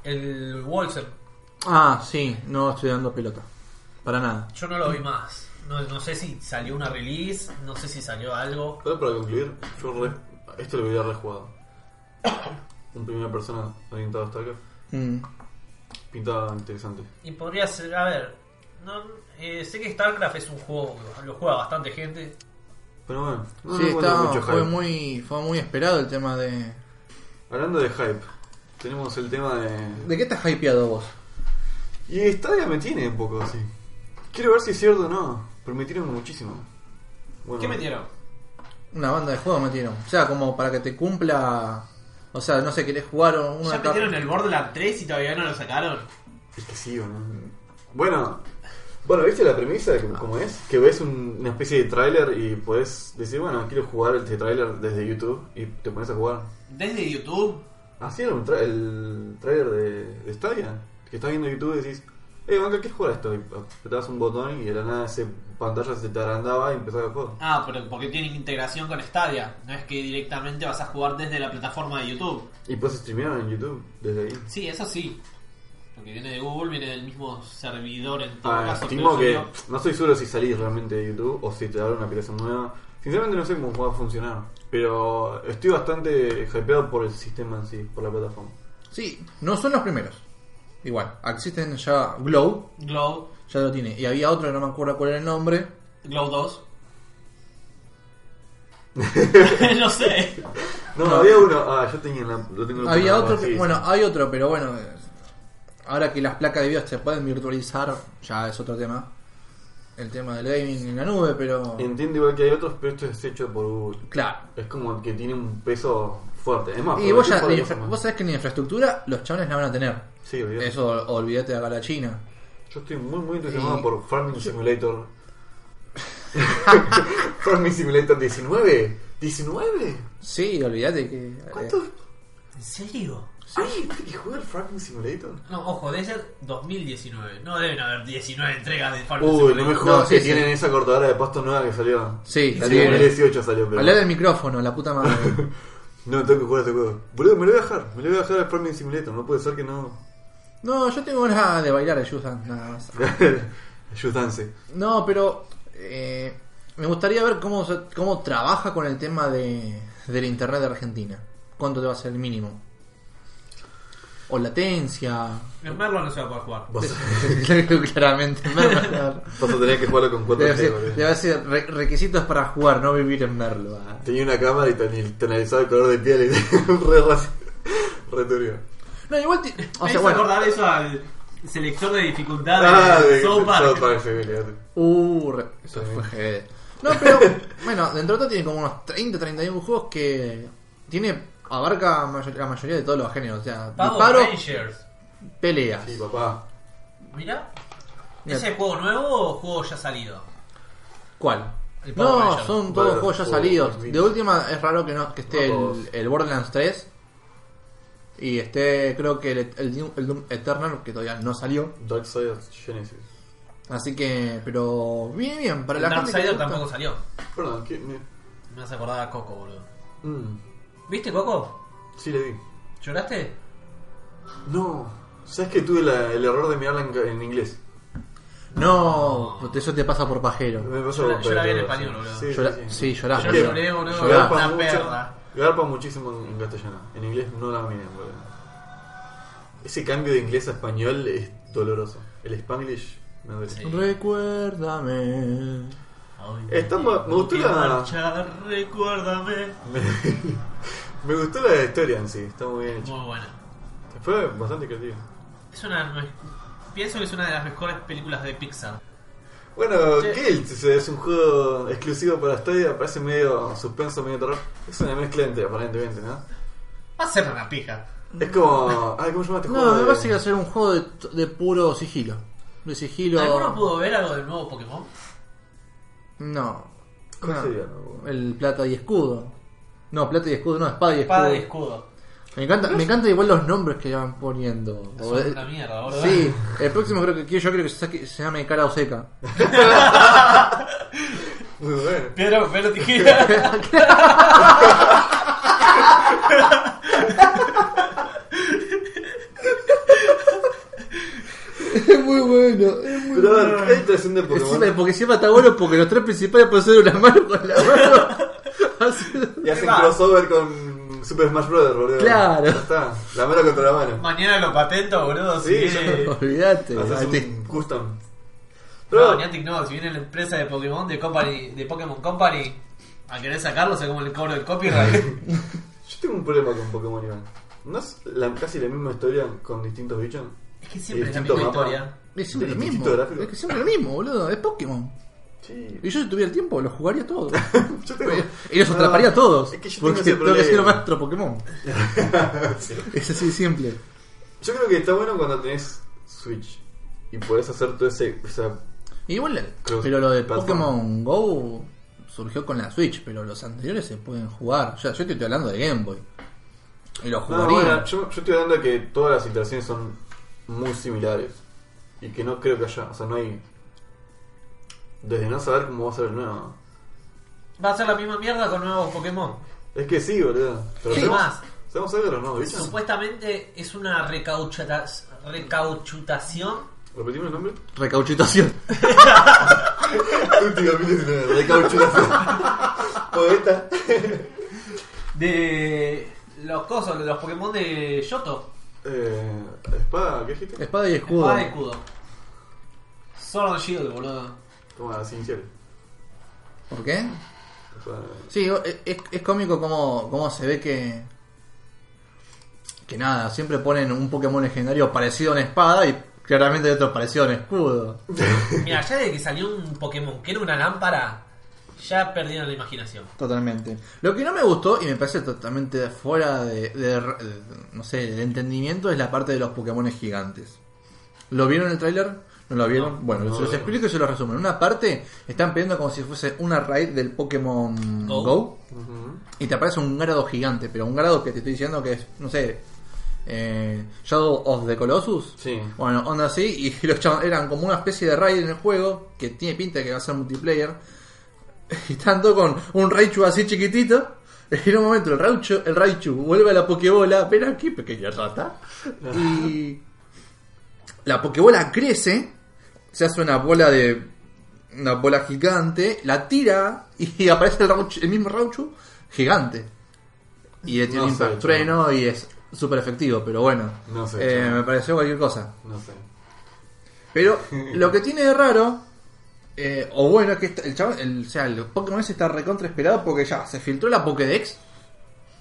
Speaker 4: El Wolsen.
Speaker 2: Ah, sí, no estoy dando pelota. Para nada.
Speaker 4: Yo no lo vi más. No, no sé si salió una release, no sé si salió algo.
Speaker 1: Pero para concluir, yo re, esto lo hubiera rejugado. En primera persona orientado a Stalker.
Speaker 2: Mm.
Speaker 1: Pintaba interesante.
Speaker 4: Y podría ser, a ver. No, eh, sé que StarCraft es un juego que lo juega bastante gente.
Speaker 1: Pero Ah, bueno, no
Speaker 2: sí,
Speaker 1: no encuentro
Speaker 2: está-
Speaker 1: mucho
Speaker 2: fue,
Speaker 1: hype.
Speaker 2: muy, fue muy esperado el tema de...
Speaker 1: Hablando de hype, tenemos el tema de.
Speaker 2: ¿De qué estás hypeado vos?
Speaker 1: Y Stadia me tiene un poco así. Quiero ver si es cierto o no. Pero me tienen muchísimo. Bueno,
Speaker 4: ¿Qué metieron?
Speaker 2: Una banda de juegos metieron. O sea, como para que te cumpla... O sea, no sé, querés jugar uno
Speaker 4: ¿Ya
Speaker 2: de cada-
Speaker 4: metieron el Borderlands 3 y todavía no lo sacaron?
Speaker 1: Es que sí o no. Bueno, bueno, ¿viste la premisa de que- cómo es? Que ves un- una especie de tráiler y podés decir, bueno, quiero jugar este tráiler desde YouTube y te pones a jugar.
Speaker 4: Desde YouTube.
Speaker 1: Así era un tra- el tráiler de, de Stadia. Que estás viendo YouTube y decís, eh, banca, ¿qué jugar esto? Y apretabas un botón y de la nada esa pantalla se te agrandaba y empezaba el juego.
Speaker 4: Ah, pero porque tiene integración con Stadia. No es que directamente vas a jugar desde la plataforma de YouTube.
Speaker 1: Y puedes streamear en YouTube desde ahí.
Speaker 4: Sí, eso sí. Porque viene de Google, viene del mismo servidor en todo
Speaker 1: Ah,
Speaker 4: caso.
Speaker 1: estimo
Speaker 4: pero
Speaker 1: que
Speaker 4: yo-
Speaker 1: no estoy seguro si salís realmente de YouTube o si te abre una aplicación nueva. Sinceramente no sé cómo va a funcionar, pero estoy bastante hypeado por el sistema en sí, por la plataforma.
Speaker 2: Sí, no son los primeros. Igual, existen ya Glow,
Speaker 4: Glow,
Speaker 2: ya lo tiene. Y había otro, no me acuerdo cuál era el nombre.
Speaker 4: Glow 2. no sé.
Speaker 1: No, había uno, ah, yo tenía la, lo tengo en la
Speaker 2: había
Speaker 1: computadora,
Speaker 2: otro, que-
Speaker 1: sí,
Speaker 2: bueno,
Speaker 1: sí.
Speaker 2: hay otro, pero bueno, eh, ahora que las placas de video se pueden virtualizar, ya es otro tema. El tema del gaming en la nube, pero...
Speaker 1: Entiendo igual que hay otros, pero esto es hecho por Google.
Speaker 2: Claro.
Speaker 1: Es como que tiene un peso fuerte. Es más,
Speaker 2: Y vos, ya,
Speaker 1: por
Speaker 2: ni infra- vos sabés que ni infraestructura los chavales la van a tener.
Speaker 1: Sí, olvidate.
Speaker 2: Eso olvídate de acá la China.
Speaker 1: Yo estoy muy, muy entusiasmado
Speaker 2: Y-
Speaker 1: por Farming Simulator. Farming Simulator 19. ¿19?
Speaker 2: Sí, olvídate que... eh,
Speaker 1: ¿Cuántos?
Speaker 4: ¿En serio?
Speaker 1: ¿Hay gente que juega el Farming Simulator?
Speaker 4: No, ojo, debe ser 2019. No deben haber 19 entregas de Farming
Speaker 1: Uy, no me
Speaker 4: Simulator.
Speaker 1: jodas
Speaker 2: No, sí,
Speaker 1: que
Speaker 2: sí.
Speaker 1: tienen esa cortadora de pasto nueva que salió.
Speaker 2: Sí,
Speaker 1: la
Speaker 2: sí,
Speaker 1: de
Speaker 2: bueno.
Speaker 1: 2018 salió, pero.
Speaker 2: Hablé del micrófono, la puta madre.
Speaker 1: No, tengo que jugar a este juego. Boludo, me lo voy a dejar. Me lo voy a dejar al Farming Simulator. No puede ser que no.
Speaker 2: no, yo tengo ganas de bailar a Yusan, nada más.
Speaker 1: Ayudanse.
Speaker 2: No, pero eh, me gustaría ver cómo, se- cómo trabaja con el tema de, del internet de Argentina. ¿Cuánto te va a ser el mínimo? O latencia.
Speaker 4: En Merlo no se va a poder jugar.
Speaker 1: Vas,
Speaker 2: Claramente. Merlo.
Speaker 1: vas a tener que jugarlo con 4
Speaker 2: Debe
Speaker 1: g
Speaker 2: ser,
Speaker 1: boludo.
Speaker 2: debe ser re- requisitos para jugar, no vivir en Merlo. ah.
Speaker 1: Tenía una cámara y tan- te analizaba el color de piel y re, raci- re turbio.
Speaker 2: No, igual. ti- O sea,
Speaker 4: me hizo
Speaker 2: bueno.
Speaker 4: acordar eso al selector de dificultad
Speaker 1: Ah,
Speaker 4: de,
Speaker 1: de
Speaker 4: South Park.
Speaker 1: South Park, sí, olvidate.
Speaker 2: Uh, re- eso fue GD. No, pero. bueno, dentro de todo tiene como unos 30, 31 juegos que. Tiene. Abarca mayor- la mayoría de todos los géneros. O sea,
Speaker 4: Power
Speaker 2: disparos,
Speaker 4: Rangers.
Speaker 2: peleas.
Speaker 1: Sí, papá.
Speaker 4: Mira,
Speaker 2: Mira.
Speaker 4: ¿ese juego nuevo o juego ya salido?
Speaker 2: ¿Cuál?
Speaker 4: El Power
Speaker 2: No,
Speaker 4: Ranger.
Speaker 1: Bueno,
Speaker 2: son todos juegos ya
Speaker 1: juegos
Speaker 2: salidos.
Speaker 1: Disney.
Speaker 2: De última es raro que no que esté
Speaker 1: No todos.
Speaker 2: el, el Borderlands 3 y esté creo que el, el Doom- el Doom Eternal que todavía no salió.
Speaker 1: Dark Side of Genesis.
Speaker 2: Así que, pero bien, bien para
Speaker 4: El
Speaker 2: la gente. que le
Speaker 4: Darksider
Speaker 2: gusta.
Speaker 4: tampoco salió.
Speaker 1: Perdón, ¿qué? Me...
Speaker 4: Me hace acordar a Coco, boludo.
Speaker 1: Mm,
Speaker 4: ¿Viste Coco?
Speaker 1: sí, le vi.
Speaker 4: ¿Lloraste?
Speaker 1: No. ¿Sabes que tuve la- el error de mirarla en, en inglés?
Speaker 2: No, porque eso te pasa por pajero.
Speaker 1: Me pasó
Speaker 4: Yo la-
Speaker 1: con
Speaker 4: yo la vi en
Speaker 1: Pedro,
Speaker 4: español, boludo.
Speaker 1: Sí,
Speaker 2: Llora-
Speaker 1: sí, sí.
Speaker 2: sí, llorás.
Speaker 4: Yo
Speaker 2: boludo.
Speaker 4: lloré, boludo.
Speaker 1: Garpa
Speaker 4: Una
Speaker 1: mucho-
Speaker 4: perra.
Speaker 1: Garpa muchísimo en, en castellano. En inglés no la miren, boludo. Ese cambio de inglés a español es doloroso. El spanglish me duele.
Speaker 4: Sí.
Speaker 2: Recuérdame.
Speaker 1: Este Está ma- me gustó la-
Speaker 4: marchar, recuérdame.
Speaker 1: me gustó la historia en sí, está muy bien hecha.
Speaker 4: Muy buena.
Speaker 1: Fue bastante creativa.
Speaker 4: Es una... de las- Pienso que es una de las mejores películas de Pixar.
Speaker 1: Bueno,
Speaker 4: Che.
Speaker 1: Guild o sea, es un juego exclusivo para Stadia, parece medio suspenso, medio terror. Es una mezcla entre, aparentemente, ¿no?
Speaker 4: Va a ser una pija.
Speaker 1: Es como. Ay, ¿cómo se llama este juego?
Speaker 2: No, me
Speaker 1: de-
Speaker 2: parece que va a ser un juego de, de puro sigilo. De sigilo.
Speaker 4: ¿Alguno pudo ver algo del nuevo Pokémon?
Speaker 2: No.
Speaker 1: ¿Cuál
Speaker 2: No,
Speaker 1: sería? No, bueno.
Speaker 2: el plata y escudo. No, plata y escudo, no, espada y
Speaker 3: Espada y
Speaker 2: escudo.
Speaker 3: escudo.
Speaker 2: Me encanta, me encanta igual los nombres que van poniendo.
Speaker 4: Es
Speaker 2: O el-
Speaker 4: una mierda, ¿verdad?
Speaker 2: Sí, el próximo creo que yo creo que se, saque- se llame cara o seca.
Speaker 1: Muy bueno.
Speaker 3: Pedro, Pedro Tijera.
Speaker 2: Es muy bueno, es muy
Speaker 1: Pero a ver, ¿qué hay tradición de Pokémon?
Speaker 2: Encima, porque siempre está bueno porque los tres principales pueden ser una mano con la mano. Así-
Speaker 1: Y hacen
Speaker 3: Va.
Speaker 1: crossover con Super Smash Bros. boludo.
Speaker 2: Claro.
Speaker 1: Ya está. La mano contra la mano.
Speaker 4: Mañana lo patento, boludo.
Speaker 1: Sí,
Speaker 4: si
Speaker 1: yo-
Speaker 4: viene...
Speaker 2: Olvídate.
Speaker 1: Haces
Speaker 2: Ahí
Speaker 1: un custom.
Speaker 4: No,
Speaker 1: Pero,
Speaker 4: Niantic no, si viene la empresa de Pokémon, de, company, de Pokémon Company, a querer sacarlo, o sea, como el cobro del copyright.
Speaker 1: yo tengo un problema con Pokémon Iván. ¿No es la- casi la misma historia con distintos bichos?
Speaker 4: es que siempre es la
Speaker 1: Distinto
Speaker 4: misma
Speaker 1: mapa.
Speaker 4: historia.
Speaker 2: te- Es siempre lo
Speaker 1: Distinto
Speaker 2: mismo.
Speaker 1: gráfico.
Speaker 2: Es que siempre lo mismo, boludo. Es Pokémon.
Speaker 1: Sí.
Speaker 2: Y yo si tuviera el tiempo lo jugaría todo.
Speaker 1: Yo tengo-
Speaker 2: Y los
Speaker 1: No,
Speaker 2: atraparía a todos.
Speaker 1: Ah, Es que yo tengo
Speaker 2: porque
Speaker 1: ese
Speaker 2: tengo que ser el
Speaker 1: problema.
Speaker 2: maestro Pokémon.
Speaker 1: Sí.
Speaker 2: Es así de simple.
Speaker 1: Yo creo que está bueno cuando tenés Switch y podés hacer todo ese. O sea,
Speaker 2: Igual,
Speaker 1: Creo-
Speaker 2: pero lo de
Speaker 1: plataforma.
Speaker 2: Pokémon Go surgió con la Switch, pero los anteriores se pueden jugar. O sea, yo te estoy hablando de Game Boy. Y lo
Speaker 1: no,
Speaker 2: jugaría.
Speaker 1: bueno, yo, yo estoy hablando de que todas las iteraciones son muy similares y que no creo que haya. O sea, no hay. Desde no saber cómo va a ser el nuevo.
Speaker 4: Va a ser la misma mierda con nuevos Pokémon.
Speaker 1: Es que sí, boludo. Pero
Speaker 4: ¿Qué
Speaker 1: sabemos-
Speaker 4: más?
Speaker 1: ¿Sabemos algo de los nuevos bichos?
Speaker 4: Supuestamente es una recauchata- recauchutación.
Speaker 1: ¿Repetimos el nombre?
Speaker 2: Recauchutación.
Speaker 1: Último 2019, recauchutación. Poeta.
Speaker 4: de los cosos, de los Pokémon de Yoto.
Speaker 1: Eh, espada, ¿qué dijiste?
Speaker 2: Espada y escudo.
Speaker 4: Espada y escudo. Sword and Shield, boludo.
Speaker 1: Toma, las iniciales.
Speaker 2: ¿Por qué?
Speaker 1: Espada.
Speaker 2: Sí, o- e, es, es- es cómico como, como se ve que. Que nada, siempre ponen un Pokémon legendario parecido a una espada y claramente hay otro parecido a un escudo.
Speaker 4: Mira, ya desde que salió un Pokémon que era una lámpara, ya perdieron la imaginación.
Speaker 2: Totalmente. Lo que no me gustó, y me parece totalmente fuera de, de- de- no sé, del entendimiento, es la parte de los Pokémon gigantes. ¿Lo vieron en el tráiler? ¿No lo vieron? bueno,
Speaker 1: no
Speaker 2: se
Speaker 1: lo
Speaker 2: los
Speaker 1: veo.
Speaker 2: explico y se los resumo. En una parte están pidiendo como si fuese una raid del Pokémon
Speaker 4: Go.
Speaker 2: Go
Speaker 1: Ujú.
Speaker 2: y te aparece un grado gigante, pero un grado que te estoy diciendo que es, no sé, eh, Shadow of the Colossus.
Speaker 1: Sí.
Speaker 2: Bueno, onda así, y los chavos eran como una especie de raid en el juego, que tiene pinta de que va a ser multiplayer. Y tanto con un Raichu así chiquitito. En un momento el Raichu, el Raichu vuelve a la Pokébola, pero aquí pequeña rata. Y la Pokébola crece, se hace una bola de. una bola gigante, la tira y aparece el, Rauchu- el mismo Raichu gigante. Y le tiene
Speaker 1: No
Speaker 2: un
Speaker 1: sé,
Speaker 2: impacto freno y es súper efectivo, pero bueno.
Speaker 1: No sé,
Speaker 2: Eh,
Speaker 1: chaval.
Speaker 2: me pareció cualquier cosa.
Speaker 1: No sé.
Speaker 2: Pero lo que tiene de raro, eh, o bueno, es que esta- el chabón, el, o sea, el Pokémon ese está recontra esperado porque ya se filtró la Pokédex.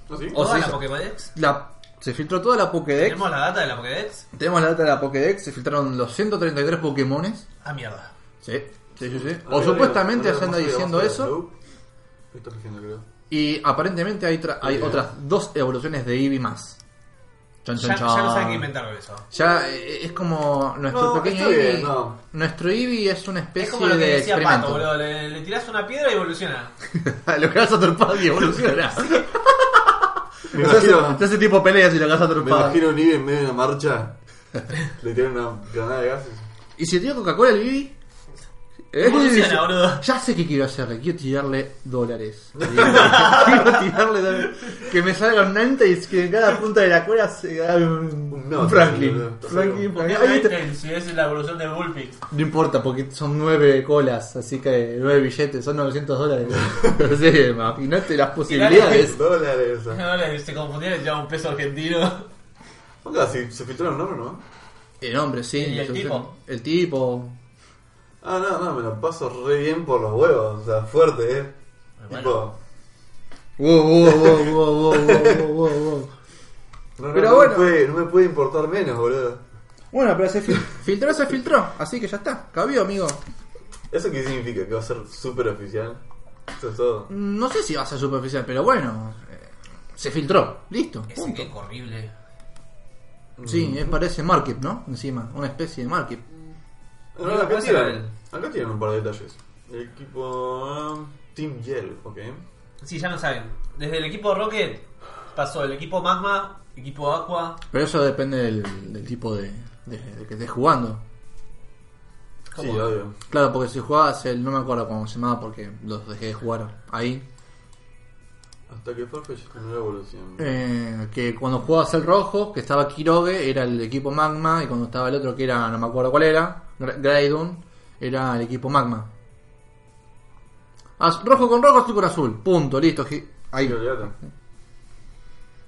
Speaker 1: ¿No sí?
Speaker 2: O
Speaker 4: ¿Toda
Speaker 2: sea,
Speaker 4: la
Speaker 2: esa-
Speaker 4: Pokédex?
Speaker 2: La, se filtró toda la Pokédex.
Speaker 4: ¿Tenemos la data de la Pokédex?
Speaker 2: Tenemos la data de la Pokédex, se filtraron los 133 Pokémones.
Speaker 4: Ah, mierda.
Speaker 2: Sí, sí, sí. sí.
Speaker 1: Ah,
Speaker 2: O
Speaker 1: mira,
Speaker 2: supuestamente
Speaker 1: mira,
Speaker 2: se anda
Speaker 1: mira,
Speaker 2: diciendo
Speaker 1: mira,
Speaker 2: eso.
Speaker 1: mira, ¿no? Está fingiendo, creo.
Speaker 2: Y aparentemente hay, tra- hay
Speaker 1: Mira.
Speaker 2: otras dos evoluciones de Eevee más. Chan,
Speaker 4: Ya,
Speaker 2: chan,
Speaker 4: ya no
Speaker 2: chan.
Speaker 4: saben qué inventar eso.
Speaker 2: Ya eh, es como nuestro
Speaker 1: No,
Speaker 2: pequeño
Speaker 1: está bien,
Speaker 2: Eevee.
Speaker 1: no.
Speaker 2: Nuestro Eevee es una especie
Speaker 4: Es como lo que
Speaker 2: de
Speaker 4: decía
Speaker 2: experimento.
Speaker 4: Pato, boludo. Le, le tirás una piedra y evoluciona.
Speaker 2: lo cagas a trompadas y evoluciona.
Speaker 1: Me imagino,
Speaker 2: Te hace tipo peleas y lo cagas a
Speaker 1: me
Speaker 2: trompadas.
Speaker 1: imagino un Eevee en medio de una marcha. Le tiran una granada de gases.
Speaker 2: ¿Y si tiro Coca-Cola al Bibi? Eh,
Speaker 4: Evoluciona,
Speaker 2: dice,
Speaker 4: boludo.
Speaker 2: Ya sé qué quiero hacerle, quiero tirarle dólares. quiero tirarle dólares. Que me salga un 90 y que en cada punta de la cola se da un,
Speaker 1: Un
Speaker 2: un
Speaker 1: nota,
Speaker 2: Franklin.
Speaker 1: boludo.
Speaker 2: Franklin, Franklin. Ahí está.
Speaker 4: Obviamente, Si es la evolución de Bullpix.
Speaker 2: No importa, porque son nueve colas, así que nueve billetes, son 900 dólares. No sé, imagínate las posibilidades.
Speaker 1: Dólares.
Speaker 4: No, le- se confundieron y le llevaban un peso argentino.
Speaker 1: Onda, si se filtraron nombres, ¿no?
Speaker 2: El hombre, sí.
Speaker 4: ¿Y el
Speaker 2: yo-
Speaker 4: tipo?
Speaker 2: El tipo.
Speaker 1: Ah, no, no, me la paso re bien por los huevos. O sea, fuerte, ¿eh?
Speaker 4: Bueno.
Speaker 1: Tipo,
Speaker 2: Wow, wow, wow, wow, wow, wow, wow, wow.
Speaker 1: no, no,
Speaker 2: Pero
Speaker 1: no
Speaker 2: bueno.
Speaker 1: Me puede, no me puede importar menos, boludo.
Speaker 2: Bueno, pero se fil- filtró, se filtró, así que ya está, cabió, amigo.
Speaker 1: ¿Eso qué significa? ¿Que va a ser súper oficial? Eso es todo.
Speaker 2: No sé si va a ser superficial, pero bueno, eh, se filtró, listo.
Speaker 4: Ese
Speaker 2: punto.
Speaker 4: que es horrible.
Speaker 1: Mm.
Speaker 2: Sí, eh, parece Market, ¿no? Encima, una especie de Market.
Speaker 1: No,
Speaker 4: No,
Speaker 1: acá,
Speaker 4: puede ser
Speaker 1: tiran,
Speaker 4: el-
Speaker 1: acá tiran un par de detalles. El equipo. ah, Team Yell, ok.
Speaker 4: Sí, ya no saben. Desde el equipo Rocket pasó el equipo Magma, equipo Aqua.
Speaker 2: Pero eso depende del, del tipo de, de- de que estés jugando.
Speaker 1: Sí,
Speaker 4: ¿Cómo?
Speaker 1: obvio.
Speaker 2: Claro, porque si jugabas el. No me acuerdo cómo se llamaba porque los dejé de jugar ahí.
Speaker 1: Hasta que Farfetch generó evolución.
Speaker 2: Eh, que cuando jugabas el rojo, que estaba Kiroge, era el equipo Magma. Y cuando estaba el otro, que era. No me acuerdo cuál era. Gra- Graydon, era el equipo Magma. Az- rojo con rojo, azul con azul. Punto, listo. gi- Ahí.
Speaker 1: Sí, olvídate.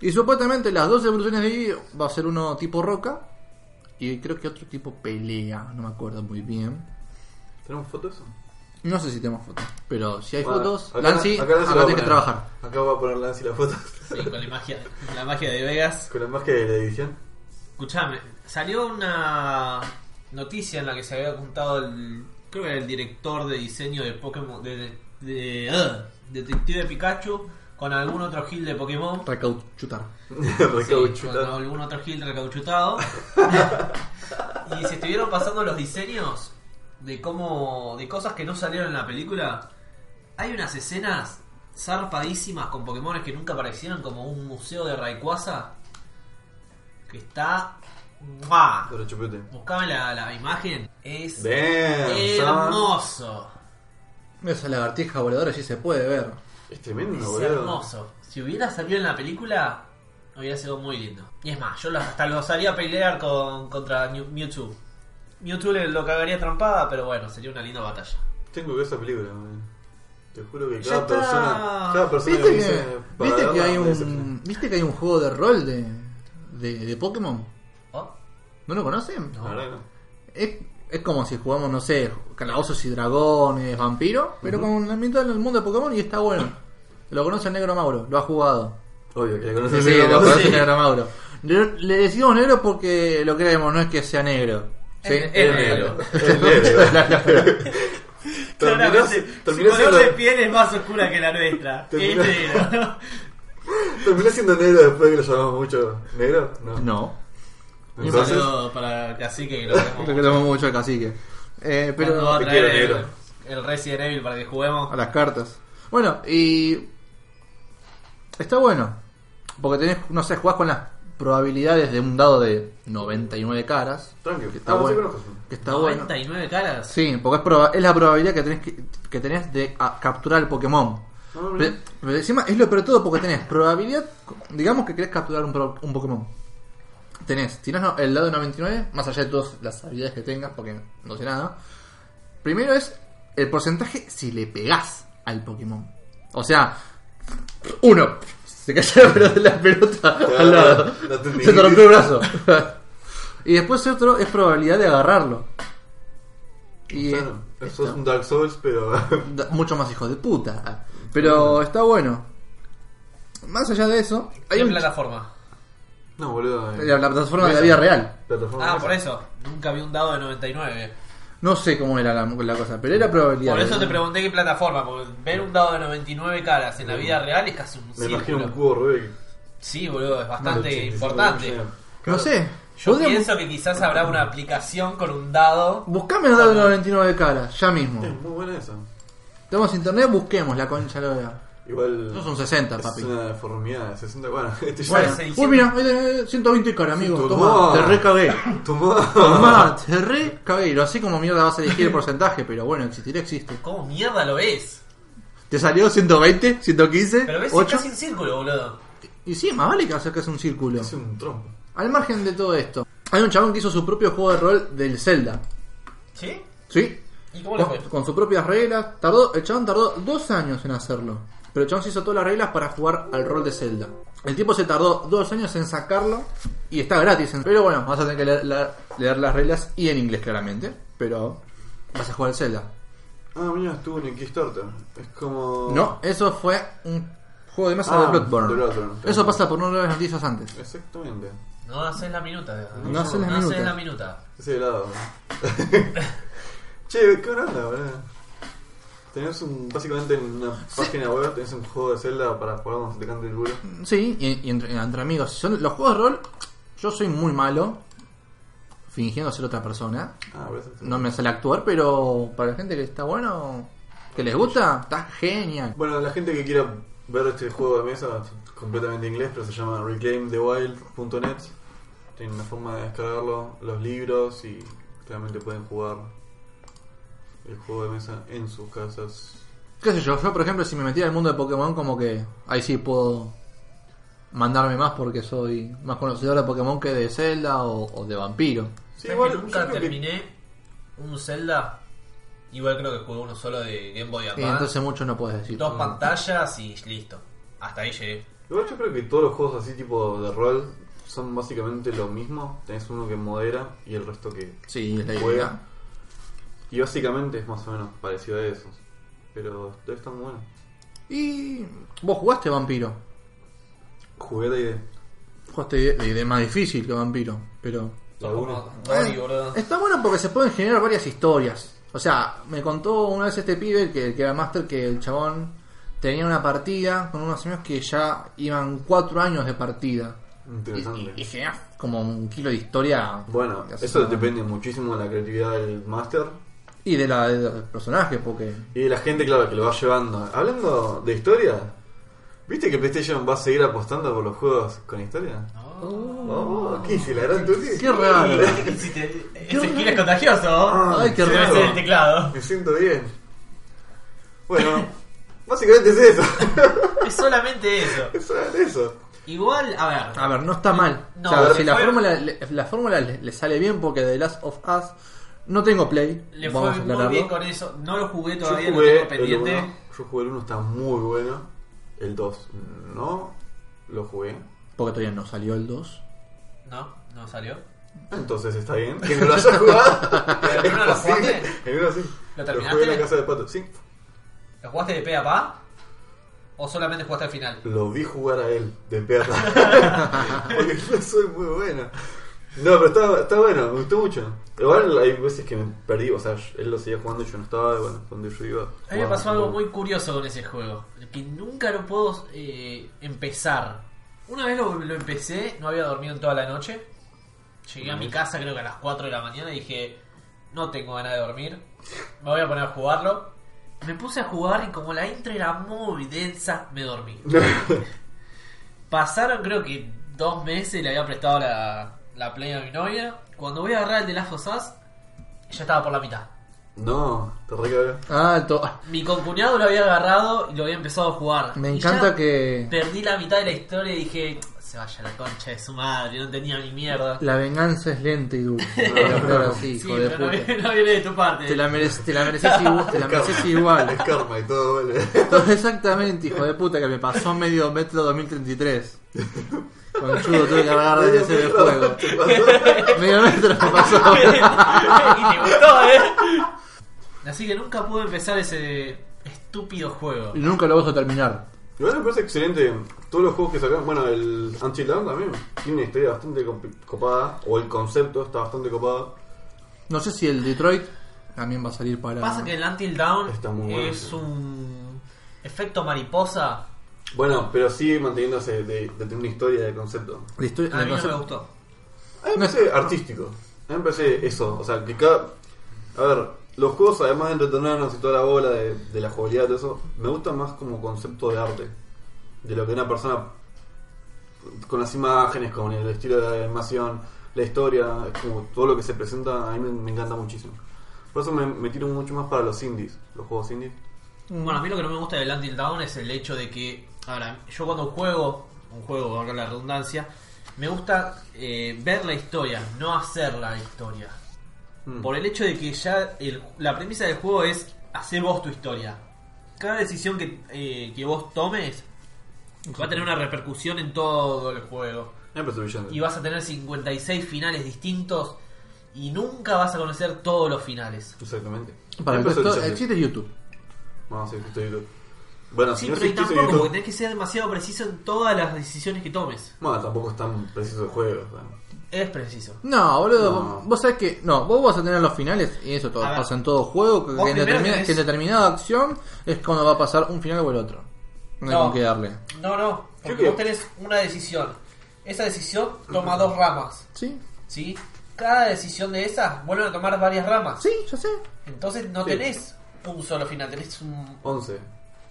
Speaker 2: Y supuestamente las dos evoluciones de Gui va a ser uno tipo roca y creo que otro tipo pelea, no me acuerdo muy bien.
Speaker 1: ¿Tenemos fotos? de eso?
Speaker 2: No sé si tenemos fotos, pero si hay
Speaker 1: Bueno,
Speaker 2: fotos,
Speaker 1: acá-
Speaker 2: Lancy, acá,
Speaker 1: acá Lancy va a
Speaker 2: tenés que
Speaker 1: poner.
Speaker 2: trabajar.
Speaker 1: Acá va a poner Lancy las fotos.
Speaker 4: Sí, con la magia, la magia de Vegas.
Speaker 1: Con la magia de la edición.
Speaker 4: Escuchame, salió una noticia en la que se había apuntado el. Creo que era el director de diseño de Pokémon. de. de, de- ah, Detective Pikachu con algún otro gil de Pokémon.
Speaker 2: Recauchutar.
Speaker 4: Sí,
Speaker 1: Recauchular.
Speaker 4: con algún otro gil recauchutado. y se estuvieron pasando los diseños de cómo. de cosas que no salieron en la película. Hay unas escenas zarpadísimas con Pokémones que nunca aparecieron, como un museo de Rayquaza. Que está. ¡Mua!
Speaker 1: Pero chupete.
Speaker 4: Buscame la, la imagen. Es
Speaker 1: Damn, son.
Speaker 4: hermoso.
Speaker 2: Esa lagartija voladora sí se puede ver.
Speaker 1: Es tremendo,
Speaker 4: Es
Speaker 1: boludo.
Speaker 4: hermoso. Si hubiera salido en la película, hubiera sido muy lindo. Y es más, yo lo- hasta lo haría a pelear con, contra Mew- Mewtwo. Mewtwo le- lo cagaría trampada, pero bueno, sería una linda batalla.
Speaker 1: Tengo que ver esa película, man. Te juro que
Speaker 4: Ya
Speaker 1: cada
Speaker 4: está.
Speaker 1: persona. Cada persona
Speaker 2: ¿Viste
Speaker 1: me
Speaker 2: que,
Speaker 1: dice. para
Speaker 2: viste que
Speaker 1: verla,
Speaker 2: hay
Speaker 1: me dice, "Plan".
Speaker 2: un, ¿Viste que hay un juego de rol de, de, de Pokémon?
Speaker 4: Oh,
Speaker 2: ¿No lo conocen?
Speaker 1: La verdad que no.
Speaker 2: Es, es como si jugamos, no sé, calabozos y dragones, vampiro, pero con la mitad del mundo de Pokémon y está bueno. Lo conoce el negro Mauro, lo ha jugado.
Speaker 1: Obvio que la
Speaker 2: Sí,
Speaker 1: conoces.
Speaker 2: sí,
Speaker 1: ¿no?
Speaker 2: lo conoce
Speaker 1: Sí.
Speaker 2: el negro Mauro. Le, le decimos negro porque lo creemos, no es que sea negro. ¿sí?
Speaker 4: Es- es
Speaker 1: El negro. El negro. Terminó
Speaker 4: claramente,
Speaker 1: si-
Speaker 4: su
Speaker 1: terminó
Speaker 4: color de
Speaker 1: siendo-
Speaker 4: piel es más oscura que la nuestra. Este
Speaker 1: Terminó-
Speaker 4: Es negro.
Speaker 1: terminó siendo negro después de que lo llamamos mucho. ¿Negro? No.
Speaker 2: No.
Speaker 4: Un
Speaker 1: Entonces,
Speaker 4: saludo para Cacique que lo queremos
Speaker 2: Lo queremos mucho al cacique. Eh,
Speaker 4: mucho. ¿Cuándo va
Speaker 2: pero
Speaker 4: a
Speaker 1: Te
Speaker 4: traer
Speaker 1: quiero,
Speaker 4: el,
Speaker 1: negro. Ah,
Speaker 4: el Resident Evil para que juguemos.
Speaker 2: a las cartas. Bueno, y. Está bueno. Porque tenés, no sé, jugás con las probabilidades de un dado de 99 caras.
Speaker 1: tranquilo.
Speaker 2: Que está
Speaker 1: Ah, sí
Speaker 2: bueno.
Speaker 1: conozco.
Speaker 2: Que está bueno.
Speaker 4: 99 caras.
Speaker 2: Sí, porque es, proba- es la probabilidad que tenés, que, que tenés de ah, capturar el Pokémon.
Speaker 1: Ah, mira.
Speaker 2: Pero, pero encima es lo pero todo porque tenés probabilidad, digamos que querés capturar un, pro- un Pokémon. Tenés, tirás no- el dado de 99, más allá de todas las habilidades que tengas, porque no sé nada. Primero es el porcentaje si le pegás al Pokémon. O sea, uno, se cayó la pelota, la pelota al lado.
Speaker 1: no te
Speaker 2: se te rompió el brazo. y después otro es probabilidad de agarrarlo. Y
Speaker 1: Claro,
Speaker 2: eh,
Speaker 1: eso es
Speaker 2: está
Speaker 1: un Dark Souls, pero.
Speaker 2: da- mucho más hijos de puta. Pero está bueno. Más allá de eso, hay
Speaker 4: ¿Qué
Speaker 2: un-
Speaker 4: plataforma?
Speaker 1: no, boludo. eh.
Speaker 2: la, la plataforma de la vida real.
Speaker 1: Plataforma
Speaker 4: Ah,
Speaker 1: esa.
Speaker 4: por eso. Nunca vi un dado de 99.
Speaker 2: No sé cómo era la, la cosa, pero era probabilidad.
Speaker 4: Por eso
Speaker 2: de-
Speaker 4: te pregunté qué plataforma, porque ver un dado de 99 caras en la vida real es casi un
Speaker 1: Me imagino un
Speaker 4: círculo.
Speaker 1: cubo Rubik.
Speaker 4: Sí, boludo, es bastante
Speaker 1: 85
Speaker 4: importante.
Speaker 1: millones.
Speaker 2: No sé.
Speaker 4: Yo
Speaker 2: Podríamos-
Speaker 4: pienso que quizás habrá una aplicación con un dado.
Speaker 2: Buscame el dado de 99 caras, ya mismo.
Speaker 1: Es muy buena esa.
Speaker 2: Tenemos internet, busquemos la concha de la hora.
Speaker 1: Igual.
Speaker 2: Esos son 60,
Speaker 1: es
Speaker 2: papi.
Speaker 1: una deformidad. 60. Bueno, este ya.
Speaker 2: Bueno,
Speaker 1: es-
Speaker 4: seiscientos.
Speaker 2: uy, mira, ahí tenés eh, 120 caras, amigo.
Speaker 1: Tomá.
Speaker 2: Toma, te recagué.
Speaker 1: Tomá.
Speaker 2: Tomá, te recagué. Y Lo así como mierda vas a elegir el porcentaje, pero bueno, existirá, existe.
Speaker 4: ¿Cómo mierda lo ves?
Speaker 2: ¿Te salió 120, 115,
Speaker 4: Pero ves que
Speaker 2: 8?
Speaker 4: casi un círculo, boludo.
Speaker 2: Y sí, más vale que acerques un círculo.
Speaker 1: Es un trompo.
Speaker 2: Al margen de todo esto, hay un chabón que hizo su propio juego de rol del Zelda.
Speaker 4: ¿Sí?
Speaker 2: ¿Sí?
Speaker 4: ¿Y cómo le
Speaker 2: Con,
Speaker 4: fue?
Speaker 2: con sus propias reglas. Tardó, el chabón tardó dos años en hacerlo. Pero el chabón se hizo todas las reglas para jugar al rol de Zelda. El tipo se tardó dos años en sacarlo y está gratis. en- Pero bueno, vas a tener que leer, la- leer las reglas y en inglés claramente. Pero vas a jugar al Zelda.
Speaker 1: Ah, mira, estuvo en el Kickstarter. Es como.
Speaker 2: No, eso fue un juego de mesa
Speaker 1: Ah,
Speaker 2: de Bloodborne.
Speaker 1: de Bloodborne.
Speaker 2: Eso pasa por no leer las noticias antes.
Speaker 1: Exactamente.
Speaker 4: No haces la minuta.
Speaker 2: No haces la
Speaker 4: haces
Speaker 2: minuta.
Speaker 4: la minuta.
Speaker 1: Ese helado. che, ¿qué onda, boludo? Tenés un. Básicamente en una página web tenés un juego de Zelda para jugar cuando se te cante el culo.
Speaker 2: Sí, y, y entre, entre amigos. Son- los juegos de rol, yo soy muy malo fingiendo ser otra persona.
Speaker 1: Ah, por eso.
Speaker 2: No me sale actuar, pero para la gente que está bueno, ¿Que les gusta? Está genial.
Speaker 1: Bueno, la gente que quiera ver este juego de mesa, completamente inglés, pero se llama reclaimthewild.net. Tienen una forma de descargarlo, los libros y realmente pueden jugar el juego de mesa en sus casas.
Speaker 2: ¿Qué sé yo? Yo, por ejemplo, si me metiera al mundo de Pokémon, como que ahí sí puedo mandarme más porque soy más conocedor de Pokémon que de Zelda o, o de Vampiro.
Speaker 1: Sí,
Speaker 4: ¿Sabes
Speaker 1: igual,
Speaker 4: que
Speaker 1: yo
Speaker 4: nunca
Speaker 1: creo que-
Speaker 4: terminé un Zelda. Igual creo que jugué uno solo de Game Boy
Speaker 2: Y
Speaker 4: Advance.
Speaker 2: entonces mucho no puedes decir.
Speaker 4: Dos pantallas y listo. Hasta ahí llegué.
Speaker 1: Igual yo creo que todos los juegos así tipo de rol son básicamente lo mismo. Tenés uno que modera y el resto que
Speaker 2: Sí, es la
Speaker 1: juega.
Speaker 2: idea.
Speaker 1: Y básicamente es más o menos parecido a eso. Pero debe estar muy bueno.
Speaker 2: Y vos jugaste Vampiro.
Speaker 1: Jugué de idea.
Speaker 2: Jugaste de idea más difícil que Vampiro, pero...
Speaker 1: La uno.
Speaker 4: Dory, boludo.
Speaker 2: Está bueno porque se pueden generar varias historias. O sea, me contó una vez este pibe, el que, el que era master, que el chabón tenía una partida con unos amigos que ya iban cuatro años de partida. Y,
Speaker 1: Interesante.
Speaker 2: y, y generás como un kilo de historia.
Speaker 1: Bueno,
Speaker 2: De
Speaker 1: eso
Speaker 2: hacer-
Speaker 1: depende muchísimo de la creatividad del máster
Speaker 2: Y de la del personaje, porque.
Speaker 1: y de la gente, claro, que lo va llevando. Hablando de historia, ¿viste que PlayStation va a seguir apostando por los juegos con historia? Oh, ¿Qué hice? ¿La gran tuti?
Speaker 2: ¡Qué raro!
Speaker 4: Ese skill es contagioso.
Speaker 2: ¡Ay, qué
Speaker 1: Sí,
Speaker 2: raro!
Speaker 1: sí.
Speaker 4: el teclado.
Speaker 1: Me siento bien. Bueno, básicamente es eso.
Speaker 4: Es solamente eso.
Speaker 1: es solamente eso.
Speaker 4: Igual, a ver.
Speaker 2: A ver, no está mal.
Speaker 4: No,
Speaker 2: O sea,
Speaker 4: le
Speaker 2: si la
Speaker 4: fue-
Speaker 2: fórmula, le, la fórmula le, le sale bien, porque de Last of Us no tengo play.
Speaker 4: Le
Speaker 2: vamos
Speaker 4: fue
Speaker 2: a
Speaker 4: muy
Speaker 2: aclararlo.
Speaker 4: bien con eso. No lo jugué
Speaker 1: Yo
Speaker 4: todavía,
Speaker 1: jugué
Speaker 4: lo tengo
Speaker 1: el
Speaker 4: pendiente.
Speaker 1: uno, yo jugué el 1, está muy bueno. El 2, no lo jugué.
Speaker 2: Porque todavía no salió el 2.
Speaker 4: No, no salió.
Speaker 1: Entonces está bien. Que no lo haya jugado.
Speaker 4: ¿Pero el uno lo
Speaker 1: posible.
Speaker 4: jugaste?
Speaker 1: El uno sí.
Speaker 4: ¿Lo
Speaker 1: jugué
Speaker 4: terminaste?
Speaker 1: en la casa de Pato. Sí.
Speaker 4: ¿Lo jugaste de pe a pa? ¿O solamente jugaste al final?
Speaker 1: Lo vi jugar a él de perra. Porque yo soy muy bueno. No, pero está, está bueno, me gustó mucho. Igual hay veces que me perdí, o sea, él lo seguía jugando y yo no estaba, y bueno, cuando yo iba.
Speaker 4: A mí me pasó algo muy curioso con ese juego. Que nunca lo puedo eh, empezar. Una vez lo, lo empecé, no había dormido en toda la noche. Llegué a mi casa creo que a las 4 de la mañana y dije, no tengo ganas de dormir. Me voy a poner a jugarlo. Me puse a jugar y como la intro era muy densa, me dormí. Pasaron creo que dos meses, le había prestado la, la play a mi novia. Cuando voy a agarrar el de las cosas, ya estaba por la mitad.
Speaker 1: no, te recabé.
Speaker 2: Ah, el to-
Speaker 4: Mi concuñado lo había agarrado y lo había empezado a jugar.
Speaker 2: Me
Speaker 4: Y
Speaker 2: encanta
Speaker 4: ya
Speaker 2: que
Speaker 4: Perdí la mitad de la historia y dije, se vaya la concha de su madre, no tenía ni mierda.
Speaker 2: la venganza es lenta y dulce. Ahora sí,
Speaker 4: sí,
Speaker 2: hijo de
Speaker 4: pero no,
Speaker 2: puta.
Speaker 4: viene- no viene de tu parte.
Speaker 2: Te la, merec- te la mereces igual. Te la mereces
Speaker 1: Es
Speaker 2: igual.
Speaker 1: karma y todo, duele.
Speaker 2: Exactamente, hijo de puta, que me pasó medio metro 2033. Con chudo tuve que agarrar de ese del juego.
Speaker 1: ¿Te pasó?
Speaker 2: Medio metro me pasó.
Speaker 4: y te gustó, eh. Así que nunca pude empezar ese estúpido juego.
Speaker 2: Y nunca lo vas a terminar.
Speaker 1: Igual me parece excelente. Todos los juegos que sacaron, bueno, el Until Dawn también tiene una historia bastante compi- copada, o el concepto está bastante copado.
Speaker 2: No sé si el Detroit también va a salir para.
Speaker 4: Pasa que el Until Down
Speaker 1: Está muy bueno,
Speaker 4: es
Speaker 1: sí.
Speaker 4: un efecto mariposa.
Speaker 1: Bueno, pero sigue manteniéndose de, de tener una historia de concepto.
Speaker 2: La historia-
Speaker 4: A
Speaker 2: la
Speaker 4: mí no
Speaker 2: cosa-
Speaker 4: me gustó.
Speaker 2: Ah,
Speaker 1: A mí me parece artístico. A mí me parece eso. O sea, que cada. A ver, los juegos, además de entretenernos y toda la bola de, de la jugabilidad y todo eso, me gusta más como concepto de arte. De lo que una persona. Con las imágenes, con el estilo de animación, la historia, es como todo lo que se presenta, a mí me, me encanta muchísimo. Por eso me, me tiro mucho más para los indies, los juegos indies.
Speaker 4: Bueno, a mí lo que no me gusta del Until Dawn es el hecho de que, ahora, yo cuando juego, un juego, valga la redundancia, me gusta eh, ver la historia, no hacer la historia.
Speaker 1: Mm.
Speaker 4: Por e- el hecho de que ya el- la premisa del juego es hacer vos tu historia. Cada decisión que, eh, que vos tomes va a tener una repercusión en todo el juego.
Speaker 1: Me parece brillante.
Speaker 4: Y vas a tener 56 finales distintos y nunca vas a conocer todos los finales.
Speaker 1: Exactamente. Me
Speaker 2: Para el
Speaker 1: parece
Speaker 2: resto,
Speaker 1: brillante.
Speaker 2: existe YouTube.
Speaker 1: No, sí, estoy YouTube. Bueno,
Speaker 4: Sí,
Speaker 1: si no
Speaker 4: pero y
Speaker 1: existe
Speaker 4: tampoco, porque
Speaker 1: YouTube.
Speaker 4: tenés que ser demasiado preciso en todas las decisiones que tomes.
Speaker 1: Bueno, tampoco es tan preciso el juego. o sea.
Speaker 4: Es preciso.
Speaker 2: No, boludo,
Speaker 1: No.
Speaker 2: vos- vos sabés que. No, vos vas a tener los finales, y eso todo,
Speaker 4: A ver.
Speaker 2: pasa en todo juego, que,
Speaker 4: Vos
Speaker 2: que en,
Speaker 4: primero
Speaker 2: determina-
Speaker 4: tenés-
Speaker 2: que en determinada acción es cuando va a pasar un final o el otro. No hay
Speaker 4: No.
Speaker 2: con qué darle.
Speaker 4: No, no, porque
Speaker 1: creo-
Speaker 4: vos tenés una decisión. Esa decisión toma dos ramas,
Speaker 2: ¿Sí?
Speaker 4: ¿sí? Cada decisión de esas vuelven a tomar varias ramas.
Speaker 2: Sí, ya sé.
Speaker 4: Entonces no
Speaker 1: Sí.
Speaker 4: tenés un solo final, tenés un.
Speaker 1: 11.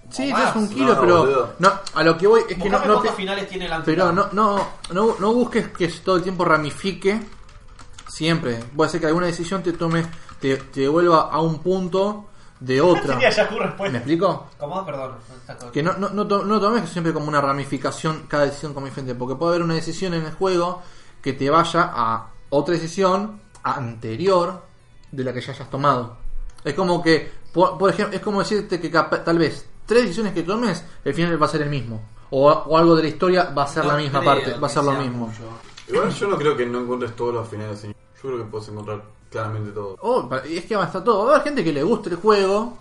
Speaker 2: Sí, tenés
Speaker 4: o más.
Speaker 2: un kilo,
Speaker 1: No,
Speaker 2: pero.
Speaker 1: boludo.
Speaker 2: No, a lo que voy es que
Speaker 4: Buscame
Speaker 2: no. no
Speaker 4: cuántos
Speaker 2: pi-
Speaker 4: finales tiene el Anthem.
Speaker 2: Pero no, no, no, no busques que todo el tiempo ramifique siempre. Puede ser que alguna decisión te tome, te, te devuelva a un punto de otra.
Speaker 3: Sería Yahoo
Speaker 2: ¿Me
Speaker 3: respuesta.
Speaker 2: explico?
Speaker 4: ¿Cómo? Perdón, no está todo.
Speaker 2: Que no, no, no, to- no tomes siempre como una ramificación cada decisión como diferente, porque puede haber una decisión en el juego que te vaya a otra decisión anterior de la que ya hayas tomado. Es como que, por, ejemplo, es como decirte que capa- tal vez tres decisiones que tomes, el final va a ser el mismo. O, o algo de la historia va a ser la
Speaker 4: No
Speaker 2: misma
Speaker 4: creo
Speaker 2: parte, va a
Speaker 4: que
Speaker 2: ser lo
Speaker 4: sea
Speaker 2: mismo.
Speaker 4: mucho.
Speaker 1: Igual yo no creo que no encuentres todos los finales, señor. Yo creo que puedes encontrar claramente todo.
Speaker 2: Oh, pa- y es que va a estar todo. Va a haber gente que le guste el juego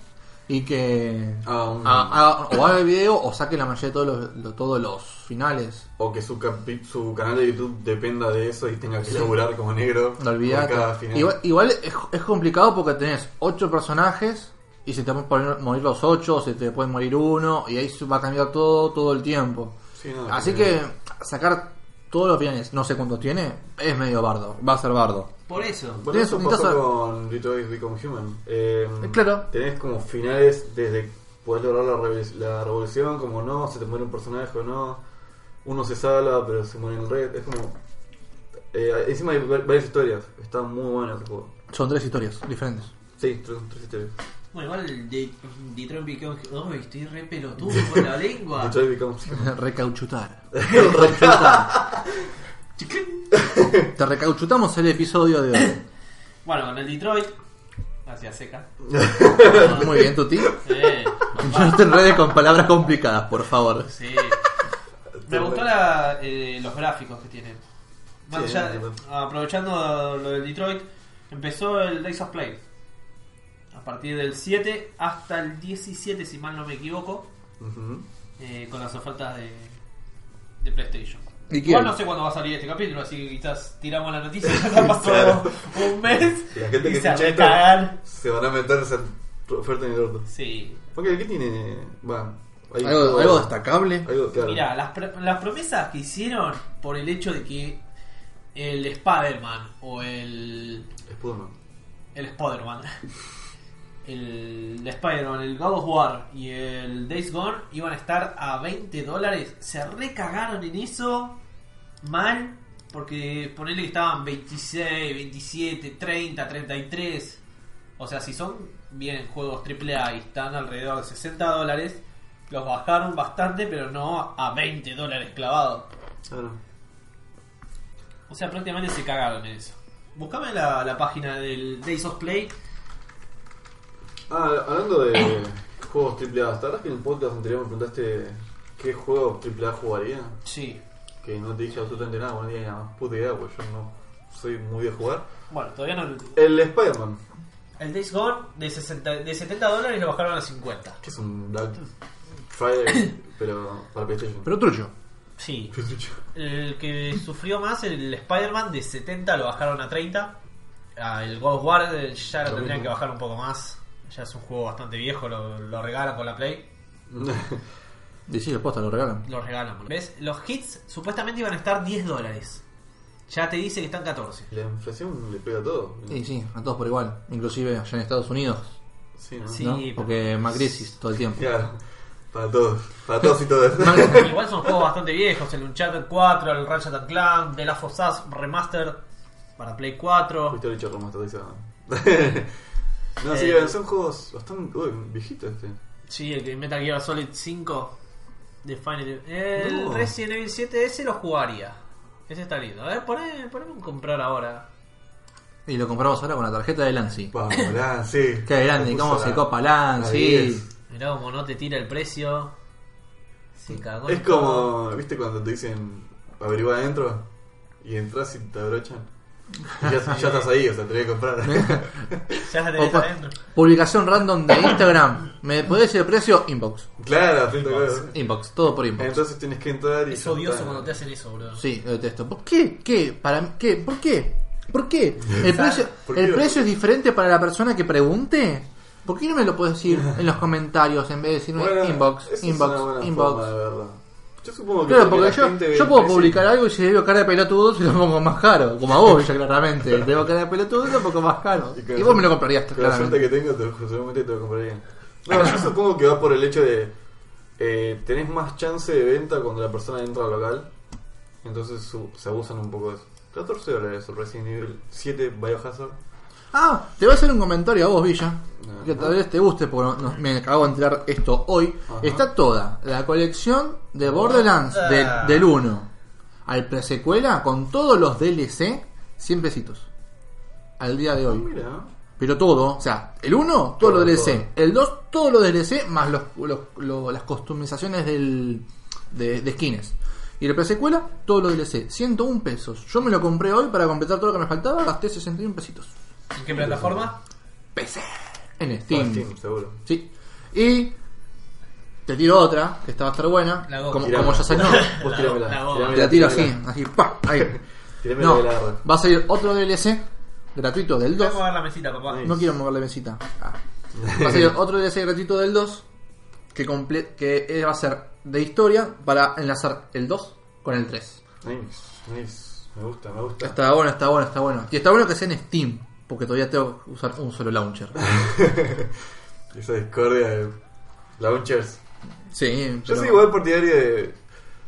Speaker 2: y que
Speaker 1: Ah, un-
Speaker 2: a- a- o haga el video o saque la mayoría de todos los, lo- todos los finales.
Speaker 1: O que su, capi- su canal de YouTube dependa de eso y tenga que laburar como negro.
Speaker 2: No olvidate.
Speaker 1: por cada final.
Speaker 2: Igual, igual es, es complicado porque tenés ocho personajes y se te pueden poner- morir los ocho, o se te puede morir uno, y ahí se va a cambiar todo todo el tiempo.
Speaker 1: Sí, no,
Speaker 2: Así
Speaker 1: no.
Speaker 2: que sacar todos los bienes, no sé cuánto tiene, es medio bardo, va a ser bardo.
Speaker 4: Por eso.
Speaker 1: Bueno,
Speaker 2: Tenés
Speaker 1: eso
Speaker 2: un
Speaker 1: pasó
Speaker 2: tazo-
Speaker 1: con Detroit Become Human. Eh,
Speaker 2: Eh, claro.
Speaker 1: Tenés como finales desde poder lograr la, revol- la revolución, como no, se te muere un personaje o no. Uno se salva, pero se muere en red. Es como. eh, encima hay var- varias historias. Está muy bueno este juego.
Speaker 2: Son tres historias diferentes.
Speaker 1: Sí, tres, tres historias.
Speaker 4: Bueno, igual el de Detroit Become Human. Uy, estoy re pelotudo con la lengua.
Speaker 1: Detroit Become Human.
Speaker 2: Recauchutar. Recauchutar. Te recauchutamos el episodio de hoy.
Speaker 4: Bueno, con el Detroit. Hacia seca.
Speaker 2: Muy bien, Tuti.
Speaker 4: Eh,
Speaker 2: No te enredes con palabras complicadas, por favor.
Speaker 4: sí. Me gustó la, eh, los gráficos que tiene. Más
Speaker 1: Sí,
Speaker 4: allá,
Speaker 1: es verdad.
Speaker 4: aprovechando lo del Detroit, empezó el Days of Play. A partir del 7 hasta el 17, si mal no me equivoco,
Speaker 1: Ujú.
Speaker 4: eh, con las ofertas de, de PlayStation.
Speaker 2: ¿Y
Speaker 4: Igual
Speaker 2: quién?
Speaker 4: no sé cuándo va a salir este capítulo, así que quizás tiramos la noticia, ya pasó
Speaker 1: Claro.
Speaker 4: un mes.
Speaker 1: Y la gente
Speaker 4: y
Speaker 1: que
Speaker 4: se
Speaker 1: escucha esto
Speaker 4: recagan.
Speaker 1: se van a meter esa oferta en el orto.
Speaker 4: Sí,
Speaker 1: Porque ¿qué tiene? Bueno, hay-
Speaker 2: ¿Algo, algo destacable.
Speaker 1: Algo, claro.
Speaker 4: Mirá, las, pr- las promesas que hicieron por el hecho de que el Spider-Man o el.
Speaker 1: Spiderman.
Speaker 4: El Spider-Man. El Spider-Man, el God of War y el Days Gone iban a estar a 20 dólares. Se recagaron en eso. Mal. Porque ponele que estaban 26, 27, 30, 33. O sea, si son bien juegos AAA y están alrededor de 60 dólares, los bajaron bastante, pero no a 20 dólares clavados.
Speaker 1: Claro.
Speaker 4: O sea, prácticamente se cagaron en eso. Buscame la, la página del Days of Play.
Speaker 1: Ah, hablando de juegos AAA, ¿te acuerdas que en el podcast anterior me preguntaste qué juego AAA jugaría?
Speaker 4: Sí.
Speaker 1: Que no te dije absolutamente nada, bueno, ni nada más puta idea, porque yo no soy muy de jugar.
Speaker 4: Bueno, todavía no.
Speaker 1: El Spider-Man,
Speaker 4: El Days Gone de, 60, de 70 dólares lo bajaron a 50.
Speaker 1: que es un Black Friday, pero para PlayStation.
Speaker 2: Pero trucho.
Speaker 4: Sí.
Speaker 1: Qué trucho.
Speaker 4: El que sufrió más, el Spider-Man de 70 lo bajaron a 30. Ah, el God of War eh, ya lo
Speaker 1: Lo
Speaker 4: tendrían
Speaker 1: mismo.
Speaker 4: que bajar un poco más. Ya es un juego bastante viejo, lo, lo regalan con la Play.
Speaker 2: Y sí, los postas lo regalan.
Speaker 4: Lo regalan, boludo. ¿Ves? Los hits supuestamente iban a estar 10 dólares. Ya te dice que están 14.
Speaker 1: La inflación le pega a todo.
Speaker 2: Sí, sí, a todos por igual. Inclusive allá en Estados Unidos.
Speaker 1: Sí, ¿no?
Speaker 4: Sí.
Speaker 2: ¿no?
Speaker 4: pero-
Speaker 2: Porque Macrisis todo el tiempo.
Speaker 1: Claro, para todos, para todos y todas.
Speaker 4: Igual son juegos bastante viejos, el Uncharted 4, el Ratchet and Clank, The Last of Us Remaster para Play 4.
Speaker 1: Fuiste el chorro masterizado. No, sí,
Speaker 4: Eh.
Speaker 1: son juegos bastante uy, viejitos este.
Speaker 4: Sí, el que Metal Gear Solid 5 de Final El
Speaker 1: No.
Speaker 4: Resident Evil 7 ese lo jugaría. Ese está lindo. A ver, poné, poneme un comprar ahora.
Speaker 2: Y lo compramos ahora con la tarjeta de Lancy.
Speaker 1: Vamos, Lan, sí.
Speaker 2: Qué grande, cómo se copa Lancy.
Speaker 1: Así
Speaker 4: Mirá cómo no te tira el precio. Se cagó. en
Speaker 1: Es como, ¿viste cuando te dicen averiguar adentro? Y entras y te abrochan. Y ya, ya estás ahí, o sea, te voy a comprar.
Speaker 4: todo. Ya la tenés
Speaker 2: Opa.
Speaker 4: adentro.
Speaker 2: Publicación random de Instagram. ¿Me podés el precio? Inbox.
Speaker 1: claro, filtro, claro.
Speaker 2: Inbox, todo por inbox.
Speaker 1: Entonces tienes que entrar y.
Speaker 4: Es
Speaker 1: ya
Speaker 4: odioso
Speaker 1: está.
Speaker 4: cuando te hacen eso, bro.
Speaker 2: Sí, lo detesto. ¿Por qué? ¿Qué? ¿Para mí? qué? ¿Por qué? ¿Por qué? ¿El precio,
Speaker 1: ¿Por
Speaker 2: ¿el
Speaker 1: qué?
Speaker 2: precio es diferente para la persona que pregunte? ¿Por qué no me lo puedes decir en los comentarios en vez de decirme
Speaker 1: Bueno,
Speaker 2: inbox,
Speaker 1: esa es una
Speaker 2: inbox,
Speaker 1: buena
Speaker 2: inbox?
Speaker 1: forma de verlo. Yo supongo que.
Speaker 2: Claro,
Speaker 1: la
Speaker 2: porque yo,
Speaker 1: gente
Speaker 2: yo puedo
Speaker 1: ve-
Speaker 2: publicar algo y si le veo cara de pelotudo, se lo pongo más caro. Como a vos, ya claramente. Le veo cara de pelotudo, se lo pongo más caro.
Speaker 1: Y con
Speaker 2: Y vos
Speaker 1: la-
Speaker 2: me lo comprarías,
Speaker 1: Con la suerte
Speaker 2: claramente.
Speaker 1: que tengo, te lo, seguramente te lo compraría. No, yo supongo que va por el hecho de. Eh, tenés más chance de venta cuando la persona entra al local. Entonces su- se abusan un poco de eso. 14 dólares Resident Evil 7 Biohazard.
Speaker 2: Ah, te voy a hacer un comentario a vos, Villa.
Speaker 1: No.
Speaker 2: Que tal vez te guste, porque no- no- me acabo de enterar esto hoy.
Speaker 1: Ajá.
Speaker 2: Está toda la colección de Borderlands del, del 1 al presecuela con todos los DLC, 100 pesitos. Al día de
Speaker 1: Ah,
Speaker 2: hoy.
Speaker 1: mira.
Speaker 2: Pero todo, o sea, el 1,
Speaker 1: Todo,
Speaker 2: todo lo DLC.
Speaker 1: todo.
Speaker 2: El 2, todo lo DLC, más los, los- lo- las customizaciones del, de, de skins. Y la presecuela, todo lo E DLC. 101 pesos. Yo me lo compré hoy para completar todo lo que me faltaba. Gasté 61 pesitos.
Speaker 4: ¿En qué plataforma?
Speaker 2: PC. En
Speaker 1: Ah, Steam.
Speaker 2: Steam.
Speaker 1: seguro.
Speaker 2: Sí. Y te tiro otra, que esta va a estar buena.
Speaker 4: La dos.
Speaker 2: Como,
Speaker 1: Tirame.
Speaker 2: como ya salió.
Speaker 1: Vos
Speaker 4: La-
Speaker 1: tirámela.
Speaker 4: la bomba.
Speaker 1: tirámela,
Speaker 2: Te la tiro así,
Speaker 1: tirámela.
Speaker 2: así, pa, ahí.
Speaker 1: Tirámela
Speaker 2: No,
Speaker 1: de la garra.
Speaker 2: va a salir otro DLC gratuito del 2.
Speaker 4: Voy a mover la mesita, papá.
Speaker 1: Sí.
Speaker 2: No quiero mover la mesita. Ah. Va a ser otro DLC gratuito del 2 que, comple- que eh, va a ser de historia para enlazar el 2 con el 3.
Speaker 1: Nice, nice. Me gusta, me gusta.
Speaker 2: Está bueno, está bueno, está bueno. Y está bueno que sea en Steam, porque todavía tengo que usar un solo launcher.
Speaker 1: Esa discordia de launchers.
Speaker 2: Sí,
Speaker 1: Yo
Speaker 2: pero-
Speaker 1: soy igual partidario de.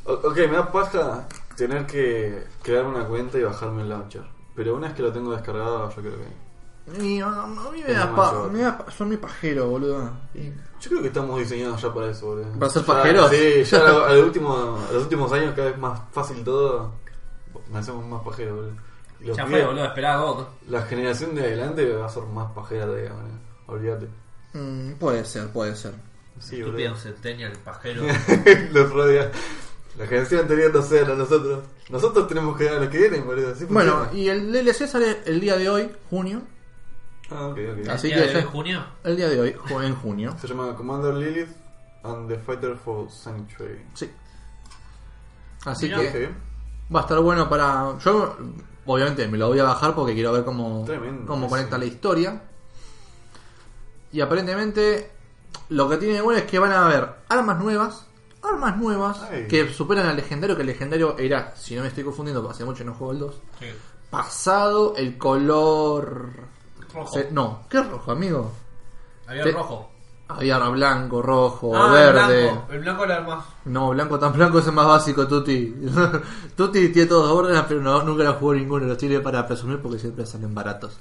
Speaker 1: o- Ok, me da paja tener que crear una cuenta y bajarme el launcher. Pero una vez que lo tengo descargado, yo creo que.
Speaker 2: Y, no, no, no, a mí me
Speaker 1: Pero
Speaker 2: da
Speaker 1: no
Speaker 2: pa-
Speaker 1: yo-
Speaker 2: me da pa- Son mi pajero, boludo.
Speaker 1: Yo creo que estamos diseñados ya para eso, boludo.
Speaker 2: ¿Para ser
Speaker 1: Ya-
Speaker 2: pajeros?
Speaker 1: Sí, ya a, al último- a los últimos años, cada vez más fácil todo. Me hacemos más pajeros, boludo. Y los
Speaker 4: Ya fue,
Speaker 1: pibes-
Speaker 4: boludo, esperá vos.
Speaker 1: La generación de adelante va a ser más pajera todavía, boludo. Olvídate.
Speaker 2: Mm, puede ser, puede ser.
Speaker 1: Sí, boludo.
Speaker 4: Estúpido centennial, pajero.
Speaker 1: los rodea. La generación anterior no sé, a nosotros. Nosotros tenemos que dar lo que vienen, boludo. Así
Speaker 2: Bueno,
Speaker 1: funciona.
Speaker 2: y el DLC sale el día de hoy, junio.
Speaker 1: Ah, ok, ok.
Speaker 2: Así
Speaker 4: ¿El
Speaker 2: que
Speaker 4: día de
Speaker 2: ya-
Speaker 4: hoy, junio?
Speaker 2: El día de hoy, ju- en junio.
Speaker 1: Se llama Commander Lilith and the Fighter for Sanctuary.
Speaker 2: Sí. Así
Speaker 4: Mirá.
Speaker 2: que
Speaker 1: Dije bien?
Speaker 2: Va a estar bueno para. Yo, obviamente, me lo voy a bajar porque quiero ver cómo,
Speaker 1: Tremendo,
Speaker 2: cómo
Speaker 1: sí.
Speaker 2: conecta la historia. Y aparentemente, lo que tiene de bueno es que van a haber armas nuevas. Armas nuevas
Speaker 1: Ay.
Speaker 2: que superan al legendario. Que el legendario era, si no me estoy confundiendo, porque hace mucho que no juego el 2.
Speaker 4: Sí.
Speaker 2: Pasado el color.
Speaker 4: Rojo.
Speaker 2: se- No, ¿qué rojo, amigo?
Speaker 4: Había
Speaker 2: Sí.
Speaker 4: rojo.
Speaker 2: Había blanco, rojo,
Speaker 4: Ah,
Speaker 2: verde.
Speaker 4: el blanco. El blanco era el más.
Speaker 2: No, blanco tan blanco es el más básico, Tuti. Tuti tiene todos órdenes, pero no, nunca la jugó ninguno. Los tiene para presumir porque siempre salen baratos.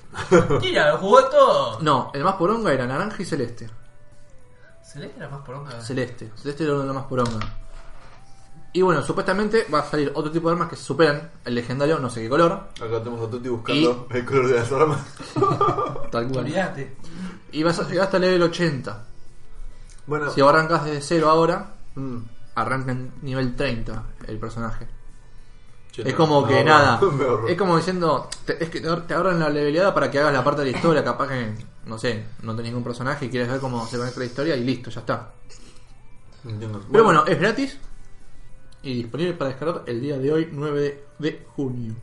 Speaker 4: Tira, lo jugó todo.
Speaker 2: No, el más poronga era naranja y celeste.
Speaker 4: Celeste era más poronga.
Speaker 2: Celeste. Celeste era uno de los más poronga. Y bueno, supuestamente va a salir otro tipo de armas que superan el legendario, no sé qué color.
Speaker 1: Acá tenemos a Tuti buscando el color de las armas.
Speaker 2: Tal cual.
Speaker 4: Olvídate.
Speaker 2: Y vas a llegar hasta el level 80.
Speaker 1: Bueno,
Speaker 2: Si arrancas desde cero ahora,
Speaker 1: mm,
Speaker 2: arranca en nivel 30 el personaje.
Speaker 1: che,
Speaker 2: Es
Speaker 1: no,
Speaker 2: como que
Speaker 1: me
Speaker 2: nada.
Speaker 1: ahorro, me ahorro.
Speaker 2: Es como diciendo, te- es que te ahor- te ahorran la leveleada para que hagas la parte de la historia. Capaz que, no sé, no tenés ningún personaje y quieres ver cómo se conecta la historia y listo, ya está.
Speaker 1: Entiendo.
Speaker 2: Pero bueno, es gratis y disponible para descargar el día de hoy, 9 de junio.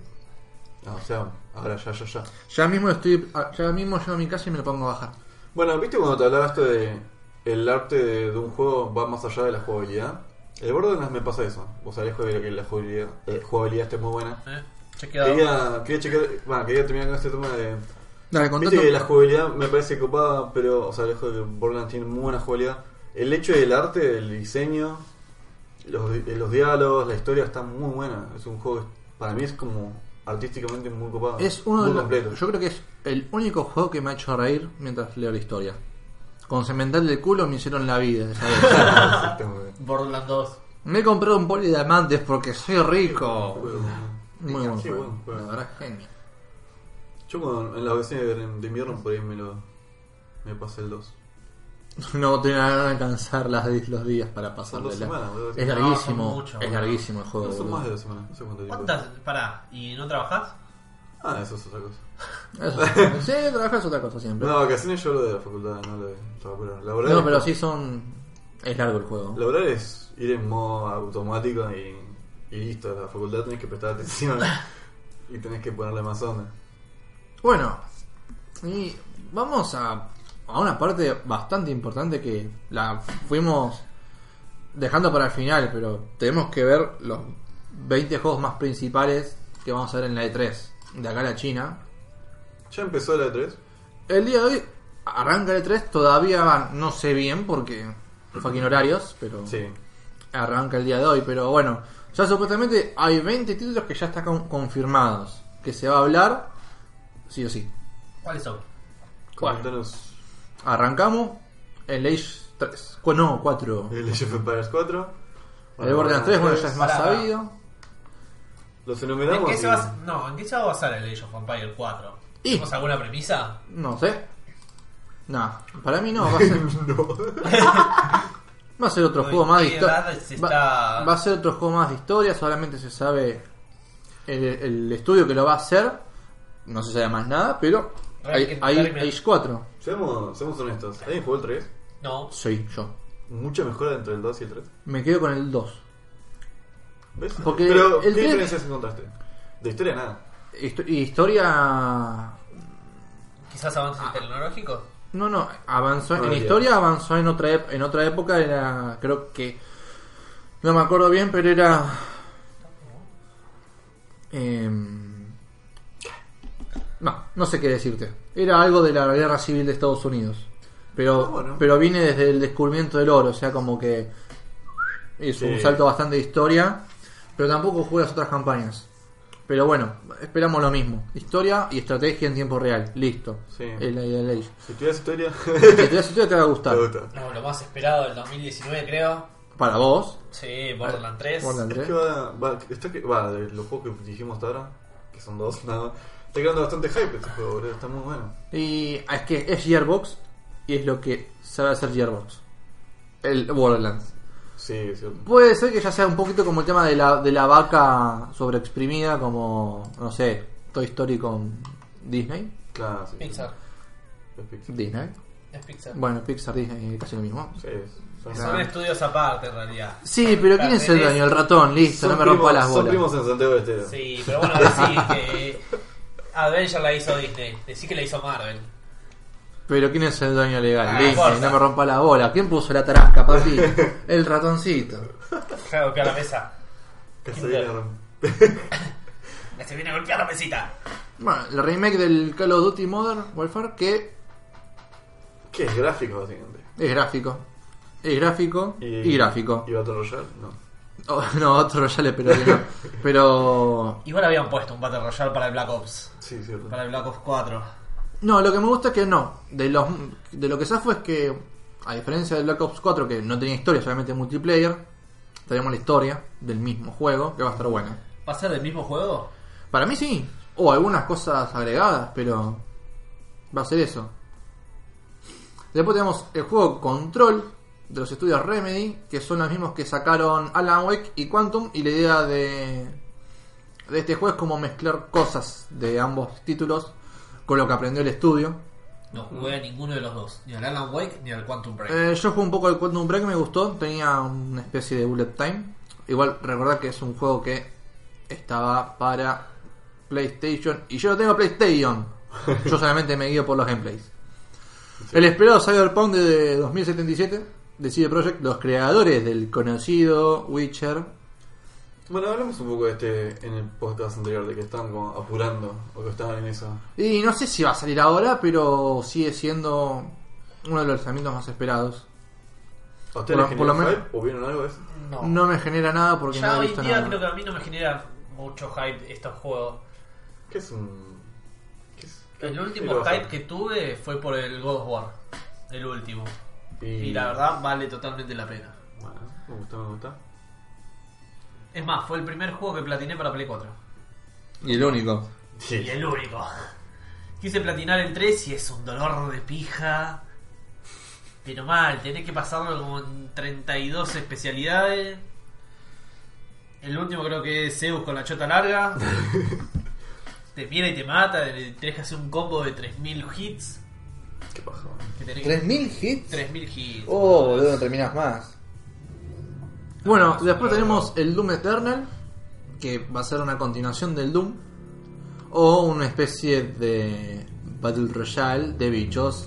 Speaker 1: Ah, o sea, ahora ya, ya, ya.
Speaker 2: Ya mismo estoy, ah, ya mismo llego a mi casa y me lo pongo a bajar.
Speaker 1: Bueno, ¿viste cuando te hablaste de el arte de, de un juego va más allá de la jugabilidad? El Borderlands me pasa eso. Vos sabés que que la jugabilidad, eh, jugabilidad está muy buena.
Speaker 4: Eh, chequeado.
Speaker 1: Quería, quería checar, bueno, quería terminar con este tema de
Speaker 2: Dale, contate.
Speaker 1: Viste que la jugabilidad me parece copada, pero, o sea, lejos de que Borderlands tiene muy buena jugabilidad. El hecho del arte, el diseño, los, di- los diálogos, la historia está muy buena. Es un juego que para mí es como artísticamente muy copado.
Speaker 2: Es uno
Speaker 1: muy
Speaker 2: de los-
Speaker 1: completo.
Speaker 2: Yo creo que es el único juego que me ha hecho reír mientras leo la historia. Con cemental del culo me hicieron la vida, ¿sabes?
Speaker 1: Exactamente.
Speaker 4: Borderlands 2.
Speaker 2: Me he comprado un poli de diamantes porque soy rico. Muy buen
Speaker 1: Sí,
Speaker 2: juego.
Speaker 1: buen juego.
Speaker 2: La verdad es genio.
Speaker 1: Yo cuando, en las vacaciones de, de invierno por ahí me lo me pasé el 2.
Speaker 2: No te van a alcanzar las, di- los días para
Speaker 1: Son dos
Speaker 2: pasarlo.
Speaker 1: semanas, boludo.
Speaker 2: Es
Speaker 4: No,
Speaker 2: larguísimo.
Speaker 4: son mucho,
Speaker 2: es
Speaker 4: boludo.
Speaker 2: larguísimo el juego.
Speaker 1: No son
Speaker 2: boludo.
Speaker 1: más de dos semanas, no sé cuánto tiempo.
Speaker 4: ¿Cuántas? Pará, ¿y no trabajás?
Speaker 1: Ah, eso es otra cosa.
Speaker 2: Eso. sí, trabajas otra cosa siempre.
Speaker 1: No, vacaciones yo lo de la facultad, no lo de laboral. Laboral
Speaker 2: No,
Speaker 1: es
Speaker 2: pero sí son. Es largo el juego.
Speaker 1: Laborar es ir en modo automático y, y listo. A la facultad tenés que prestar atención y tenés que ponerle más onda.
Speaker 2: Bueno, y vamos a, a una parte bastante importante que la fuimos dejando para el final, pero tenemos que ver los 20 juegos más principales que vamos a ver en la E3, de acá a la China.
Speaker 1: Ya empezó la E E3.
Speaker 2: El día de hoy arranca la E3, todavía no sé bien porque fucking horarios, pero
Speaker 1: Sí.
Speaker 2: arranca el día de hoy, pero bueno, ya supuestamente hay 20 títulos que ya están con- confirmados, que se va a hablar, sí o sí.
Speaker 4: ¿Cuáles son?
Speaker 1: Comentanos
Speaker 2: Arrancamos el Age 3, cu- no, 4.
Speaker 1: el Age of Empires 4.
Speaker 2: El Borderlands 3, bueno, ya es más
Speaker 4: Pará, pará.
Speaker 2: sabido.
Speaker 1: Los
Speaker 4: ¿En
Speaker 1: enumeramos.
Speaker 4: qué, se
Speaker 1: y-
Speaker 4: basa, no, ¿En qué se va a basar el Age of Empire 4?
Speaker 2: Y-
Speaker 4: ¿Tenemos alguna premisa?
Speaker 2: No sé. Nah, para mí no, va a ser,
Speaker 1: no.
Speaker 2: va a ser otro
Speaker 4: No,
Speaker 2: juego más de
Speaker 4: ¿qué
Speaker 2: historia.
Speaker 4: edad se
Speaker 2: Va,
Speaker 4: está-
Speaker 2: va a ser otro juego más de historia, solamente se sabe el, el estudio que lo va a hacer. No se sabe más nada, pero
Speaker 4: Ahora hay
Speaker 2: hay,
Speaker 4: que
Speaker 2: hay
Speaker 4: darle-
Speaker 2: Age 4.
Speaker 1: Seamos, seamos honestos. ¿Alguien jugó el 3?
Speaker 4: No.
Speaker 2: Soy yo.
Speaker 1: Mucha mejora entre el 2 y el 3.
Speaker 2: Me quedo con el 2.
Speaker 1: ¿Ves?
Speaker 2: Porque
Speaker 1: Pero,
Speaker 2: el
Speaker 1: ¿qué
Speaker 2: tres-
Speaker 1: diferencias encontraste? De historia, nada.
Speaker 2: Histo- y historia...
Speaker 4: ¿Quizás avances
Speaker 2: Ah.
Speaker 4: tecnológicos?
Speaker 2: No, no, avanzó en
Speaker 1: Todavía.
Speaker 2: historia, avanzó en otra, ep- en otra época, era, creo que... No me acuerdo bien, pero era... em, no, no sé qué decirte. Era algo de la guerra civil de Estados Unidos. Pero,
Speaker 1: Ah, bueno.
Speaker 2: pero viene desde el descubrimiento del oro, o sea, como que es un
Speaker 1: Sí.
Speaker 2: salto bastante de historia, pero tampoco juega las otras campañas. Pero bueno, esperamos lo mismo. Historia y estrategia en tiempo real. Listo.
Speaker 1: Sí.
Speaker 2: Es la idea del Age.
Speaker 1: Si estudias historia,
Speaker 2: Si te das historia te va a
Speaker 1: te
Speaker 2: gustar.
Speaker 1: gusta.
Speaker 4: No, lo más esperado del 2019 creo.
Speaker 2: Para vos.
Speaker 4: Sí, Borderlands 3.
Speaker 2: Borderlands.
Speaker 1: Es que va, va, está que, va, de los juegos que dijimos hasta ahora, que son dos, nada más, está creando bastante hype este juego, boludo, está muy bueno.
Speaker 2: Y ah, es que es Gearbox y es lo que sabe hacer Gearbox. El Borderlands.
Speaker 1: Sí, es cierto.
Speaker 2: Puede ser que ya sea un poquito como el tema de la, de la vaca sobreexprimida, como, no sé, Toy Story con Disney.
Speaker 1: Claro, sí.
Speaker 4: Pixar.
Speaker 1: Es Pixar.
Speaker 2: Disney.
Speaker 4: Es Pixar.
Speaker 2: Bueno, Pixar, Disney, casi lo mismo.
Speaker 1: Sí, es- son,
Speaker 4: Son estudios aparte en realidad.
Speaker 2: Sí, pero ¿quién es el dueño? El ratón, listo,
Speaker 1: son
Speaker 2: no me rompa
Speaker 1: primos-
Speaker 2: las
Speaker 1: Son primos
Speaker 2: bolas.
Speaker 1: en Santiago del Estero.
Speaker 4: Sí, pero bueno, decí que Avenger la hizo Disney. Decí que la hizo Marvel.
Speaker 2: Pero ¿quién es el dueño legal?
Speaker 4: Ah,
Speaker 2: Disney,
Speaker 4: importa.
Speaker 2: no me rompa las bolas. ¿Quién puso la tarasca, papi? El ratoncito.
Speaker 4: Deja de golpear la mesa.
Speaker 1: Casadilla
Speaker 4: Kinder.
Speaker 1: Ram.
Speaker 4: Me se viene a golpear la mesita.
Speaker 2: Bueno, el remake del Call of Duty Modern Warfare que
Speaker 1: ¿Qué es gráfico, básicamente?
Speaker 2: es gráfico. Es gráfico y, gráfico.
Speaker 1: Eh, ¿Y Battle Royale? No.
Speaker 2: Oh, no, otro ya le pero no. Pero.
Speaker 4: Igual habían puesto un Battle Royale para el Black Ops.
Speaker 1: Sí, cierto.
Speaker 4: Para el Black Ops 4.
Speaker 2: No, lo que me gusta es que no. De los de lo que zafo es que, a diferencia del Black Ops 4, que no tenía historia, solamente multiplayer, tenemos la historia del mismo juego, que va a estar buena.
Speaker 4: ¿Va a ser del mismo juego?
Speaker 2: Para mí sí. O algunas cosas agregadas, pero va a ser eso. Después tenemos el juego Control de los estudios Remedy, que son los mismos que sacaron Alan Wake y Quantum, y la idea de, de este juego es como mezclar cosas de ambos títulos con lo que aprendió el estudio.
Speaker 4: No jugué a ninguno de los dos. Ni al Alan Wake ni al Quantum Break.
Speaker 2: Eh, yo jugué un poco al Quantum Break, me gustó, tenía una especie de bullet time. Igual recordad que es un juego que estaba para PlayStation y yo no tengo PlayStation. Yo solamente me guío por los gameplays. El esperado Cyberpunk de 2077 de CD Projekt, los creadores del conocido Witcher.
Speaker 1: Bueno, hablamos un poco de este en el podcast anterior, de que estaban como apurando, o que estaban en eso.
Speaker 2: Y no sé si va a salir ahora, pero sigue siendo uno de los lanzamientos más esperados.
Speaker 1: ¿A ustedes les
Speaker 2: Por- por lo
Speaker 1: generó
Speaker 2: menos-
Speaker 1: hype o vieron algo de eso?
Speaker 4: no.
Speaker 2: No me genera nada porque
Speaker 4: Ya
Speaker 2: no he
Speaker 4: hoy
Speaker 2: visto
Speaker 4: día
Speaker 2: nada.
Speaker 4: creo que a mí no me genera mucho hype estos juegos.
Speaker 1: ¿Qué es un...? ¿Qué es? qué-
Speaker 4: El
Speaker 1: qué
Speaker 4: último
Speaker 1: lo vas a-
Speaker 4: hype que tuve fue por el God of War. El último.
Speaker 1: Y,
Speaker 4: Y la verdad vale totalmente la pena.
Speaker 1: Bueno, me gusta, me gusta.
Speaker 4: Es más, fue el primer juego que platiné para Play 4.
Speaker 2: Y el único.
Speaker 4: Y el único. Quise platinar el 3 y es un dolor de pija. Pero mal, tenés que pasarlo como en 32 especialidades. El último creo que es Zeus con la chota larga. te mira y te mata. Tenés que hacer un combo de 3000 hits.
Speaker 1: Qué paja. man.
Speaker 4: Que tenés que-
Speaker 2: ¿3000 hits?
Speaker 4: 3000 hits.
Speaker 2: Oh, boludo, no terminas más. Bueno, después tenemos el Doom Eternal, que va a ser una continuación del Doom, o una especie de Battle Royale de bichos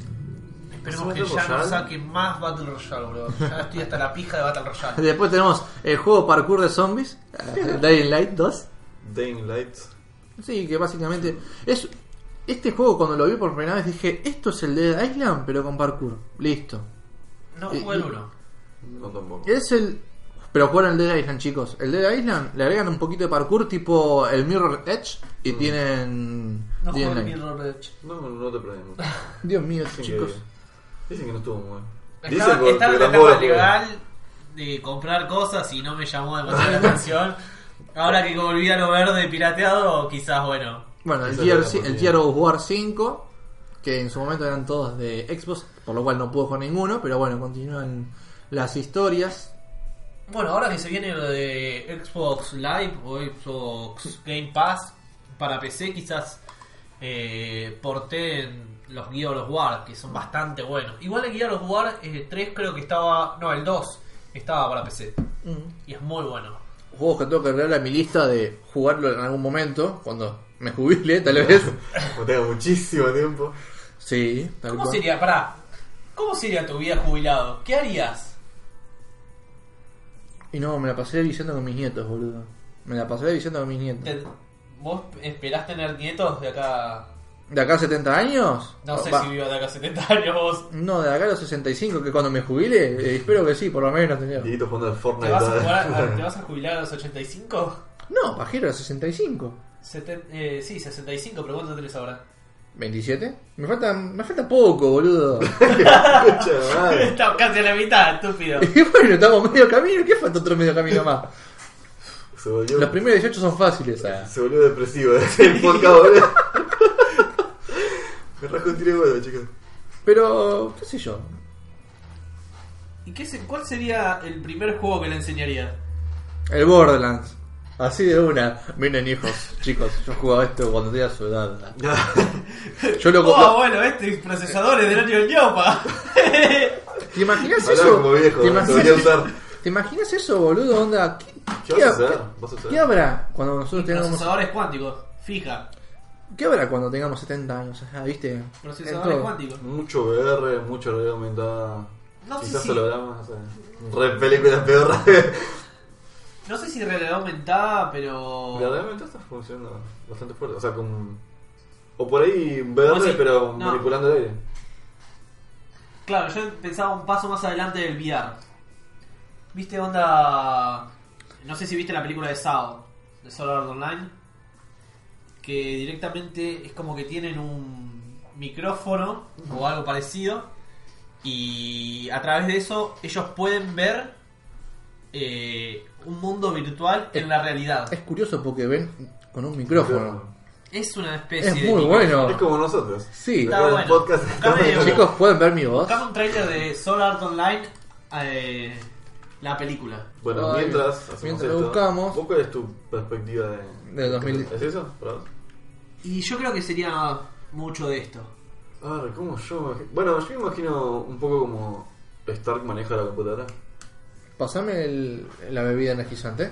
Speaker 4: Esperemos
Speaker 1: ¿Hacemos
Speaker 4: que
Speaker 1: Battle
Speaker 4: ya no
Speaker 1: Royale?
Speaker 4: saquen más Battle Royale, bro. Ya estoy hasta la pija de Battle Royale.
Speaker 2: Después tenemos el juego parkour de zombies, eh, Dying Light 2.
Speaker 1: Dying Light.
Speaker 2: Sí, que básicamente es este juego cuando lo vi por primera vez dije, esto es el Dead Island pero con parkour. Listo.
Speaker 4: No
Speaker 2: Y-
Speaker 4: jugué el
Speaker 2: y-
Speaker 4: uno.
Speaker 1: No tampoco.
Speaker 2: Es el pero juegan el Dead Island, chicos. El Dead Island le agregan un poquito de parkour tipo el Mirror Edge y tienen
Speaker 4: No jugué
Speaker 2: Dying
Speaker 4: el
Speaker 2: Light.
Speaker 4: Mirror Edge.
Speaker 1: No, no te planeemos.
Speaker 2: Dios mío, chicos.
Speaker 1: Dicen que no estuvo muy bien.
Speaker 4: Estaba,
Speaker 1: porque
Speaker 4: estaba en la
Speaker 1: tampoco
Speaker 4: etapa
Speaker 1: lo jugué.
Speaker 4: legal de comprar cosas y no me llamó demasiado la atención. Ahora que volví a lo verde pirateado, quizás bueno.
Speaker 2: Bueno, el
Speaker 1: Eso era
Speaker 2: Gear,
Speaker 1: la
Speaker 2: ci- el
Speaker 1: oportunidad.
Speaker 2: Gear of War 5, que en su momento eran todos de Xbox, por lo cual no puedo con ninguno, pero bueno, continúan las historias.
Speaker 4: Bueno, ahora que se viene lo de Xbox Live o Xbox Game Pass para PC, quizás eh, porten los Gear of War, que son bastante buenos. Igual el Gear of War eh, 3 creo que estaba... No, el 2 estaba para PC. Y es muy bueno.
Speaker 2: Juegos que tengo que agregar a mi lista de jugarlo en algún momento, cuando me jubile, tal vez.
Speaker 1: Como tengo muchísimo tiempo.
Speaker 2: Sí, tal
Speaker 4: ¿Cómo
Speaker 2: cual.
Speaker 4: sería, pará, cómo sería tu vida jubilado? ¿Qué harías?
Speaker 2: Y no, me la pasé diciendo con mis nietos, boludo. Me la pasé diciendo con mis nietos.
Speaker 4: Te- ¿Vos esperás tener nietos de acá...
Speaker 2: ¿De acá a 70 años?
Speaker 4: No sé
Speaker 2: Va.
Speaker 4: si vivo de acá a 70 años vos.
Speaker 2: No, de acá a los 65, que cuando me jubile, eh, espero que sí, por lo menos tener.
Speaker 1: Dieguito jugando al
Speaker 4: ¿Te
Speaker 1: Fortnite.
Speaker 4: vas, a
Speaker 1: ¿verdad?
Speaker 4: jugar- ¿Te vas a jubilar a los 85?
Speaker 2: No, pajero, a los 65.
Speaker 4: Seten- eh, sí, 65, pero ¿cuánto tenés ahora?
Speaker 2: ¿27? Me falta, me falta poco, boludo.
Speaker 1: Concha de madre.
Speaker 4: Estamos casi a la mitad, estúpido.
Speaker 2: Y bueno, estamos medio camino. ¿Qué falta otro medio camino más?
Speaker 1: Se volvió,
Speaker 2: Los primeros 18 son fáciles.
Speaker 1: se volvió depresivo desde el podcast, boludo. Me rasco un tiro de huevo, chicos.
Speaker 2: Pero, qué sé yo.
Speaker 4: ¿Y qué se- cuál sería el primer juego que le enseñaría?
Speaker 2: El Borderlands. Así de una. Miren, hijos, chicos. Yo jugaba esto cuando tenía su edad. Yo lo
Speaker 4: Oh,
Speaker 2: compré.
Speaker 4: bueno, este procesador es del año del ñopa.
Speaker 2: ¿Te imaginas
Speaker 1: Hablaba
Speaker 2: eso?
Speaker 1: como viejo.
Speaker 2: ¿Te
Speaker 1: Se volvió a
Speaker 2: imaginas,
Speaker 1: usar.
Speaker 2: ¿Te imaginas eso, boludo? Onda, ¿qué,
Speaker 1: ¿Qué
Speaker 2: qué
Speaker 1: vas a
Speaker 2: hab-
Speaker 1: hacer? ¿Vas a hacer?
Speaker 2: qué habrá cuando nosotros tengamos
Speaker 4: Procesadores cuánticos, fija.
Speaker 2: qué habrá cuando tengamos 70 años? Ajá, ¿Viste? En
Speaker 4: Procesadores
Speaker 2: todo.
Speaker 4: cuánticos.
Speaker 1: Mucho VR, mucho realidad aumentada.
Speaker 4: No sé
Speaker 1: Quizás
Speaker 4: si-
Speaker 1: hologramas, o sea, re películas peor. realidad
Speaker 4: No sé si realidad aumentada, pero.
Speaker 1: aumentada está funcionando bastante fuerte. O sea, con. O por ahí
Speaker 2: Pues
Speaker 1: VR,
Speaker 4: Como si-
Speaker 1: pero
Speaker 4: no.
Speaker 1: manipulando el aire.
Speaker 4: Claro, yo pensaba un paso más adelante del VR. ¿Viste onda? No sé si viste la película de Sao, de Solar Art Online, que directamente es como que tienen un micrófono o algo parecido y a través de eso ellos pueden ver eh, un mundo virtual en la realidad.
Speaker 2: Es curioso porque ven con un micrófono.
Speaker 4: Es una especie
Speaker 2: Es
Speaker 4: de...
Speaker 2: muy
Speaker 4: micro-
Speaker 1: eh, Es
Speaker 2: bueno.
Speaker 1: como nosotros.
Speaker 2: Sí.
Speaker 4: Está
Speaker 1: Acá en
Speaker 4: bueno.
Speaker 1: podcast.
Speaker 4: Cabe-
Speaker 2: Chicos, ¿pueden ver mi voz?
Speaker 4: Buscame un trailer de Solar Art Online, eh, la película.
Speaker 1: Bueno,
Speaker 2: Ay,
Speaker 1: mientras hacemos
Speaker 2: mientras lo
Speaker 1: esto,
Speaker 2: buscamos.
Speaker 1: ¿vos ¿cuál es tu perspectiva de,
Speaker 2: Del 2000.
Speaker 1: ¿Es eso? Perdón.
Speaker 4: Y yo creo que sería mucho de esto.
Speaker 1: Ah, ¿cómo yo? me imagi- Bueno, yo me imagino un poco como Stark maneja la computadora.
Speaker 2: Pasame el- la bebida energizante.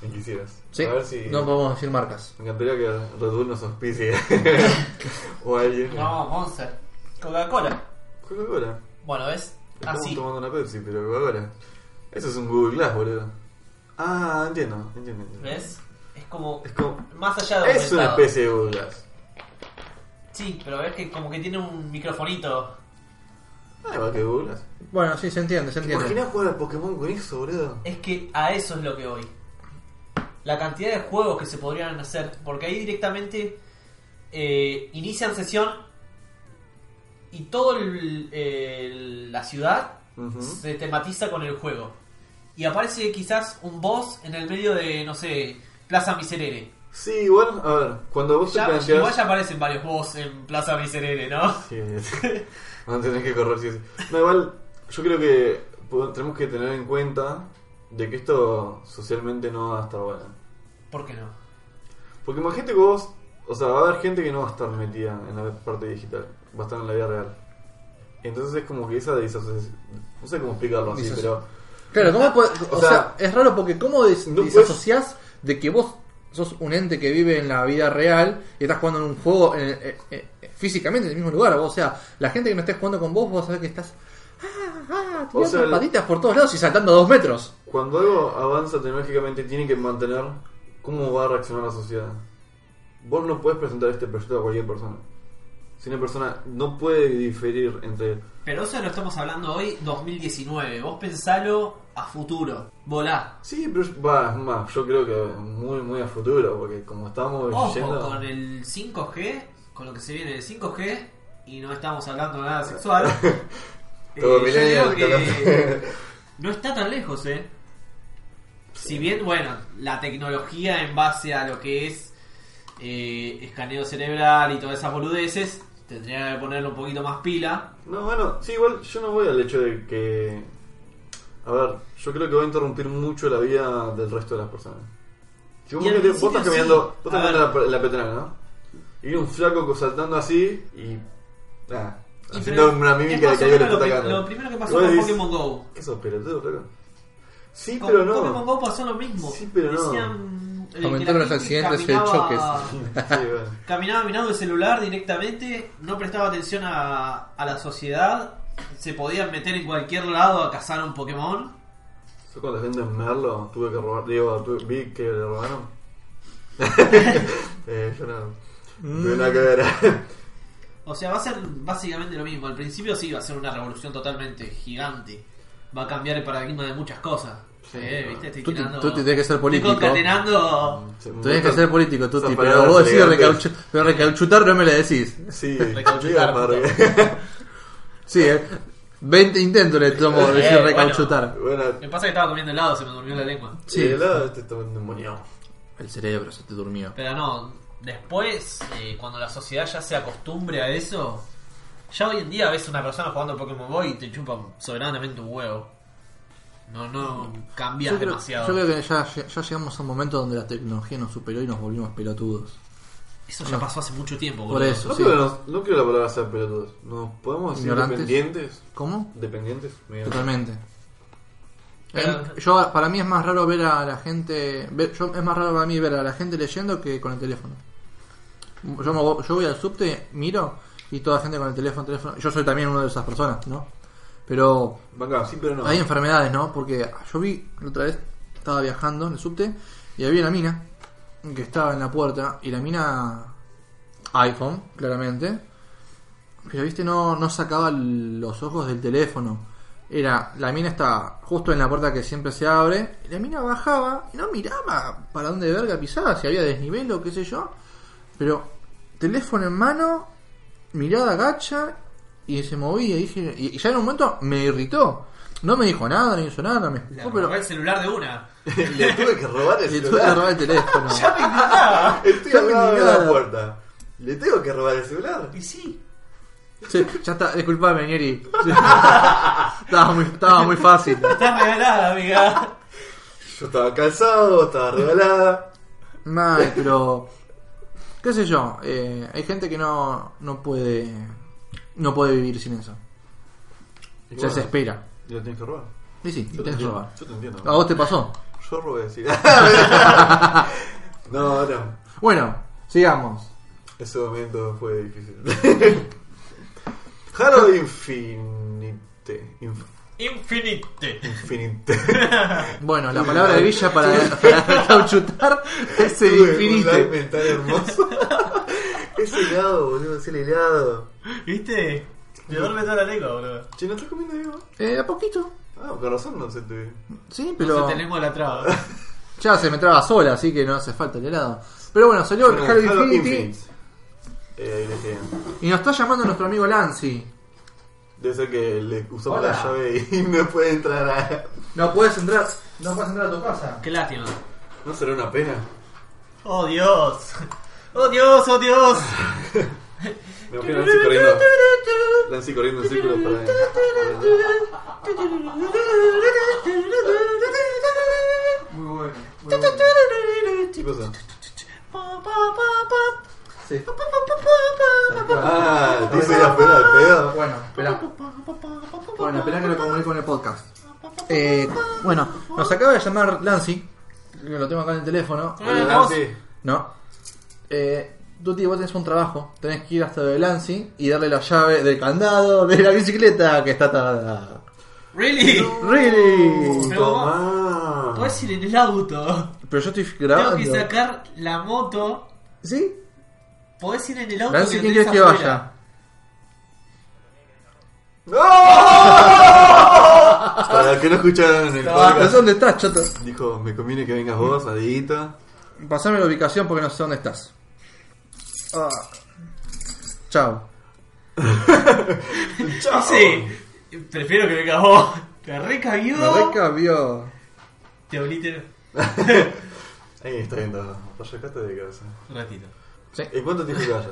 Speaker 1: Si quisieras.
Speaker 2: Sí.
Speaker 1: A ver si.
Speaker 2: No podemos decir marcas.
Speaker 1: Me encantaría que Red Bull nos auspicie. o alguien.
Speaker 4: No, Monster. Coca-Cola.
Speaker 1: Coca-Cola.
Speaker 4: Bueno, ¿ves?
Speaker 1: Estamos
Speaker 4: Así.
Speaker 1: tomando una Pepsi, pero Coca-Cola. Eso es un Google Glass, boludo. Ah, entiendo, entiendo. entiendo.
Speaker 4: ¿Ves? Es como.
Speaker 1: Es como.
Speaker 4: Más allá de
Speaker 1: Es una
Speaker 4: aumentado.
Speaker 1: especie de Google Glass.
Speaker 4: Sí, pero ves que como que tiene un microfonito.
Speaker 1: Ah, igual que Google Glass.
Speaker 2: Bueno, sí, se entiende, se
Speaker 1: ¿Te
Speaker 2: entiende.
Speaker 1: imaginas jugar al Pokémon con eso, boludo?
Speaker 4: Es que a eso es lo que voy. La cantidad de juegos que se podrían hacer. Porque ahí directamente eh, inician sesión y toda la ciudad
Speaker 1: Ujú.
Speaker 4: se tematiza con el juego. Y aparece quizás un boss en el medio de, no sé, Plaza Miserere.
Speaker 1: Sí, igual, a ver, cuando vos
Speaker 4: Ya,
Speaker 1: te planteás.
Speaker 4: igual ya aparecen varios boss en Plaza Miserere, ¿no?
Speaker 1: Sí, van a tener que correr. sí, sí. No, igual, yo creo que pod- tenemos que tener en cuenta de que esto socialmente no va a estar bueno.
Speaker 4: ¿Por qué no?
Speaker 1: Porque imagínate que vos, o sea, va a haber gente que no va a estar metida en la parte digital, va a estar en la vida real. Entonces es como que esa disociación. No sé cómo explicarlo así,
Speaker 2: Disoci-
Speaker 1: pero.
Speaker 2: Claro, ¿cómo puede- o,
Speaker 1: Ah, O
Speaker 2: sea,
Speaker 1: sea,
Speaker 2: es raro porque ¿cómo des-
Speaker 1: no puedes-
Speaker 2: disasociás de que vos sos un ente que vive en la vida real y estás jugando en un juego en- eh, eh, eh, físicamente en el mismo lugar. vos, O sea, la gente que no esté jugando con vos, vos sabés que estás ah, ah, tirando
Speaker 1: O sea, la-
Speaker 2: patitas por todos lados y saltando a dos metros.
Speaker 1: Cuando algo avanza tecnológicamente, tiene que mantener cómo va a reaccionar la sociedad. Vos no puedes presentar este proyecto a cualquier persona. Si una persona no puede diferir entre.
Speaker 4: Pero eso lo estamos hablando hoy, 2019. Vos pensalo a futuro. Volá.
Speaker 1: Sí, pero yo- va, es más, yo creo que muy, muy a futuro, porque como estamos
Speaker 4: Ojo
Speaker 1: yendo.
Speaker 4: con el 5G, con lo que se viene del 5G, y no estamos hablando de nada sexual. Eh,
Speaker 1: Todo
Speaker 4: yo
Speaker 1: millennial,
Speaker 4: creo que no está tan lejos, ¿eh? Si bien, bueno, la tecnología en base a lo que es eh, escaneo cerebral y todas esas boludeces, tendría que ponerle un poquito más pila.
Speaker 1: No, bueno, sí, igual yo no voy al hecho de que. A ver, yo creo que va a interrumpir mucho la vida del resto de las personas. Si vos,
Speaker 4: Y al
Speaker 1: ponete- vos estás
Speaker 4: principio
Speaker 1: caminando,
Speaker 4: sí.
Speaker 1: vos
Speaker 4: A
Speaker 1: estás caminando en la, en la peatonal, ¿no? Y viene un flaco saltando así y. Nada.
Speaker 4: Y
Speaker 1: Haciendo
Speaker 4: pero
Speaker 1: una
Speaker 4: es
Speaker 1: mímica de
Speaker 4: más
Speaker 1: que
Speaker 4: o
Speaker 1: alguien lo está
Speaker 4: menos lo, que-
Speaker 1: atacando.
Speaker 4: lo primero que pasó
Speaker 1: Y vos
Speaker 4: con
Speaker 1: decís,
Speaker 4: Pokémon Go.
Speaker 1: ¿Qué sos pelotudo, flaco? Sí,
Speaker 4: Con
Speaker 1: pero
Speaker 4: Pokémon
Speaker 1: no.
Speaker 4: Go pasó lo mismo.
Speaker 1: Sí, pero no.
Speaker 4: Decían, eh, que la
Speaker 2: Aumentaron los
Speaker 4: gente
Speaker 2: accidentes y
Speaker 4: caminaba-
Speaker 1: Sí, bueno.
Speaker 4: Caminaba mirando el celular directamente, no prestaba atención a, a la sociedad, se podían meter en cualquier lado a cazar a un Pokémon.
Speaker 1: Yo cuando la gente en Merlo tuve que robar, digo, tuve- vi que le robaron. eh, yo no. No tuve nada que ver.
Speaker 4: O sea, va a ser básicamente lo mismo. Al principio sí va a ser una revolución totalmente gigante. Va a cambiar el paradigma de muchas cosas.
Speaker 1: Sí,
Speaker 4: Eh,
Speaker 1: no.
Speaker 4: ¿viste? Estoy
Speaker 2: Tú te-
Speaker 4: tirando-
Speaker 2: tú te tenés que ser
Speaker 4: estoy
Speaker 2: político. Mm.
Speaker 4: concatenando
Speaker 2: Tenés que ser político,
Speaker 1: Esas
Speaker 2: Tuti, pero
Speaker 1: palabras
Speaker 2: vos decís
Speaker 1: elegantes.
Speaker 2: recauchu- pero recauchutar no me la decís.
Speaker 1: Sí, ¿eh?
Speaker 3: Recauchutar,
Speaker 1: diga,
Speaker 2: Sí, eh, 20 intentos le tomo
Speaker 4: Eh,
Speaker 2: decir
Speaker 4: bueno.
Speaker 2: recauchutar.
Speaker 1: Marga. Bueno,
Speaker 4: Me pasa que estaba comiendo helado, se me durmió la lengua.
Speaker 1: sí.
Speaker 2: Sí.
Speaker 1: el lado este está endemoniado.
Speaker 2: El cerebro se te durmió.
Speaker 4: Pero no, después, eh, cuando la sociedad ya se acostumbre a eso, ya hoy en día ves una persona jugando al Pokémon Go y te chupa soberanamente un huevo. No, no cambias
Speaker 2: Yo creo,
Speaker 4: demasiado.
Speaker 2: yo creo que ya, ya llegamos a un momento donde la tecnología nos superó y nos volvimos pelotudos.
Speaker 4: Eso ya
Speaker 2: no.
Speaker 4: pasó hace mucho tiempo,
Speaker 2: Por
Speaker 4: boludo.
Speaker 2: eso.
Speaker 1: No,
Speaker 2: sí.
Speaker 1: creo, que nos- no creo la palabra sea pelotudos. ¿Nos podemos decir
Speaker 2: Ignorantes.
Speaker 1: dependientes?
Speaker 2: ¿Cómo?
Speaker 1: ¿Dependientes? Mira.
Speaker 2: Totalmente.
Speaker 4: Pero-
Speaker 2: Eh, yo para mí es más raro ver a la gente, ver- yo, es más raro para mí ver a la gente leyendo que con el teléfono. Yo, me vo- yo voy al subte, miro y toda la gente con el teléfono, teléfono. Yo soy también una de esas personas, ¿no? Pero
Speaker 1: Banca, sí, pero no.
Speaker 2: Hay enfermedades, ¿no? Porque yo vi, la otra vez estaba viajando en el subte y había una mina que estaba en la puerta y la mina iPhone, claramente. Pero viste, no, no sacaba l- los ojos del teléfono. Era, la mina estaba justo en la puerta que siempre se abre. Y la mina bajaba y no miraba para dónde verga pisaba, si había desnivel o qué sé yo. Pero teléfono en mano, mirada gacha y se movía. Y, dije, y, y ya en un momento me irritó. No me dijo nada, no hizo nada, no me
Speaker 4: Le
Speaker 2: explicó,
Speaker 4: robé
Speaker 2: pero
Speaker 4: el celular de una.
Speaker 1: Le tuve que robar el
Speaker 2: le tuve que
Speaker 1: celular.
Speaker 2: robar el teléfono.
Speaker 1: Estoy
Speaker 2: Ya
Speaker 1: al
Speaker 2: me
Speaker 1: lado de la
Speaker 2: indignaba.
Speaker 1: puerta. Le tengo que robar el celular.
Speaker 4: Y sí.
Speaker 2: Sí, ya está, disculpame, Nieri. Sí. estaba, muy, estaba muy fácil.
Speaker 4: Está regalada, amiga.
Speaker 1: Yo estaba cansado, estaba regalada.
Speaker 2: Mal, pero. ¿Qué sé yo? eh, hay gente que no, no puede. No puede vivir sin eso.
Speaker 1: Y
Speaker 2: Se
Speaker 1: bueno,
Speaker 2: desespera.
Speaker 1: y lo tenés que robar.
Speaker 2: Y sí,
Speaker 1: Yo te
Speaker 2: tenés que
Speaker 1: entiendo,
Speaker 2: robar.
Speaker 1: Yo te entiendo.
Speaker 2: ¿A vos te pasó?
Speaker 1: Yo robé, sí. no, no.
Speaker 2: Bueno, sigamos.
Speaker 1: Ese momento fue difícil. Halo Infinite. Inf-
Speaker 4: Infinite.
Speaker 1: infinite.
Speaker 2: Bueno, la palabra de Villa para, para cauchutar es el
Speaker 1: Tuve Un lag
Speaker 2: infinito.
Speaker 1: mental hermoso. Ese helado, boludo, ese helado.
Speaker 4: ¿Viste? Te duerme toda la lengua, boludo.
Speaker 1: Che, ¿no estás comiendo vivo?
Speaker 2: Eh, a poquito.
Speaker 1: Ah, con razón no se te.
Speaker 2: Sí,
Speaker 4: Pero...
Speaker 2: pero.
Speaker 4: Se te lengua la traba.
Speaker 2: Ya se me traba sola, así que no hace falta el helado. Pero bueno, salió el
Speaker 1: Bueno,
Speaker 2: Halo Infinity.
Speaker 1: Eh, ahí les queda.
Speaker 2: Y nos está llamando nuestro amigo Lancy.
Speaker 1: Debe ser que le usamos
Speaker 2: Hola.
Speaker 1: la llave y no puede entrar a.
Speaker 2: No puedes entrar, no puedes entrar a tu casa.
Speaker 4: Qué lástima.
Speaker 1: ¿No será una pena?
Speaker 4: Oh, Dios. Oh, Dios, oh, Dios.
Speaker 1: Me imagino a Nancy corriendo. Nancy corriendo en círculo para.
Speaker 2: Muy bueno.
Speaker 1: ¿Qué pasa?
Speaker 2: Sí.
Speaker 1: Ah, te hizo ir a pegar el pedo.
Speaker 2: Bueno, espera. Bueno, espera que lo comunico en el podcast. Eh, bueno, nos acaba de llamar Lancy que lo tengo acá en el teléfono.
Speaker 4: Ah, vos-
Speaker 1: Adelante.
Speaker 2: No. Eh, tú, tío, vos tenés un trabajo. Tenés que ir hasta Belancy y darle la llave del candado de la bicicleta que está atada.
Speaker 4: ¿Really?
Speaker 2: Really.
Speaker 1: Tomá.
Speaker 4: Puedes ir en el auto.
Speaker 2: Pero yo estoy
Speaker 4: Tengo
Speaker 2: grabando.
Speaker 4: que sacar la moto.
Speaker 2: ¿Sí?
Speaker 4: Podés ir en el auto.
Speaker 2: Nancy,
Speaker 4: lo
Speaker 2: ¿quién
Speaker 4: tenés
Speaker 2: quieres que
Speaker 4: afuera.
Speaker 2: vaya?
Speaker 1: Para que no escucharon el
Speaker 2: No sé
Speaker 1: podcast,
Speaker 2: dónde estás, chato.
Speaker 1: dijo: Me conviene que vengas vos, Adiguita.
Speaker 2: Pasame la ubicación porque no sé dónde estás. Ah. Chao.
Speaker 1: Chao.
Speaker 4: Sí, prefiero que vengas vos. Te recabió.
Speaker 2: Me recabió.
Speaker 4: Te uniste en-
Speaker 1: Ahí está viendo. Proyectaste de casa.
Speaker 4: un ratito.
Speaker 2: Sí.
Speaker 1: ¿En cuánto tiempo te vayas?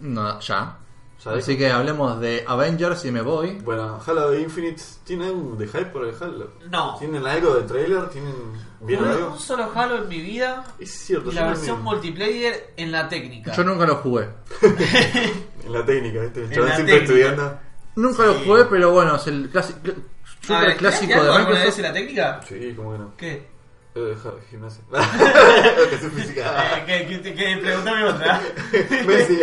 Speaker 2: No, ya.
Speaker 1: Ya
Speaker 2: Así que hablemos de Avengers y me voy.
Speaker 1: Bueno, Halo Infinite, ¿tiene algo de hype por el Halo?
Speaker 4: No.
Speaker 1: ¿Tienen algo de trailer? ¿Tienen... ¿Vieron
Speaker 4: No,
Speaker 1: algo?
Speaker 4: un solo Halo en mi vida.
Speaker 1: Es cierto,
Speaker 4: Y
Speaker 1: yo
Speaker 4: la versión
Speaker 1: también.
Speaker 4: multiplayer en la técnica.
Speaker 2: Yo nunca lo jugué.
Speaker 1: En la técnica, ¿viste? El
Speaker 4: En
Speaker 1: chaval
Speaker 4: la
Speaker 1: siempre
Speaker 4: técnica.
Speaker 1: estudiando.
Speaker 2: Nunca lo jugué, pero bueno, es el clásico,
Speaker 4: A
Speaker 2: super
Speaker 4: ver,
Speaker 2: clásico
Speaker 4: ¿tiraste
Speaker 2: de
Speaker 4: algo alguna vez
Speaker 2: Microsoft.
Speaker 4: en la técnica?
Speaker 1: Sí, cómo que no.
Speaker 4: ¿Qué?
Speaker 1: Eh, ja- gimnasia. Educación física.
Speaker 4: Eh, ¿Qué, qué, qué? Preguntame otra.
Speaker 1: Messi.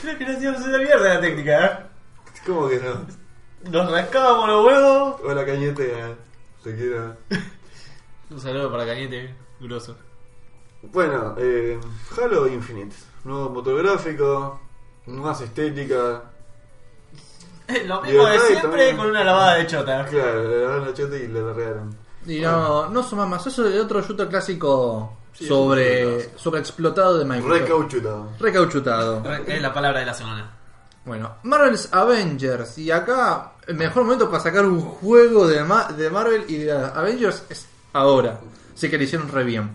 Speaker 4: Creo que no hacíamos una mierda de la técnica, ¿eh?
Speaker 1: ¿Cómo que no?
Speaker 4: Nos rascábamos los huevos.
Speaker 1: Hola, Cañete. ah, Te quiero.
Speaker 4: Un saludo para Cañete, grosso.
Speaker 1: Bueno, eh, Halo Infinite. Nuevo motor gráfico, más estética.
Speaker 4: Lo mismo
Speaker 1: Libertad
Speaker 4: de
Speaker 1: y
Speaker 4: siempre
Speaker 1: también-
Speaker 4: con una lavada de chota.
Speaker 1: Ah, Claro, le daban la chota y le largaron.
Speaker 2: Y no, no suma más. Eso es otro shooter clásico
Speaker 1: Sí, es un
Speaker 2: sobre, sobre explotado de Microsoft.
Speaker 1: Recauchutado.
Speaker 2: Recauchutado.
Speaker 4: Es la palabra de la semana.
Speaker 2: Bueno, Marvel's Avengers. Y acá, el mejor momento para sacar un juego de, Ma- de Marvel y de Avengers es ahora. Así que le hicieron re bien.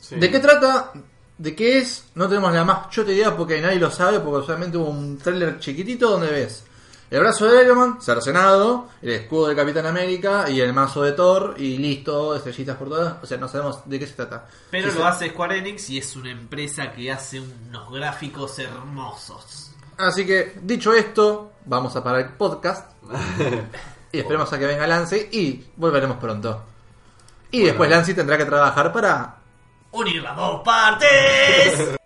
Speaker 1: Sí.
Speaker 2: ¿De qué trata? ¿De qué es? No tenemos la más chota idea porque nadie lo sabe, porque solamente hubo un tráiler chiquitito donde ves el brazo de Iron Man, cercenado, el escudo de Capitán América y el mazo de Thor y listo, estrellitas por todas. O sea, no sabemos de qué se trata.
Speaker 4: Pero
Speaker 2: Sí,
Speaker 4: lo
Speaker 2: sí.
Speaker 4: hace Square Enix y es una empresa que hace unos gráficos hermosos.
Speaker 2: Así que, dicho esto, vamos a parar el podcast y esperemos a que venga Lance y volveremos pronto. Y después Lance tendrá que trabajar para
Speaker 4: Unir las dos partes.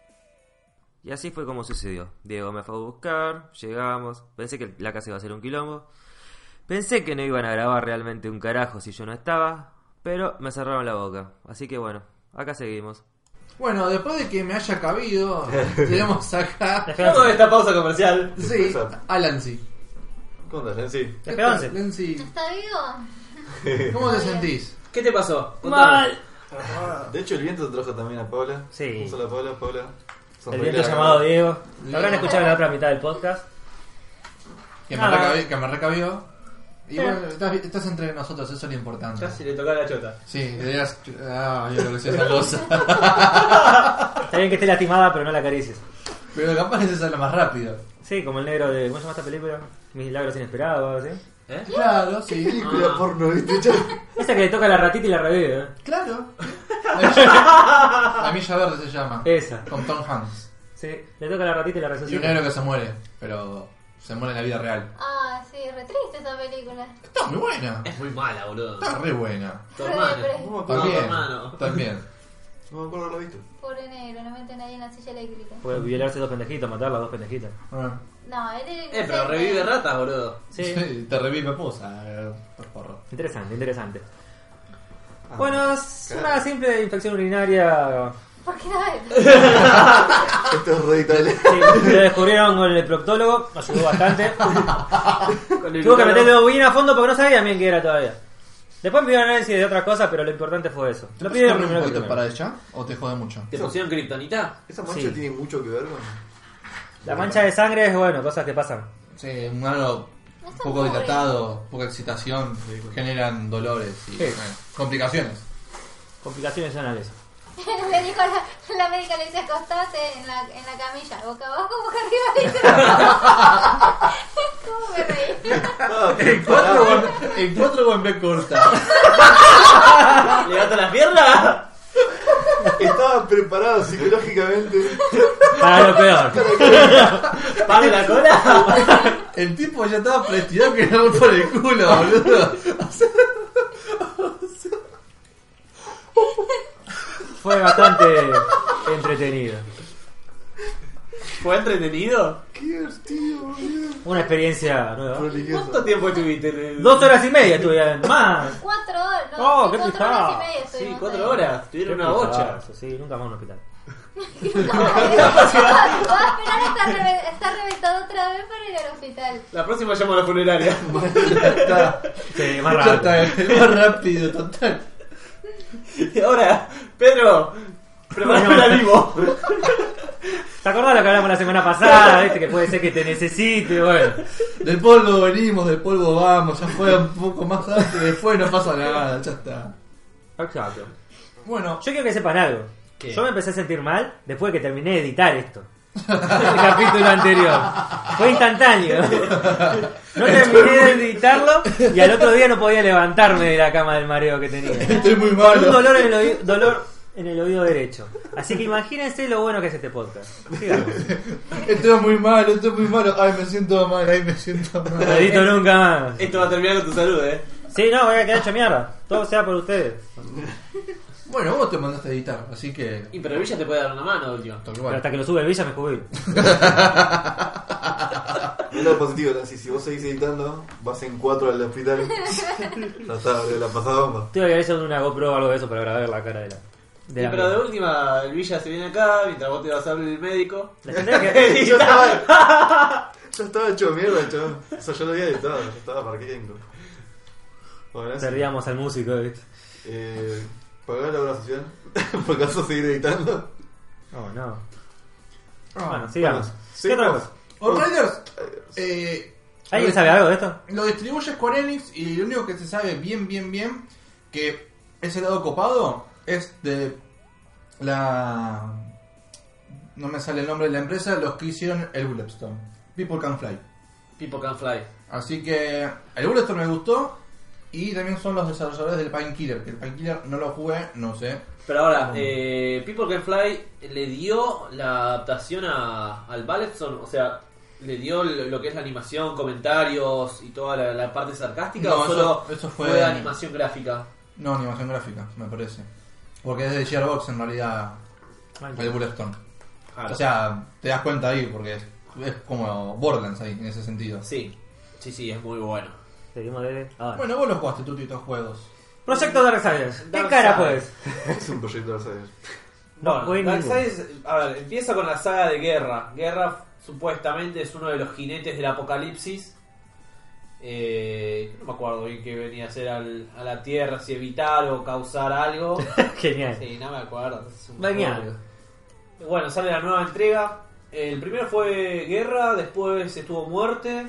Speaker 5: Y así fue como sucedió. Diego me fue a buscar, llegamos, pensé que la casa iba a ser un quilombo. Pensé que no iban a grabar realmente un carajo si yo no estaba, pero me cerraron la boca. Así que bueno, acá seguimos.
Speaker 2: Bueno, después de que me haya cabido, tenemos acá.
Speaker 3: Dejamos esta pausa comercial.
Speaker 2: Sí, a Lancy.
Speaker 1: ¿Cómo andas, Nancy?
Speaker 3: Esperanza.
Speaker 2: Lancy,
Speaker 6: ¿Está vivo?
Speaker 2: ¿cómo te sentís?
Speaker 3: ¿Qué te pasó?
Speaker 1: De hecho, el viento trajo también a Paula.
Speaker 3: Sí.
Speaker 1: Un saludo a Paula, Paula.
Speaker 3: El
Speaker 1: Sonreíle
Speaker 3: viento
Speaker 1: a la
Speaker 3: llamado
Speaker 1: cámara.
Speaker 3: Diego. Lo habrán escuchado en la otra mitad del podcast.
Speaker 2: Que
Speaker 3: Ah.
Speaker 2: me, recabió, que me recabió. Y
Speaker 3: Eh.
Speaker 2: bueno, estás, estás entre nosotros, eso es lo importante.
Speaker 3: Casi le tocaba la chota.
Speaker 2: Sí, deberías. Ah, yo creo que sea esa cosa.
Speaker 3: Está bien que esté lastimada, pero no la acaricies.
Speaker 2: Pero capaz que se sale más rápido.
Speaker 3: Sí, como el negro de. ¿Cómo se llama esta película? Milagros Inesperados o algo así.
Speaker 4: ¿Eh?
Speaker 2: Claro, sí.
Speaker 1: Película porno, ¿viste? Ya.
Speaker 3: Esa que le toca la ratita y la revive. ¿eh?
Speaker 2: Claro. La milla verde se llama.
Speaker 3: Esa.
Speaker 2: Con Tom Hanks.
Speaker 3: Sí, le toca la ratita y la
Speaker 2: Y un
Speaker 3: resucita.
Speaker 2: negro que se muere, pero se muere en la vida real.
Speaker 6: Ah, sí, re triste esa película.
Speaker 2: Está muy buena.
Speaker 4: Es muy mala, boludo.
Speaker 2: Está re buena.
Speaker 4: Tu
Speaker 6: Re
Speaker 4: hermano.
Speaker 6: depre.
Speaker 2: También.
Speaker 4: hermano.
Speaker 2: También.
Speaker 1: No me acuerdo haberlo visto.
Speaker 6: Pobre negro, lo meten ahí en la silla eléctrica.
Speaker 3: Puede violarse dos pendejitos, matar a las dos pendejitas.
Speaker 2: Bueno.
Speaker 6: No, él es
Speaker 7: Eh, pero revive ratas, boludo.
Speaker 3: Sí.
Speaker 2: Sí, te revive posa, eh, porro.
Speaker 3: Interesante, interesante.
Speaker 1: Ah,
Speaker 3: bueno, es
Speaker 1: claro.
Speaker 3: una simple infección urinaria.
Speaker 6: ¿Por qué no es?
Speaker 1: Esto es radical.
Speaker 3: Sí, lo descubrieron con el proctólogo, me ayudó bastante.
Speaker 7: Con el
Speaker 3: Tuvo que
Speaker 7: micrófono.
Speaker 3: meterlo bien a fondo porque no sabía bien qué era todavía. Después me pidieron análisis de otras cosas, pero lo importante fue eso. Lo
Speaker 2: ¿Te
Speaker 3: pidieron
Speaker 2: corre un
Speaker 3: primero que
Speaker 2: poquito
Speaker 3: primero.
Speaker 2: para ella o te jode mucho?
Speaker 7: ¿Te pusieron kriptonita?
Speaker 1: ¿Esa mancha
Speaker 3: Sí.
Speaker 1: tiene mucho que ver con...?
Speaker 3: La mancha de sangre es bueno, cosas que pasan.
Speaker 2: Sí, un ano
Speaker 6: No está
Speaker 2: poco
Speaker 6: pobre.
Speaker 2: dilatado, poca excitación, generan dolores y
Speaker 3: Sí.
Speaker 2: bueno, complicaciones.
Speaker 3: Complicaciones anales.
Speaker 6: El médico, la, la médica le dice acostate en la, en la camilla, boca abajo, boca arriba. Y... ¿Cómo me reí?
Speaker 2: En cuatro, o en, cuatro o en B corta.
Speaker 7: ¿Levanta las piernas?
Speaker 1: Estaba preparado psicológicamente.
Speaker 3: Para lo peor.
Speaker 7: ¿Para la cola?
Speaker 2: El tipo ya estaba prestidado que le daba por el culo, boludo.
Speaker 3: Fue bastante entretenido.
Speaker 4: ¿Fue entretenido?
Speaker 1: Qué divertido, boludo.
Speaker 3: Una experiencia nueva.
Speaker 4: ¿Cuánto tiempo estuviste? en el-
Speaker 3: Dos horas y media estuve más.
Speaker 6: Cuatro horas, no,
Speaker 3: Oh,
Speaker 6: sí,
Speaker 3: qué
Speaker 6: cuatro
Speaker 3: pijada.
Speaker 6: horas y media
Speaker 4: Sí,
Speaker 6: estuvimos
Speaker 4: cuatro
Speaker 6: ahí.
Speaker 4: horas. Tuvieron una bocha.
Speaker 3: Eso, Sí, nunca más a un hospital.
Speaker 6: Voy a esperar hasta reve- estar reventado otra vez para ir al hospital.
Speaker 4: La próxima llamo a la funeraria.
Speaker 3: Sí, más
Speaker 2: Ya
Speaker 3: rápido.
Speaker 2: está, es más rápido, total.
Speaker 4: y ahora, Pedro, prepárame la vivo.
Speaker 3: ¿Te acordás lo que hablamos la semana pasada? ¿Viste? Que puede ser que te necesite, bueno.
Speaker 2: Del polvo venimos, del polvo vamos, ya fue un poco más antes, después no pasa nada, ya está.
Speaker 3: Exacto.
Speaker 2: Bueno,
Speaker 3: Yo quiero que sepan algo.
Speaker 4: ¿Qué?
Speaker 3: Yo me empecé a sentir mal después de que terminé de editar esto. El capítulo anterior. Fue instantáneo. No terminé de editarlo y al otro día no podía levantarme de la cama del mareo que tenía.
Speaker 2: estoy muy
Speaker 3: Un
Speaker 2: malo.
Speaker 3: dolor en el oído, dolor en el oído derecho. Así que imagínense lo bueno que es este podcast. Sigamos.
Speaker 2: Estoy muy malo, estoy muy malo. Ay, me siento mal, ay, me siento
Speaker 3: No
Speaker 2: mal.
Speaker 3: edito nunca más.
Speaker 4: Esto va a terminar con tu salud, eh.
Speaker 3: Sí, no, voy a quedar hecho mierda. Todo sea por ustedes.
Speaker 2: Bueno, vos te mandaste a editar, así que.
Speaker 4: Y pero Villa te puede dar una mano, último.
Speaker 2: Tal
Speaker 3: Pero
Speaker 2: cual.
Speaker 3: hasta que lo sube el Villa me jubilo.
Speaker 1: Es lo positivo, así, si vos seguís editando, vas en 4 al hospital. ya está, la pasada bomba.
Speaker 3: Tuve que haber hecho una GoPro o algo de eso para grabar la cara de la. De
Speaker 4: Y
Speaker 3: la
Speaker 4: pero de
Speaker 3: mina.
Speaker 4: última, el Villa se viene acá mientras vos te vas a hablar del médico.
Speaker 3: La gente que-
Speaker 1: Yo estaba, yo estaba hecho mierda, chaval. O sea, yo lo había editado, yo estaba parqueando. Bueno, gracias.
Speaker 3: Perdíamos al músico, ¿viste?
Speaker 1: Eh, ¿Pagar la obra social? ¿Por acaso seguir editando?
Speaker 3: Oh, no.
Speaker 2: Ah,
Speaker 3: Bueno, sigamos.
Speaker 1: bueno,
Speaker 3: ¿Qué otra
Speaker 1: sigamos.
Speaker 3: cosa?
Speaker 2: Outriders, eh,
Speaker 3: ¿Alguien sabe algo de esto?
Speaker 2: lo distribuye Square Enix y lo único que se sabe bien, bien, bien que ese lado copado es de la. No me sale el nombre de la empresa, los que hicieron el Bulletstorm. People Can Fly.
Speaker 4: People can fly.
Speaker 2: Así que el Bulletstorm me gustó y también son los desarrolladores del Painkiller, que el Painkiller no lo jugué, no sé.
Speaker 4: Pero
Speaker 2: Ah.
Speaker 4: ahora, eh, People Can Fly le dio la adaptación a, al Balletson, o sea, le dio lo lo que es la animación, comentarios y toda la, la parte sarcástica,
Speaker 2: No,
Speaker 4: o
Speaker 2: eso-
Speaker 4: solo
Speaker 2: eso fue-
Speaker 4: animación gráfica.
Speaker 2: No, animación gráfica, me parece. Porque es de Gearbox en realidad el Bulletstorm. O sea, te das cuenta ahí porque es, es como Borderlands ahí en ese sentido.
Speaker 4: Sí, sí, sí, es muy bueno.
Speaker 3: Seguimos de. Ah,
Speaker 2: Bueno, vos los jugaste tú, estos juegos.
Speaker 3: Proyecto Darksiders. ¿Qué
Speaker 4: Darksiders.
Speaker 3: cara pues?
Speaker 1: Es un proyecto de saber.
Speaker 3: No,
Speaker 4: bueno,
Speaker 3: bueno,
Speaker 4: Darkseid, a ver, empieza con la saga de Guerra. Guerra supuestamente es uno de los jinetes del apocalipsis. Eh, no me acuerdo bien qué venía a hacer al- a la Tierra, si evitar o causar algo.
Speaker 3: Genial.
Speaker 4: Sí, no me acuerdo. es un
Speaker 3: Venía.
Speaker 4: juego. Bueno, sale la nueva entrega. El primero fue Guerra, después estuvo Muerte.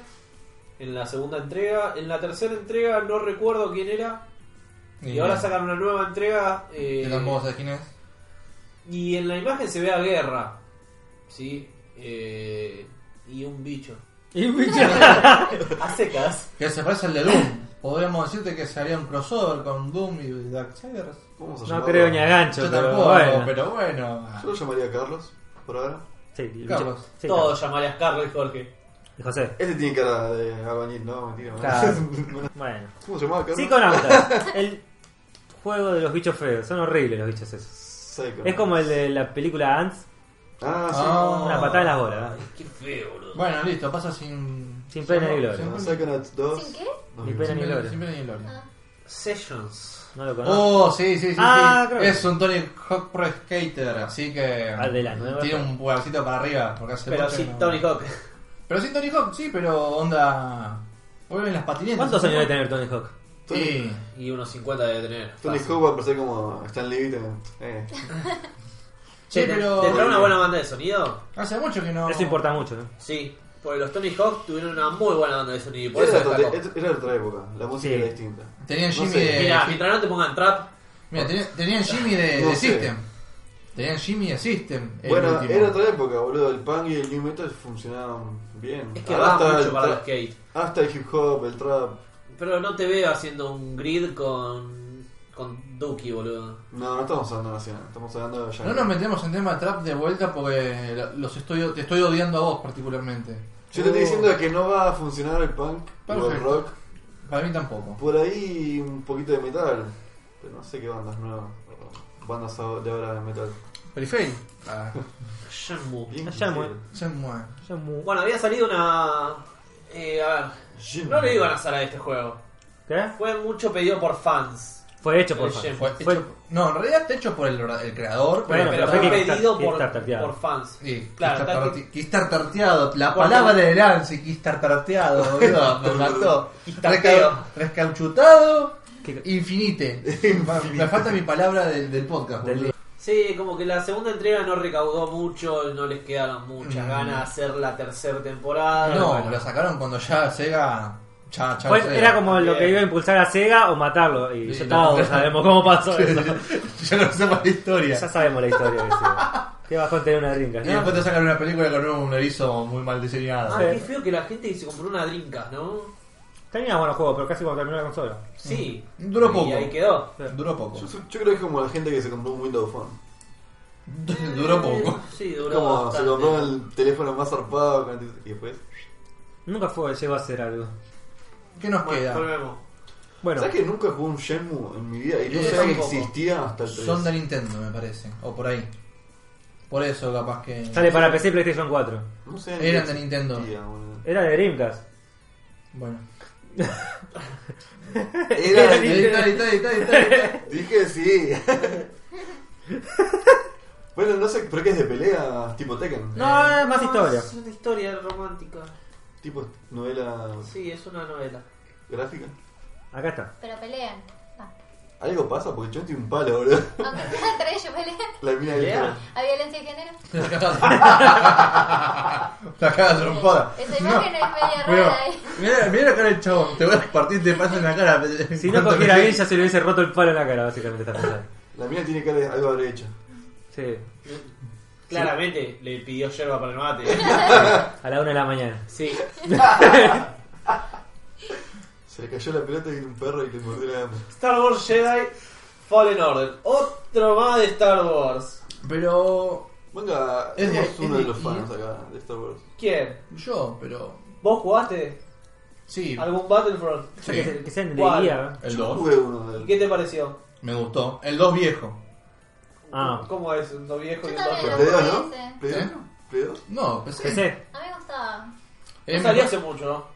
Speaker 4: En la segunda entrega. En la tercera entrega no recuerdo quién era. Y
Speaker 2: Eh,
Speaker 4: ahora sacan una nueva entrega. eh,
Speaker 2: Que tampoco sabes quién es.
Speaker 4: y en la imagen se ve a Guerra. ¿Sí? Eh, y un bicho.
Speaker 3: Y un bicho.
Speaker 4: A secas.
Speaker 2: Que se parece al de Doom. Podríamos decirte que se haría un crossover con Doom y Darksiders.
Speaker 1: ¿Cómo se
Speaker 3: No creo ni a gancho,
Speaker 2: Yo
Speaker 3: pero
Speaker 2: tampoco,
Speaker 3: bueno.
Speaker 2: pero bueno.
Speaker 1: Yo lo llamaría Carlos, por ahora.
Speaker 3: Sí, el bicho.
Speaker 2: Carlos.
Speaker 3: Sí,
Speaker 4: Todo
Speaker 3: Carlos.
Speaker 4: llamarías Carlos y Jorge.
Speaker 3: Y José.
Speaker 1: Este tiene cara de albañil, no, mentira.
Speaker 3: Claro.
Speaker 1: ¿no?
Speaker 3: Bueno.
Speaker 1: ¿Cómo se llamaba Carlos?
Speaker 3: Psiconautas. El juego de los bichos feos. Son horribles los bichos esos.
Speaker 1: Psycho.
Speaker 3: Es como el de la película Ants.
Speaker 1: Ah, sí.
Speaker 2: Ah.
Speaker 3: Una patada en las bolas.
Speaker 4: Ay, qué feo, boludo.
Speaker 2: Bueno, listo, pasa sin.
Speaker 3: Sin pena ni gloria.
Speaker 1: No, Psychonauts 2.
Speaker 6: ¿Sin qué?
Speaker 1: No,
Speaker 3: Ni
Speaker 1: no.
Speaker 3: pena
Speaker 2: Sin
Speaker 3: ni
Speaker 2: pena-
Speaker 3: gloria.
Speaker 2: sin pena ni gloria.
Speaker 6: Ah.
Speaker 4: Sessions.
Speaker 3: No lo conozco.
Speaker 2: Oh, sí, sí, sí.
Speaker 3: Ah,
Speaker 2: sí.
Speaker 3: creo que-
Speaker 2: Es un Tony Hawk Pro Skater, así que.
Speaker 3: Ah, de la nueva.
Speaker 2: Tiene un pulgarcito para arriba. Porque hace
Speaker 4: Pero
Speaker 2: mucho
Speaker 4: sí,
Speaker 2: que no-
Speaker 4: Tony Hawk.
Speaker 2: Pero sí, Tony Hawk, sí, pero onda. Vuelven las patinetas.
Speaker 3: ¿Cuántos años debe tener Tony Hawk?
Speaker 2: Sí.
Speaker 4: Y unos 50 debe tener.
Speaker 1: Tony
Speaker 4: Fácil.
Speaker 1: Hawk va a parecer como Stan Lee. ¿viste? Eh.
Speaker 2: Sí,
Speaker 4: Che, ¿te-
Speaker 2: pero.
Speaker 4: ¿Te trae una buena banda de sonido?
Speaker 2: Hace mucho que no.
Speaker 3: Eso importa mucho, ¿no?
Speaker 4: Sí, porque los Tony Hawk tuvieron una muy buena banda de sonido. y Por eso
Speaker 1: Era, otra,
Speaker 4: destacó.
Speaker 1: era otra época, la música
Speaker 3: Sí.
Speaker 1: era distinta.
Speaker 2: Tenían
Speaker 1: No
Speaker 2: Jimmy
Speaker 1: sé,
Speaker 2: de.
Speaker 4: Mira, mientras no te pongan trap,
Speaker 2: Mira, tenían, tenían Jimmy de,
Speaker 1: No
Speaker 2: de
Speaker 1: sé.
Speaker 2: System. Tenían Jimmy de System. el
Speaker 1: Bueno,
Speaker 2: último.
Speaker 1: era otra época, boludo. El punk y el new metal funcionaban bien.
Speaker 4: es que
Speaker 1: Hasta
Speaker 4: va
Speaker 1: el
Speaker 4: mucho para
Speaker 1: tra-
Speaker 4: el skate.
Speaker 1: Hasta el hip hop, el trap.
Speaker 4: Pero no te veo haciendo un grid con, con Duki, boludo.
Speaker 1: No, no estamos hablando de nacional, estamos hablando de ya.
Speaker 2: No nos metemos en tema trap de vuelta porque lo- los estoy, te estoy odiando a vos particularmente.
Speaker 1: Yo te estoy diciendo que no va a funcionar el punk o el
Speaker 2: Perfecto.
Speaker 1: rock.
Speaker 2: Para mí tampoco.
Speaker 1: Por ahí un poquito de metal, pero no sé qué bandas nuevas. bandas de ahora de metal.
Speaker 2: Periférico. Ah,
Speaker 4: Shenmue.
Speaker 1: Bien,
Speaker 3: Ya muere.
Speaker 2: se mueve.
Speaker 3: Yo mu-
Speaker 4: Bueno, había salido una. eh, a ver. No le iban a hacer a este juego.
Speaker 3: ¿Qué?
Speaker 4: Fue mucho pedido por fans.
Speaker 3: Fue hecho por
Speaker 4: El
Speaker 3: fans.
Speaker 4: Shenmue.
Speaker 2: Fue hecho-
Speaker 3: Fue-
Speaker 2: no, en realidad está hecho por el, el creador.
Speaker 3: Bueno,
Speaker 4: Pero
Speaker 3: pero
Speaker 4: fue
Speaker 3: fue
Speaker 4: pedido
Speaker 3: Kickstarter-
Speaker 4: por,
Speaker 3: Kickstarteado.
Speaker 4: por fans.
Speaker 2: Sí,
Speaker 4: Claro,
Speaker 2: claro,
Speaker 4: tal-
Speaker 2: estar tarteado, la
Speaker 4: Bueno.
Speaker 2: palabra de Lance, estar tarteado, boludo, me mató.
Speaker 4: Quistarteo.
Speaker 2: Resca- Rescauchutado,
Speaker 3: ¿Qué-
Speaker 2: infinite. me falta mi palabra del, del podcast,
Speaker 3: Del-
Speaker 2: boludo.
Speaker 4: Sí, como que la segunda entrega no recaudó mucho, no les quedaron muchas
Speaker 2: Mm.
Speaker 4: ganas de hacer la tercera temporada.
Speaker 2: No,
Speaker 4: Bueno,
Speaker 2: lo sacaron cuando ya Sega. Ya, ya
Speaker 3: Fue-
Speaker 2: Sega.
Speaker 3: era como lo que
Speaker 4: Bien.
Speaker 3: iba a impulsar a Sega o matarlo. Y
Speaker 2: Sí,
Speaker 3: ya todos
Speaker 2: no.
Speaker 3: sabemos cómo pasó eso.
Speaker 2: ya no sé más la historia.
Speaker 3: ya sabemos la historia de Sega. Qué bajón tener una gringa.
Speaker 2: Y después te sacan una película con un erizo muy mal diseñado.
Speaker 4: Ah,
Speaker 3: Sí.
Speaker 4: qué feo que la gente se compró una drinkas, ¿no?
Speaker 3: Tenía buenos juegos, pero casi cuando terminó la consola.
Speaker 4: Sí.
Speaker 2: Mm. Duró
Speaker 4: Y
Speaker 2: poco.
Speaker 4: ahí quedó.
Speaker 2: Duró poco.
Speaker 1: Yo, yo creo que es como la gente que se compró un Windows Phone.
Speaker 2: Duró poco.
Speaker 4: Sí, duró
Speaker 1: Como se
Speaker 4: bastante.
Speaker 1: compró el teléfono más zarpado con- y después.
Speaker 3: Nunca fue, llegó a ser algo.
Speaker 2: ¿Qué nos
Speaker 4: Bueno,
Speaker 2: queda?
Speaker 4: volvemos.
Speaker 3: Bueno,
Speaker 1: ¿Sabes que nunca jugué un Shenmue en mi vida? Y no
Speaker 2: Sí,
Speaker 1: sabía que
Speaker 4: tampoco.
Speaker 1: existía hasta el 3.
Speaker 2: Son de Nintendo, me parece. O por ahí. Por eso, capaz que.
Speaker 3: sale para PC y PlayStation 4.
Speaker 1: No sé, ni
Speaker 2: Eran de
Speaker 1: existía,
Speaker 2: Nintendo.
Speaker 1: boludo.
Speaker 3: Era de Dreamcast.
Speaker 2: Bueno.
Speaker 1: Era de-
Speaker 2: Editá, editá, editá, editá.
Speaker 1: Dije sí. bueno, no sé, pero que es de pelea tipo Tekken.
Speaker 3: No, es más
Speaker 4: No,
Speaker 3: historia.
Speaker 4: Es una historia romántica.
Speaker 1: Tipo novela
Speaker 4: Sí, es una novela.
Speaker 1: gráfica.
Speaker 3: Acá está.
Speaker 6: Pero pelean. No.
Speaker 1: Algo pasa porque yo estoy un palo, boludo.
Speaker 6: Aunque entre ellos pelean.
Speaker 1: La mina que
Speaker 4: ¿Pelea?
Speaker 1: está-
Speaker 6: ¿Hay violencia de género?
Speaker 2: La caga- La caga trompada.
Speaker 6: Esa
Speaker 2: No. Ah,
Speaker 6: imagen Este es media
Speaker 2: Pero,
Speaker 6: rara eh. ahí.
Speaker 2: Mirá, mirá la cara del chabón, te voy a partir de paso en la cara.
Speaker 3: Si no cogiera bien, ya se le hubiese roto el palo en la cara, básicamente. Esta persona.
Speaker 1: La mina tiene cara de algo haber hecho.
Speaker 3: sí,
Speaker 4: Claramente le pidió yerba para el mate.
Speaker 3: a la una de la mañana.
Speaker 4: Sí.
Speaker 1: Se le cayó la pelota y un perro y le mordió la gamba.
Speaker 4: Star Wars Jedi Fallen Order. Otro más de Star Wars.
Speaker 2: Pero.
Speaker 1: Venga,
Speaker 2: Es de-
Speaker 1: somos
Speaker 2: es
Speaker 1: uno
Speaker 2: de
Speaker 1: de los
Speaker 2: EA.
Speaker 1: fans acá de Star Wars.
Speaker 4: ¿Quién?
Speaker 2: Yo, pero.
Speaker 4: ¿Vos jugaste
Speaker 2: Sí.
Speaker 4: algún Battlefront?
Speaker 3: O sea, que, se- que sean de
Speaker 4: ¿Cuál?
Speaker 3: guía.
Speaker 2: El
Speaker 1: Yo
Speaker 2: 2.
Speaker 1: jugué uno de
Speaker 4: ¿Y qué te pareció?
Speaker 2: Me gustó. El 2 viejo.
Speaker 3: Ah,
Speaker 4: ¿Cómo es? ¿Un viejo y
Speaker 6: Yo
Speaker 4: un
Speaker 6: también
Speaker 4: Battlefront?
Speaker 6: lo
Speaker 1: Play
Speaker 6: jugué
Speaker 1: 2, ¿no?
Speaker 6: ese.
Speaker 1: Play 2,
Speaker 2: ¿Eh?
Speaker 1: ¿no? Play 2.
Speaker 2: No, pues, pensé.
Speaker 3: PC.
Speaker 6: A mí me gustaba.
Speaker 4: No
Speaker 2: Es
Speaker 4: salió
Speaker 2: mejor-
Speaker 4: hace mucho, ¿no?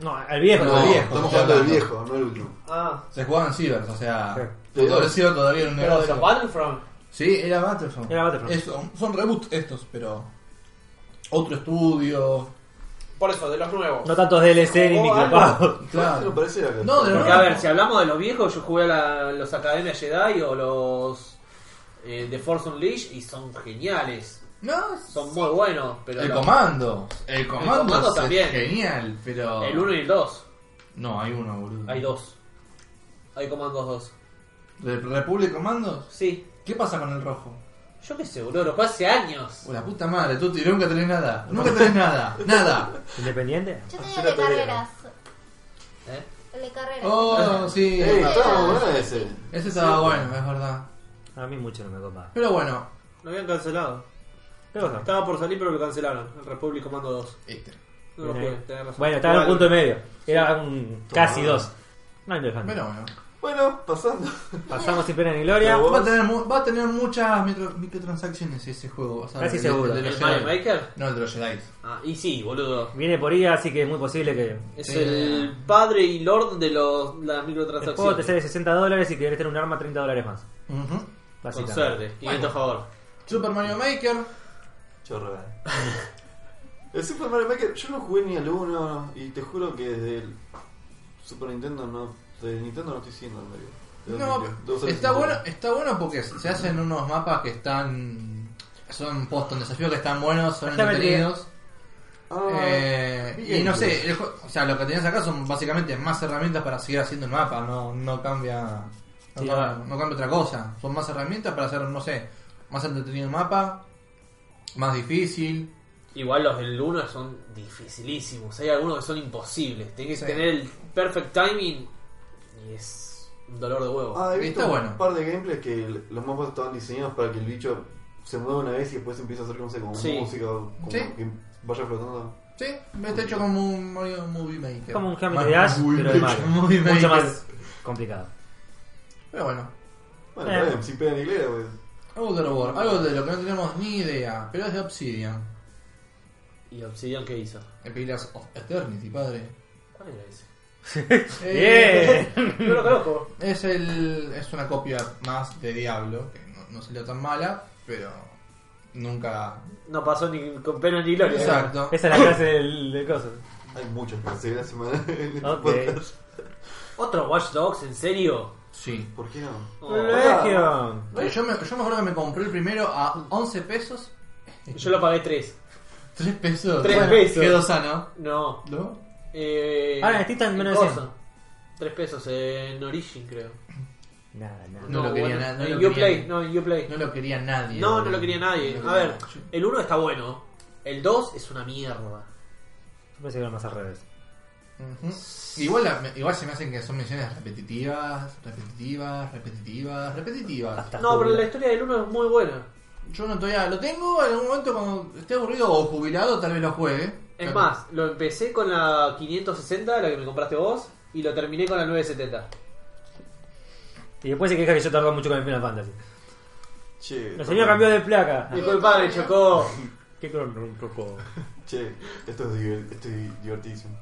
Speaker 3: No, el viejo.
Speaker 2: No, el viejo.
Speaker 1: Estamos hablando del viejo, no el último.
Speaker 4: Ah.
Speaker 2: Se jugaban cibers, o sea.
Speaker 3: Sí.
Speaker 2: Fortalecido todavía en un
Speaker 4: Pero de los
Speaker 2: negocio.
Speaker 4: Battlefront.
Speaker 2: Sí, era Battlefront.
Speaker 3: Era Battlefront.
Speaker 2: Es- son- son reboot estos, pero. Otro estudio.
Speaker 4: Por eso, de los nuevos.
Speaker 3: No tantos DLC ni
Speaker 4: Oh,
Speaker 3: micropagos.
Speaker 1: ¿Cuál se lo parece acá?
Speaker 2: No, de
Speaker 4: Porque
Speaker 2: nuevo.
Speaker 4: a ver, si hablamos de los viejos, yo jugué a la- los Academia Jedi o los eh, de Force Unleashed y son geniales.
Speaker 2: No,
Speaker 4: Son muy buenos, pero
Speaker 2: El
Speaker 4: los-
Speaker 2: comando. El comando,
Speaker 4: comando
Speaker 2: es
Speaker 4: también.
Speaker 2: genial, pero.
Speaker 4: el 1 y el 2.
Speaker 2: No, hay uno, boludo.
Speaker 4: Hay dos. Hay comandos dos.
Speaker 2: ¿De Republic Commandos?
Speaker 4: Sí.
Speaker 2: ¿Qué pasa con el rojo?
Speaker 4: Yo qué sé, boludo, lo jugué hace años.
Speaker 2: Oh, la puta madre, tú y nunca tenés nada. Nunca tenés nada. Nada.
Speaker 3: ¿Independiente?
Speaker 6: Yo tenía
Speaker 1: Hacer
Speaker 6: el
Speaker 1: la
Speaker 6: de
Speaker 1: tarea.
Speaker 6: carreras.
Speaker 4: ¿Eh?
Speaker 6: El de carreras.
Speaker 2: Oh, sí.
Speaker 1: Ey, estaba
Speaker 6: Ah.
Speaker 1: bueno ese.
Speaker 2: Ese estaba bueno, es verdad.
Speaker 3: A mí mucho no me copa.
Speaker 2: Pero bueno.
Speaker 4: Lo habían cancelado.
Speaker 3: ¿Qué cosa?
Speaker 4: Estaba por salir, pero lo cancelaron. El Republic Comando 2.
Speaker 2: Este.
Speaker 4: No lo jugué, tenés razón.
Speaker 3: Bueno, estaba en un
Speaker 4: Igual,
Speaker 3: punto medio. Era un casi
Speaker 1: Toma.
Speaker 3: dos. No interesante.
Speaker 2: Pero bueno.
Speaker 1: Bueno, pasando.
Speaker 3: Pasamos sin pena ni gloria.
Speaker 1: Pero vos-
Speaker 2: Va a tener, mu- va a tener muchas micro- microtransacciones ese juego. vas a ver,
Speaker 3: Casi
Speaker 2: el de-
Speaker 3: seguro.
Speaker 2: el de los
Speaker 4: ¿El Mario
Speaker 2: Jedi.
Speaker 4: Maker?
Speaker 2: No, el de los Jedi.
Speaker 4: Ah, y sí, boludo.
Speaker 3: Viene por IA, así que es muy posible que.
Speaker 4: Es
Speaker 2: Sí.
Speaker 4: el padre y lord de los, las
Speaker 3: El juego te
Speaker 4: microtransacciones.
Speaker 3: sale 60 dólares y querés tener un arma 30 dólares más.
Speaker 2: Ujú.
Speaker 4: Con
Speaker 3: Básicamente.
Speaker 4: suerte. Y
Speaker 2: Bueno.
Speaker 4: esto a favor.
Speaker 2: Super Mario Maker.
Speaker 1: Chorra. eh. El Super Mario Maker, yo no jugué ni al 1 y te juro que desde el Super Nintendo no. Desde Nintendo no estoy siendo el Mario. Desde
Speaker 2: No,
Speaker 1: el- dos años
Speaker 2: está
Speaker 1: sin
Speaker 2: bueno,
Speaker 1: jugar.
Speaker 2: está bueno porque se hacen unos mapas que están. Son post un desafío que están buenos, son
Speaker 3: Está Oh,
Speaker 2: entretenidos.
Speaker 1: Ah,
Speaker 2: Eh,
Speaker 1: bien,
Speaker 2: y no
Speaker 1: bien.
Speaker 2: sé, el jue- o sea, lo que tenías acá son básicamente más herramientas para seguir haciendo el mapa, no, no cambia no,
Speaker 3: Sí,
Speaker 2: cambia,
Speaker 3: ahora-
Speaker 2: no cambia otra cosa. Son más herramientas para hacer, no sé, más entretenido el mapa, más difícil.
Speaker 4: Igual los del 1 son dificilísimos. Hay algunos que son imposibles. Tenés que
Speaker 2: Sí.
Speaker 4: tener el perfect timing y es un dolor de huevo.
Speaker 3: Oh,
Speaker 1: Ah, he visto
Speaker 2: Está
Speaker 1: un
Speaker 2: bueno.
Speaker 1: par de gameplays que el- los mapas estaban diseñados para que el bicho se mueva una vez y después empieza a hacer, no sé, como
Speaker 4: Sí.
Speaker 1: música o como
Speaker 2: Sí.
Speaker 1: que vaya flotando.
Speaker 2: Sí, está hecho como un Mario Movie Maker.
Speaker 3: Como un Hammer
Speaker 2: Más-
Speaker 3: Dash,
Speaker 2: Movie
Speaker 3: pero de
Speaker 2: Maker,
Speaker 3: Mario.
Speaker 2: Movie
Speaker 3: Mucho
Speaker 2: Maker.
Speaker 3: más complicado.
Speaker 2: Pero bueno,
Speaker 1: Bueno,
Speaker 3: Eh.
Speaker 1: está bien, sin pena ni gloria, pues.
Speaker 2: Overworld, algo de lo que no tenemos ni idea, pero es de Obsidian.
Speaker 4: ¿Y Obsidian qué hizo?
Speaker 2: El Pillars of Eternity, padre.
Speaker 4: ¿Cuál era ese?
Speaker 2: Eh,
Speaker 4: No lo conozco.
Speaker 2: es el es una copia más de Diablo, que no, no salió tan mala, pero nunca.
Speaker 4: No pasó ni con pena ni gloria.
Speaker 2: Exacto.
Speaker 3: Esa es la clase del, del coso.
Speaker 1: Hay muchos que se la semana en este
Speaker 3: Ok.
Speaker 1: podcast.
Speaker 4: ¿Otro Watch Dogs? ¿En serio?
Speaker 2: Sí. Eh,
Speaker 1: ¿Por qué no?
Speaker 3: Privilegio.
Speaker 2: Yo me, yo me acuerdo que me compré el primero a 11 pesos.
Speaker 4: Yo lo pagué 3.
Speaker 2: 3 pesos.
Speaker 4: Tres
Speaker 2: Bueno,
Speaker 4: pesos.
Speaker 2: Quedó sano.
Speaker 4: No.
Speaker 2: ¿No?
Speaker 4: Eh,
Speaker 3: Ahora en Steam está en menos de 100.
Speaker 4: 3 pesos en Origin, creo.
Speaker 3: Nada, nada.
Speaker 2: No lo quería na- no
Speaker 4: en
Speaker 2: lo
Speaker 4: Uplay,
Speaker 2: quería-
Speaker 4: no, en Uplay.
Speaker 2: No lo quería nadie.
Speaker 4: No, no
Speaker 2: boludo.
Speaker 4: lo quería nadie.
Speaker 2: No lo
Speaker 4: A
Speaker 2: quería
Speaker 4: ver,
Speaker 2: nadie.
Speaker 4: el 1 está bueno. El 2 es una mierda.
Speaker 3: Yo pensé que era más al revés.
Speaker 2: Ujú. Igual, la- igual se me hacen que son misiones repetitivas, repetitivas, repetitivas, repetitivas.
Speaker 3: Hasta
Speaker 4: No, pero
Speaker 3: jubilar.
Speaker 4: la historia del 1 es muy buena.
Speaker 2: Yo no todavía lo tengo, en algún momento cuando esté aburrido o jubilado tal vez lo juegue.
Speaker 4: Es
Speaker 2: Claro.
Speaker 4: más, lo empecé con la 560, la que me compraste vos, y lo terminé con la 970.
Speaker 3: Y después se queja que yo tardo mucho con el Final Fantasy.
Speaker 1: Che.
Speaker 3: El señor cambió de placa.
Speaker 4: Mi compadre chocó.
Speaker 3: Qué cronco.
Speaker 1: Che, esto es, diver- esto es divertidísimo.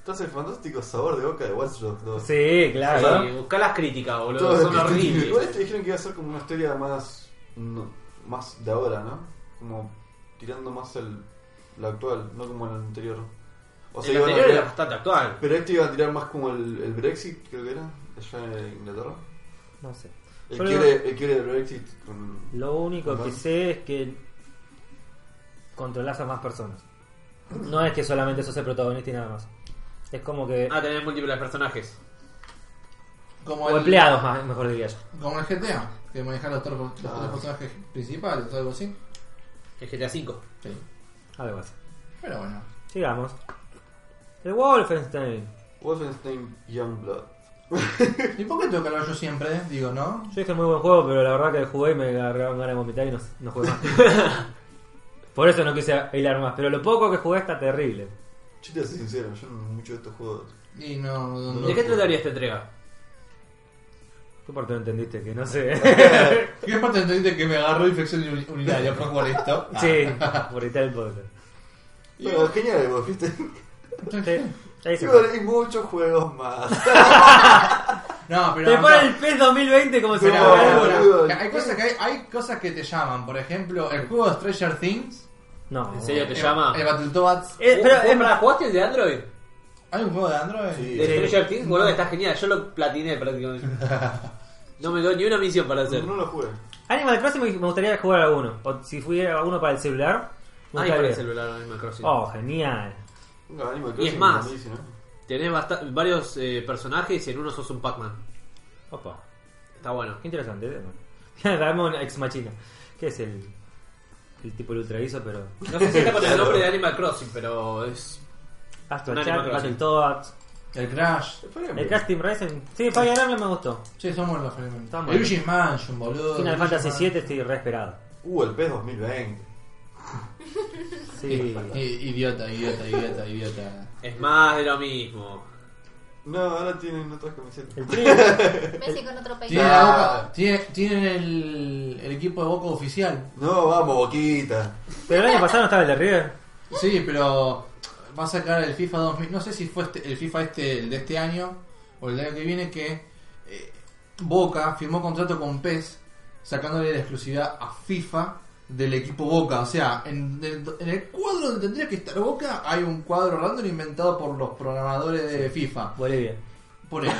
Speaker 1: Estás el fantástico sabor de boca de Watch Dogs 2.
Speaker 3: Sí, claro.
Speaker 4: Sí, buscá las críticas, boludo.
Speaker 1: Todo
Speaker 4: Son
Speaker 1: lo que- Igual
Speaker 4: horribles.
Speaker 1: te dijeron que iba a ser como una historia más. no, más de ahora, ¿no? Como tirando más el, lo actual, no como el anterior. O
Speaker 4: el
Speaker 1: iban a
Speaker 4: anterior era
Speaker 1: tirar-
Speaker 4: bastante actual.
Speaker 1: Pero este iba a tirar más como el, el Brexit, creo que era, allá en Inglaterra.
Speaker 3: No sé.
Speaker 1: El
Speaker 3: Solo-
Speaker 1: quiere, el quiere el Brexit con.
Speaker 3: Lo único
Speaker 1: Ajá.
Speaker 3: que sé es que controlás a más personas. No es que solamente sos el protagonista y nada más. Es como que.
Speaker 4: Ah, tenés múltiples personajes.
Speaker 2: Como
Speaker 3: O empleados, más, mejor diría yo.
Speaker 2: Como el GTA, que manejar los, otros- los
Speaker 1: Claro.
Speaker 4: Ah.
Speaker 2: otros personajes principales o algo así.
Speaker 4: El GTA V.
Speaker 2: Sí.
Speaker 3: Algo así.
Speaker 2: Pero bueno.
Speaker 3: Sigamos. El Wolfenstein.
Speaker 1: Wolfenstein Youngblood.
Speaker 2: ¿Y por qué tengo que hablar yo siempre? Digo, ¿no?
Speaker 3: Yo dije muy buen juego, pero la verdad que jugué y me agarraron ganas de vomitar y no, no jugué más. Por eso no quise hilar más. Pero lo poco que jugué está terrible.
Speaker 1: Yo te voy a ser sincero, yo no mucho de estos juegos.
Speaker 2: Y no... no- no.
Speaker 4: ¿De qué trataría esta entrega?
Speaker 3: ¿Qué parte no entendiste? Que no sé.
Speaker 2: ¿Qué parte entendiste que me agarró infección uni- urinaria por jugar esto?
Speaker 3: sí, por editar el podcast.
Speaker 1: Y bueno, genial el juego, ¿viste?
Speaker 2: Ah.
Speaker 3: Sí, ahí se
Speaker 1: Y
Speaker 3: fue.
Speaker 1: bueno, hay muchos juegos más.
Speaker 2: No, pero...
Speaker 3: Te pone
Speaker 2: no.
Speaker 3: el PES 2020 como si
Speaker 2: Pero,
Speaker 1: No,
Speaker 3: fuera
Speaker 2: bueno,
Speaker 3: una-
Speaker 1: boludo.
Speaker 2: hay cosas que hay, hay cosas que te llaman, por ejemplo, el juego de Stranger Things,
Speaker 3: No.
Speaker 4: ¿En serio te
Speaker 2: el,
Speaker 4: llama?
Speaker 2: el Battletoads.
Speaker 3: Eh, pero es
Speaker 4: para jugaste el de Android?
Speaker 2: ¿Hay un juego de Android?
Speaker 1: Sí.
Speaker 4: De Stranger Things, boludo, está genial. Yo lo platiné prácticamente. No me quedó ni una misión para hacer.
Speaker 1: No lo jugué.
Speaker 3: Animal Crossing me me gustaría jugar alguno. O si fuera alguno para el celular, me
Speaker 4: Ahí Ah, para
Speaker 3: gustaría.
Speaker 4: el celular Animal Crossing.
Speaker 3: Oh, genial.
Speaker 1: Nunca Animal
Speaker 4: Y es
Speaker 1: Crossing,
Speaker 4: más.
Speaker 1: como dice, ¿no?
Speaker 4: Tenés basta- varios eh, personajes y en uno sos un Pac-Man.
Speaker 3: Opa,
Speaker 4: Está bueno.
Speaker 3: qué interesante. ¿eh? Dragon Ex Machina. ¿Qué es el, el tipo el ultraviso? Pero.
Speaker 4: No sé si está con el nombre de Animal Crossing, pero es.
Speaker 3: Astro
Speaker 4: Un Animal
Speaker 3: Chat,
Speaker 4: Crossing.
Speaker 3: Battletoads.
Speaker 2: El Crash.
Speaker 1: Por ejemplo.
Speaker 3: El Casting Racing. Sí, Fire Emblem me gustó.
Speaker 2: Sí, somos los fenómenos.
Speaker 3: Estamos
Speaker 2: El Luigi's Mansion, boludo. Luigi's
Speaker 3: Final Fantasy
Speaker 2: Mansion.
Speaker 3: VII estoy re esperado.
Speaker 1: Uh, el PES 2020.
Speaker 3: Sí.
Speaker 2: I- Idiota, idiota, idiota, idiota.
Speaker 4: Es más de lo mismo.
Speaker 1: No, ahora tienen otras camisetas.
Speaker 3: El trío.
Speaker 6: Messi con otro
Speaker 2: Tienen,
Speaker 6: peinado.
Speaker 2: la
Speaker 1: Ah.
Speaker 2: boca- tiene- tienen el, el equipo de Boca oficial.
Speaker 1: No, vamos, boquita.
Speaker 3: Pero el año pasado no estaba el de River.
Speaker 2: Sí, pero va a sacar el FIFA 2000. No sé si fue este- el FIFA este el de este año o el del año que viene que eh, Boca firmó contrato con PES sacándole la exclusividad a FIFA del equipo Boca. O sea, en, el, en el cuadro donde tendría que estar Boca hay un cuadro random inventado por los programadores de FIFA.
Speaker 3: Bolivia.
Speaker 2: Por él.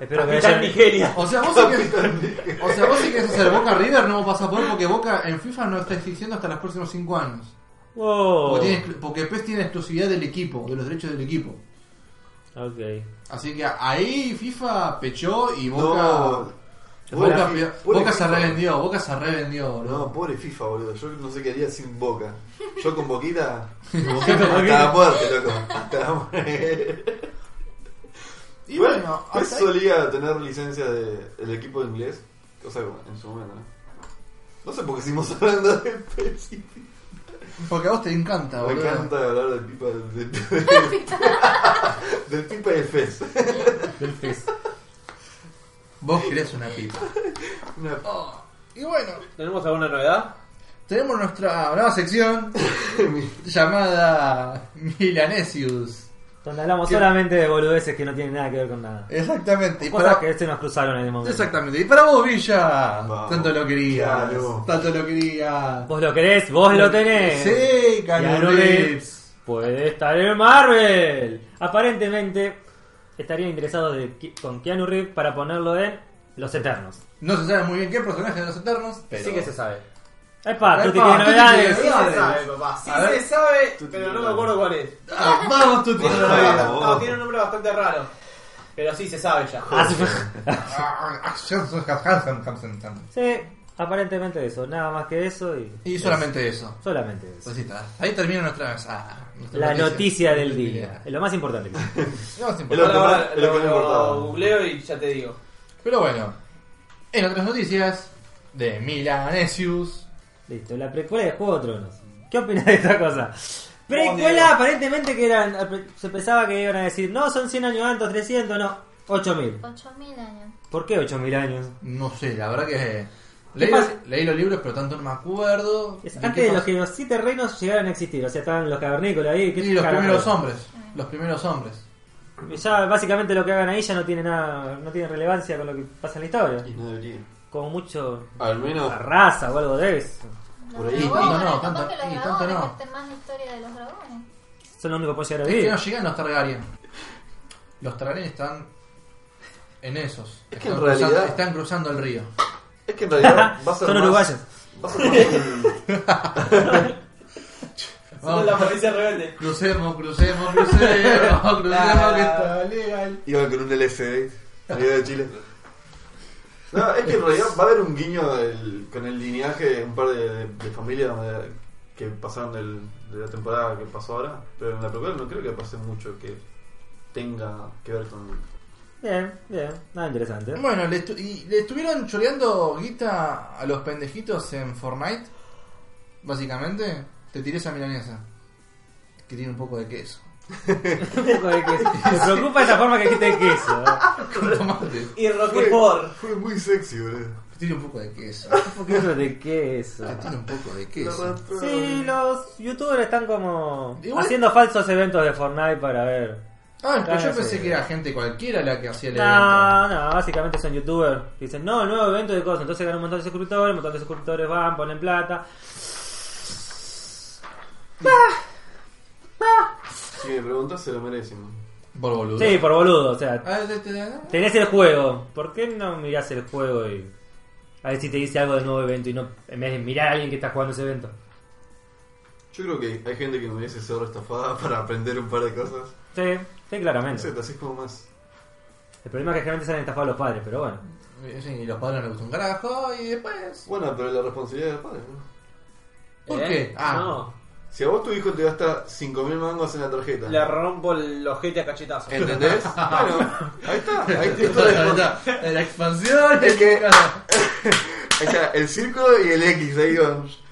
Speaker 3: Espero que
Speaker 4: Está en
Speaker 3: haya.
Speaker 4: Nigeria.
Speaker 2: O sea, vos sí que o sea, vos sí querés hacer Boca River, no vas a poder porque Boca en FIFA no está exigiendo hasta los próximos 5 años.
Speaker 3: Wow.
Speaker 1: Oh.
Speaker 2: Porque, tiene exclu- porque PES tiene exclusividad del equipo, de los derechos del equipo.
Speaker 3: Ok.
Speaker 2: Así que ahí FIFA pechó y
Speaker 1: No.
Speaker 2: Boca.
Speaker 1: Pobre
Speaker 2: Boca,
Speaker 1: fi-
Speaker 2: pe-
Speaker 1: pobre
Speaker 2: Boca se
Speaker 1: FIFA.
Speaker 2: revendió, Boca se revendió, boludo.
Speaker 1: No, pobre FIFA, boludo. Yo no sé qué haría sin boca. Yo con boquita.
Speaker 2: Boca con
Speaker 1: hasta
Speaker 2: Boquita.
Speaker 1: la muerte, loco. Hasta la muerte.
Speaker 2: Y bueno,
Speaker 1: pues
Speaker 2: hasta ahí-
Speaker 1: solía tener licencia de- del equipo inglés. O sea, en su momento, ¿no? No sé por qué seguimos hablando de PES. y-
Speaker 2: porque a vos te encanta,
Speaker 1: Me
Speaker 2: boludo.
Speaker 1: encanta hablar del pipa del, del- del pipa y el PES.
Speaker 3: Del FES.
Speaker 2: Vos querés una pipa.
Speaker 1: Una-
Speaker 2: Y bueno,
Speaker 7: ¿Tenemos alguna novedad?
Speaker 2: tenemos nuestra nueva sección llamada Milanesius.
Speaker 3: Donde hablamos
Speaker 2: ¿Qué? Eh,
Speaker 3: solamente de boludeces que no tienen nada que ver con nada.
Speaker 2: Exactamente. Y
Speaker 3: Cosas
Speaker 2: para-
Speaker 3: que se nos cruzaron en el momento.
Speaker 2: Exactamente. Y para vos, Villa.
Speaker 1: Vamos.
Speaker 2: Tanto lo querías.
Speaker 1: Claro.
Speaker 2: Tanto lo querías.
Speaker 3: Vos lo querés, vos lo tenés.
Speaker 2: Sí,
Speaker 3: Ya lo
Speaker 2: Canulips.
Speaker 3: ves. Puede estar en Marvel. Aparentemente estaría interesado de Ki- con Keanu Reeves para ponerlo en Los Eternos.
Speaker 2: No se sabe muy bien qué personaje de los Eternos, pero.
Speaker 8: Sí que se sabe.
Speaker 3: Epa, tú
Speaker 2: Epa,
Speaker 3: tienes
Speaker 2: Tuti
Speaker 3: novedades.
Speaker 2: tiene novedades.
Speaker 1: papá.
Speaker 7: Sí
Speaker 2: A ver.
Speaker 7: se sabe,
Speaker 1: Tú
Speaker 7: pero
Speaker 1: tienes
Speaker 7: no me
Speaker 1: razón.
Speaker 7: acuerdo cuál es.
Speaker 2: Ah, vamos, tu tío.
Speaker 1: Por
Speaker 7: No,
Speaker 1: favor.
Speaker 7: no, no, tiene un nombre bastante raro. Pero sí se sabe ya.
Speaker 1: Ah,
Speaker 3: Sí, aparentemente eso. Nada más que eso y
Speaker 2: Y solamente eso.
Speaker 3: solamente eso.
Speaker 2: Pues sí, está. Ahí termina nuestra, ah, nuestra
Speaker 3: La noticia del día. Es lo más importante. que tiene.
Speaker 2: No es
Speaker 1: El
Speaker 2: importante.
Speaker 1: otro.
Speaker 7: Ahora, ahora
Speaker 1: es lo que me
Speaker 7: lo-
Speaker 1: importaba.
Speaker 7: lo googleo y ya te digo.
Speaker 2: Pero bueno, en otras noticias de Milanesius.
Speaker 3: Listo, la precuela de Juego de Tronos. ¿Qué opinas de esta cosa? Precuela
Speaker 7: Diego.
Speaker 3: aparentemente que eran... Se pensaba que iban a decir, no, son 100 años antes, 300, no, 8000.
Speaker 6: 8000 años.
Speaker 3: ¿Por qué 8000 años?
Speaker 2: No sé, la verdad que. Leí,
Speaker 3: pasa?
Speaker 2: leí los libros, pero tanto no me acuerdo.
Speaker 3: Es
Speaker 2: de
Speaker 3: antes
Speaker 2: qué
Speaker 3: de los
Speaker 2: pasó.
Speaker 3: que los siete reinos llegaran a existir, o sea, estaban los cavernícolas ahí. ¿qué
Speaker 2: Y los
Speaker 3: carajo?
Speaker 2: primeros hombres. Los primeros hombres.
Speaker 3: Ya básicamente lo que hagan ahí ya no tiene nada, no tiene relevancia con lo que pasa en la historia.
Speaker 1: Y no debería.
Speaker 3: Como mucho
Speaker 1: Al menos.
Speaker 3: la raza o algo de eso.
Speaker 6: Los
Speaker 1: Por ahí.
Speaker 2: Y
Speaker 6: dragones,
Speaker 2: tanto no,
Speaker 6: capaz
Speaker 2: tanto-
Speaker 6: que los
Speaker 2: y tanto
Speaker 6: dragones,
Speaker 2: no.
Speaker 6: cuenten más historia de los dragones.
Speaker 3: Son los únicos que pueden
Speaker 2: Es
Speaker 3: llegar a
Speaker 2: que
Speaker 3: vivir.
Speaker 2: no llegan los Targaryen. Los Targaryen están en esos.
Speaker 1: Es que en
Speaker 2: están,
Speaker 1: realidad-
Speaker 2: cruzando, están cruzando el río.
Speaker 1: Es que en realidad va a ser
Speaker 3: Son
Speaker 1: más-
Speaker 3: uruguayos.
Speaker 1: Va a ser más-
Speaker 2: Vamos.
Speaker 7: Son la policía rebelde.
Speaker 2: Crucemos, crucemos, crucemos, crucemos que está legal.
Speaker 1: Iban con un LSD. Salida de Chile. No, es que en realidad va a haber un guiño del- con el lineaje de un par de, de- de familias donde- que pasaron del- de la temporada que pasó ahora. Pero en la precuela no creo que pase mucho que tenga que ver con.
Speaker 3: Bien, bien, nada interesante.
Speaker 2: Bueno, le, estu- y le estuvieron choreando guita a los pendejitos en Fortnite. Básicamente, te tiré esa milanesa. Que tiene un poco de queso.
Speaker 3: Un poco de queso. Me preocupa esa forma que dijiste de queso. ¿eh?
Speaker 2: Con tomate.
Speaker 7: Y Roquefort.
Speaker 1: Fue muy sexy, boludo.
Speaker 2: Que tiene un poco de queso.
Speaker 3: Un poquito de queso.
Speaker 2: Que tiene un poco de
Speaker 1: La
Speaker 2: queso.
Speaker 1: rastró.
Speaker 3: Sí, los youtubers están como
Speaker 2: Igual-
Speaker 3: haciendo falsos eventos de Fortnite para ver.
Speaker 2: Ah, pero yo
Speaker 3: Claro,
Speaker 2: pensé
Speaker 3: sí.
Speaker 2: que era gente cualquiera la que hacía el evento.
Speaker 3: No, no, básicamente son youtubers. Dicen, no, nuevo evento de cosas. Entonces ganan un montón de suscriptores, un montón de suscriptores van, ponen plata.
Speaker 1: Si me preguntas, se lo merecen.
Speaker 2: Por boludo.
Speaker 3: Sí, por boludo, o sea,
Speaker 2: Ah, este- este-
Speaker 3: tenés el juego. ¿Por qué no mirás el juego y a ver si te dice algo del nuevo evento y no en vez de mirar a alguien que está jugando ese evento?
Speaker 1: Yo creo que hay gente que merece ser estafada para aprender un par de cosas.
Speaker 3: Sí, sí,
Speaker 1: No
Speaker 3: claramente.
Speaker 1: sé, te haces como más.
Speaker 3: El problema es que generalmente salen estafados los padres, pero bueno.
Speaker 2: Sí, y los padres no les gustó un carajo y después.
Speaker 1: Bueno, pero la responsabilidad del padre, ¿no?
Speaker 2: ¿Por
Speaker 7: ¿Eh?
Speaker 2: qué? Ah,
Speaker 7: No.
Speaker 1: Si a vos tu hijo te gasta 5.000 mangos en la tarjeta.
Speaker 7: Le rompo el ojete a cachetazos.
Speaker 1: ¿Entendés? bueno, ahí está. Ahí está.
Speaker 2: Esto
Speaker 1: todo
Speaker 2: de
Speaker 1: el mundo.
Speaker 2: la, de la expansión.
Speaker 1: Es que- Ahí está el círculo y el X, ahí vamos.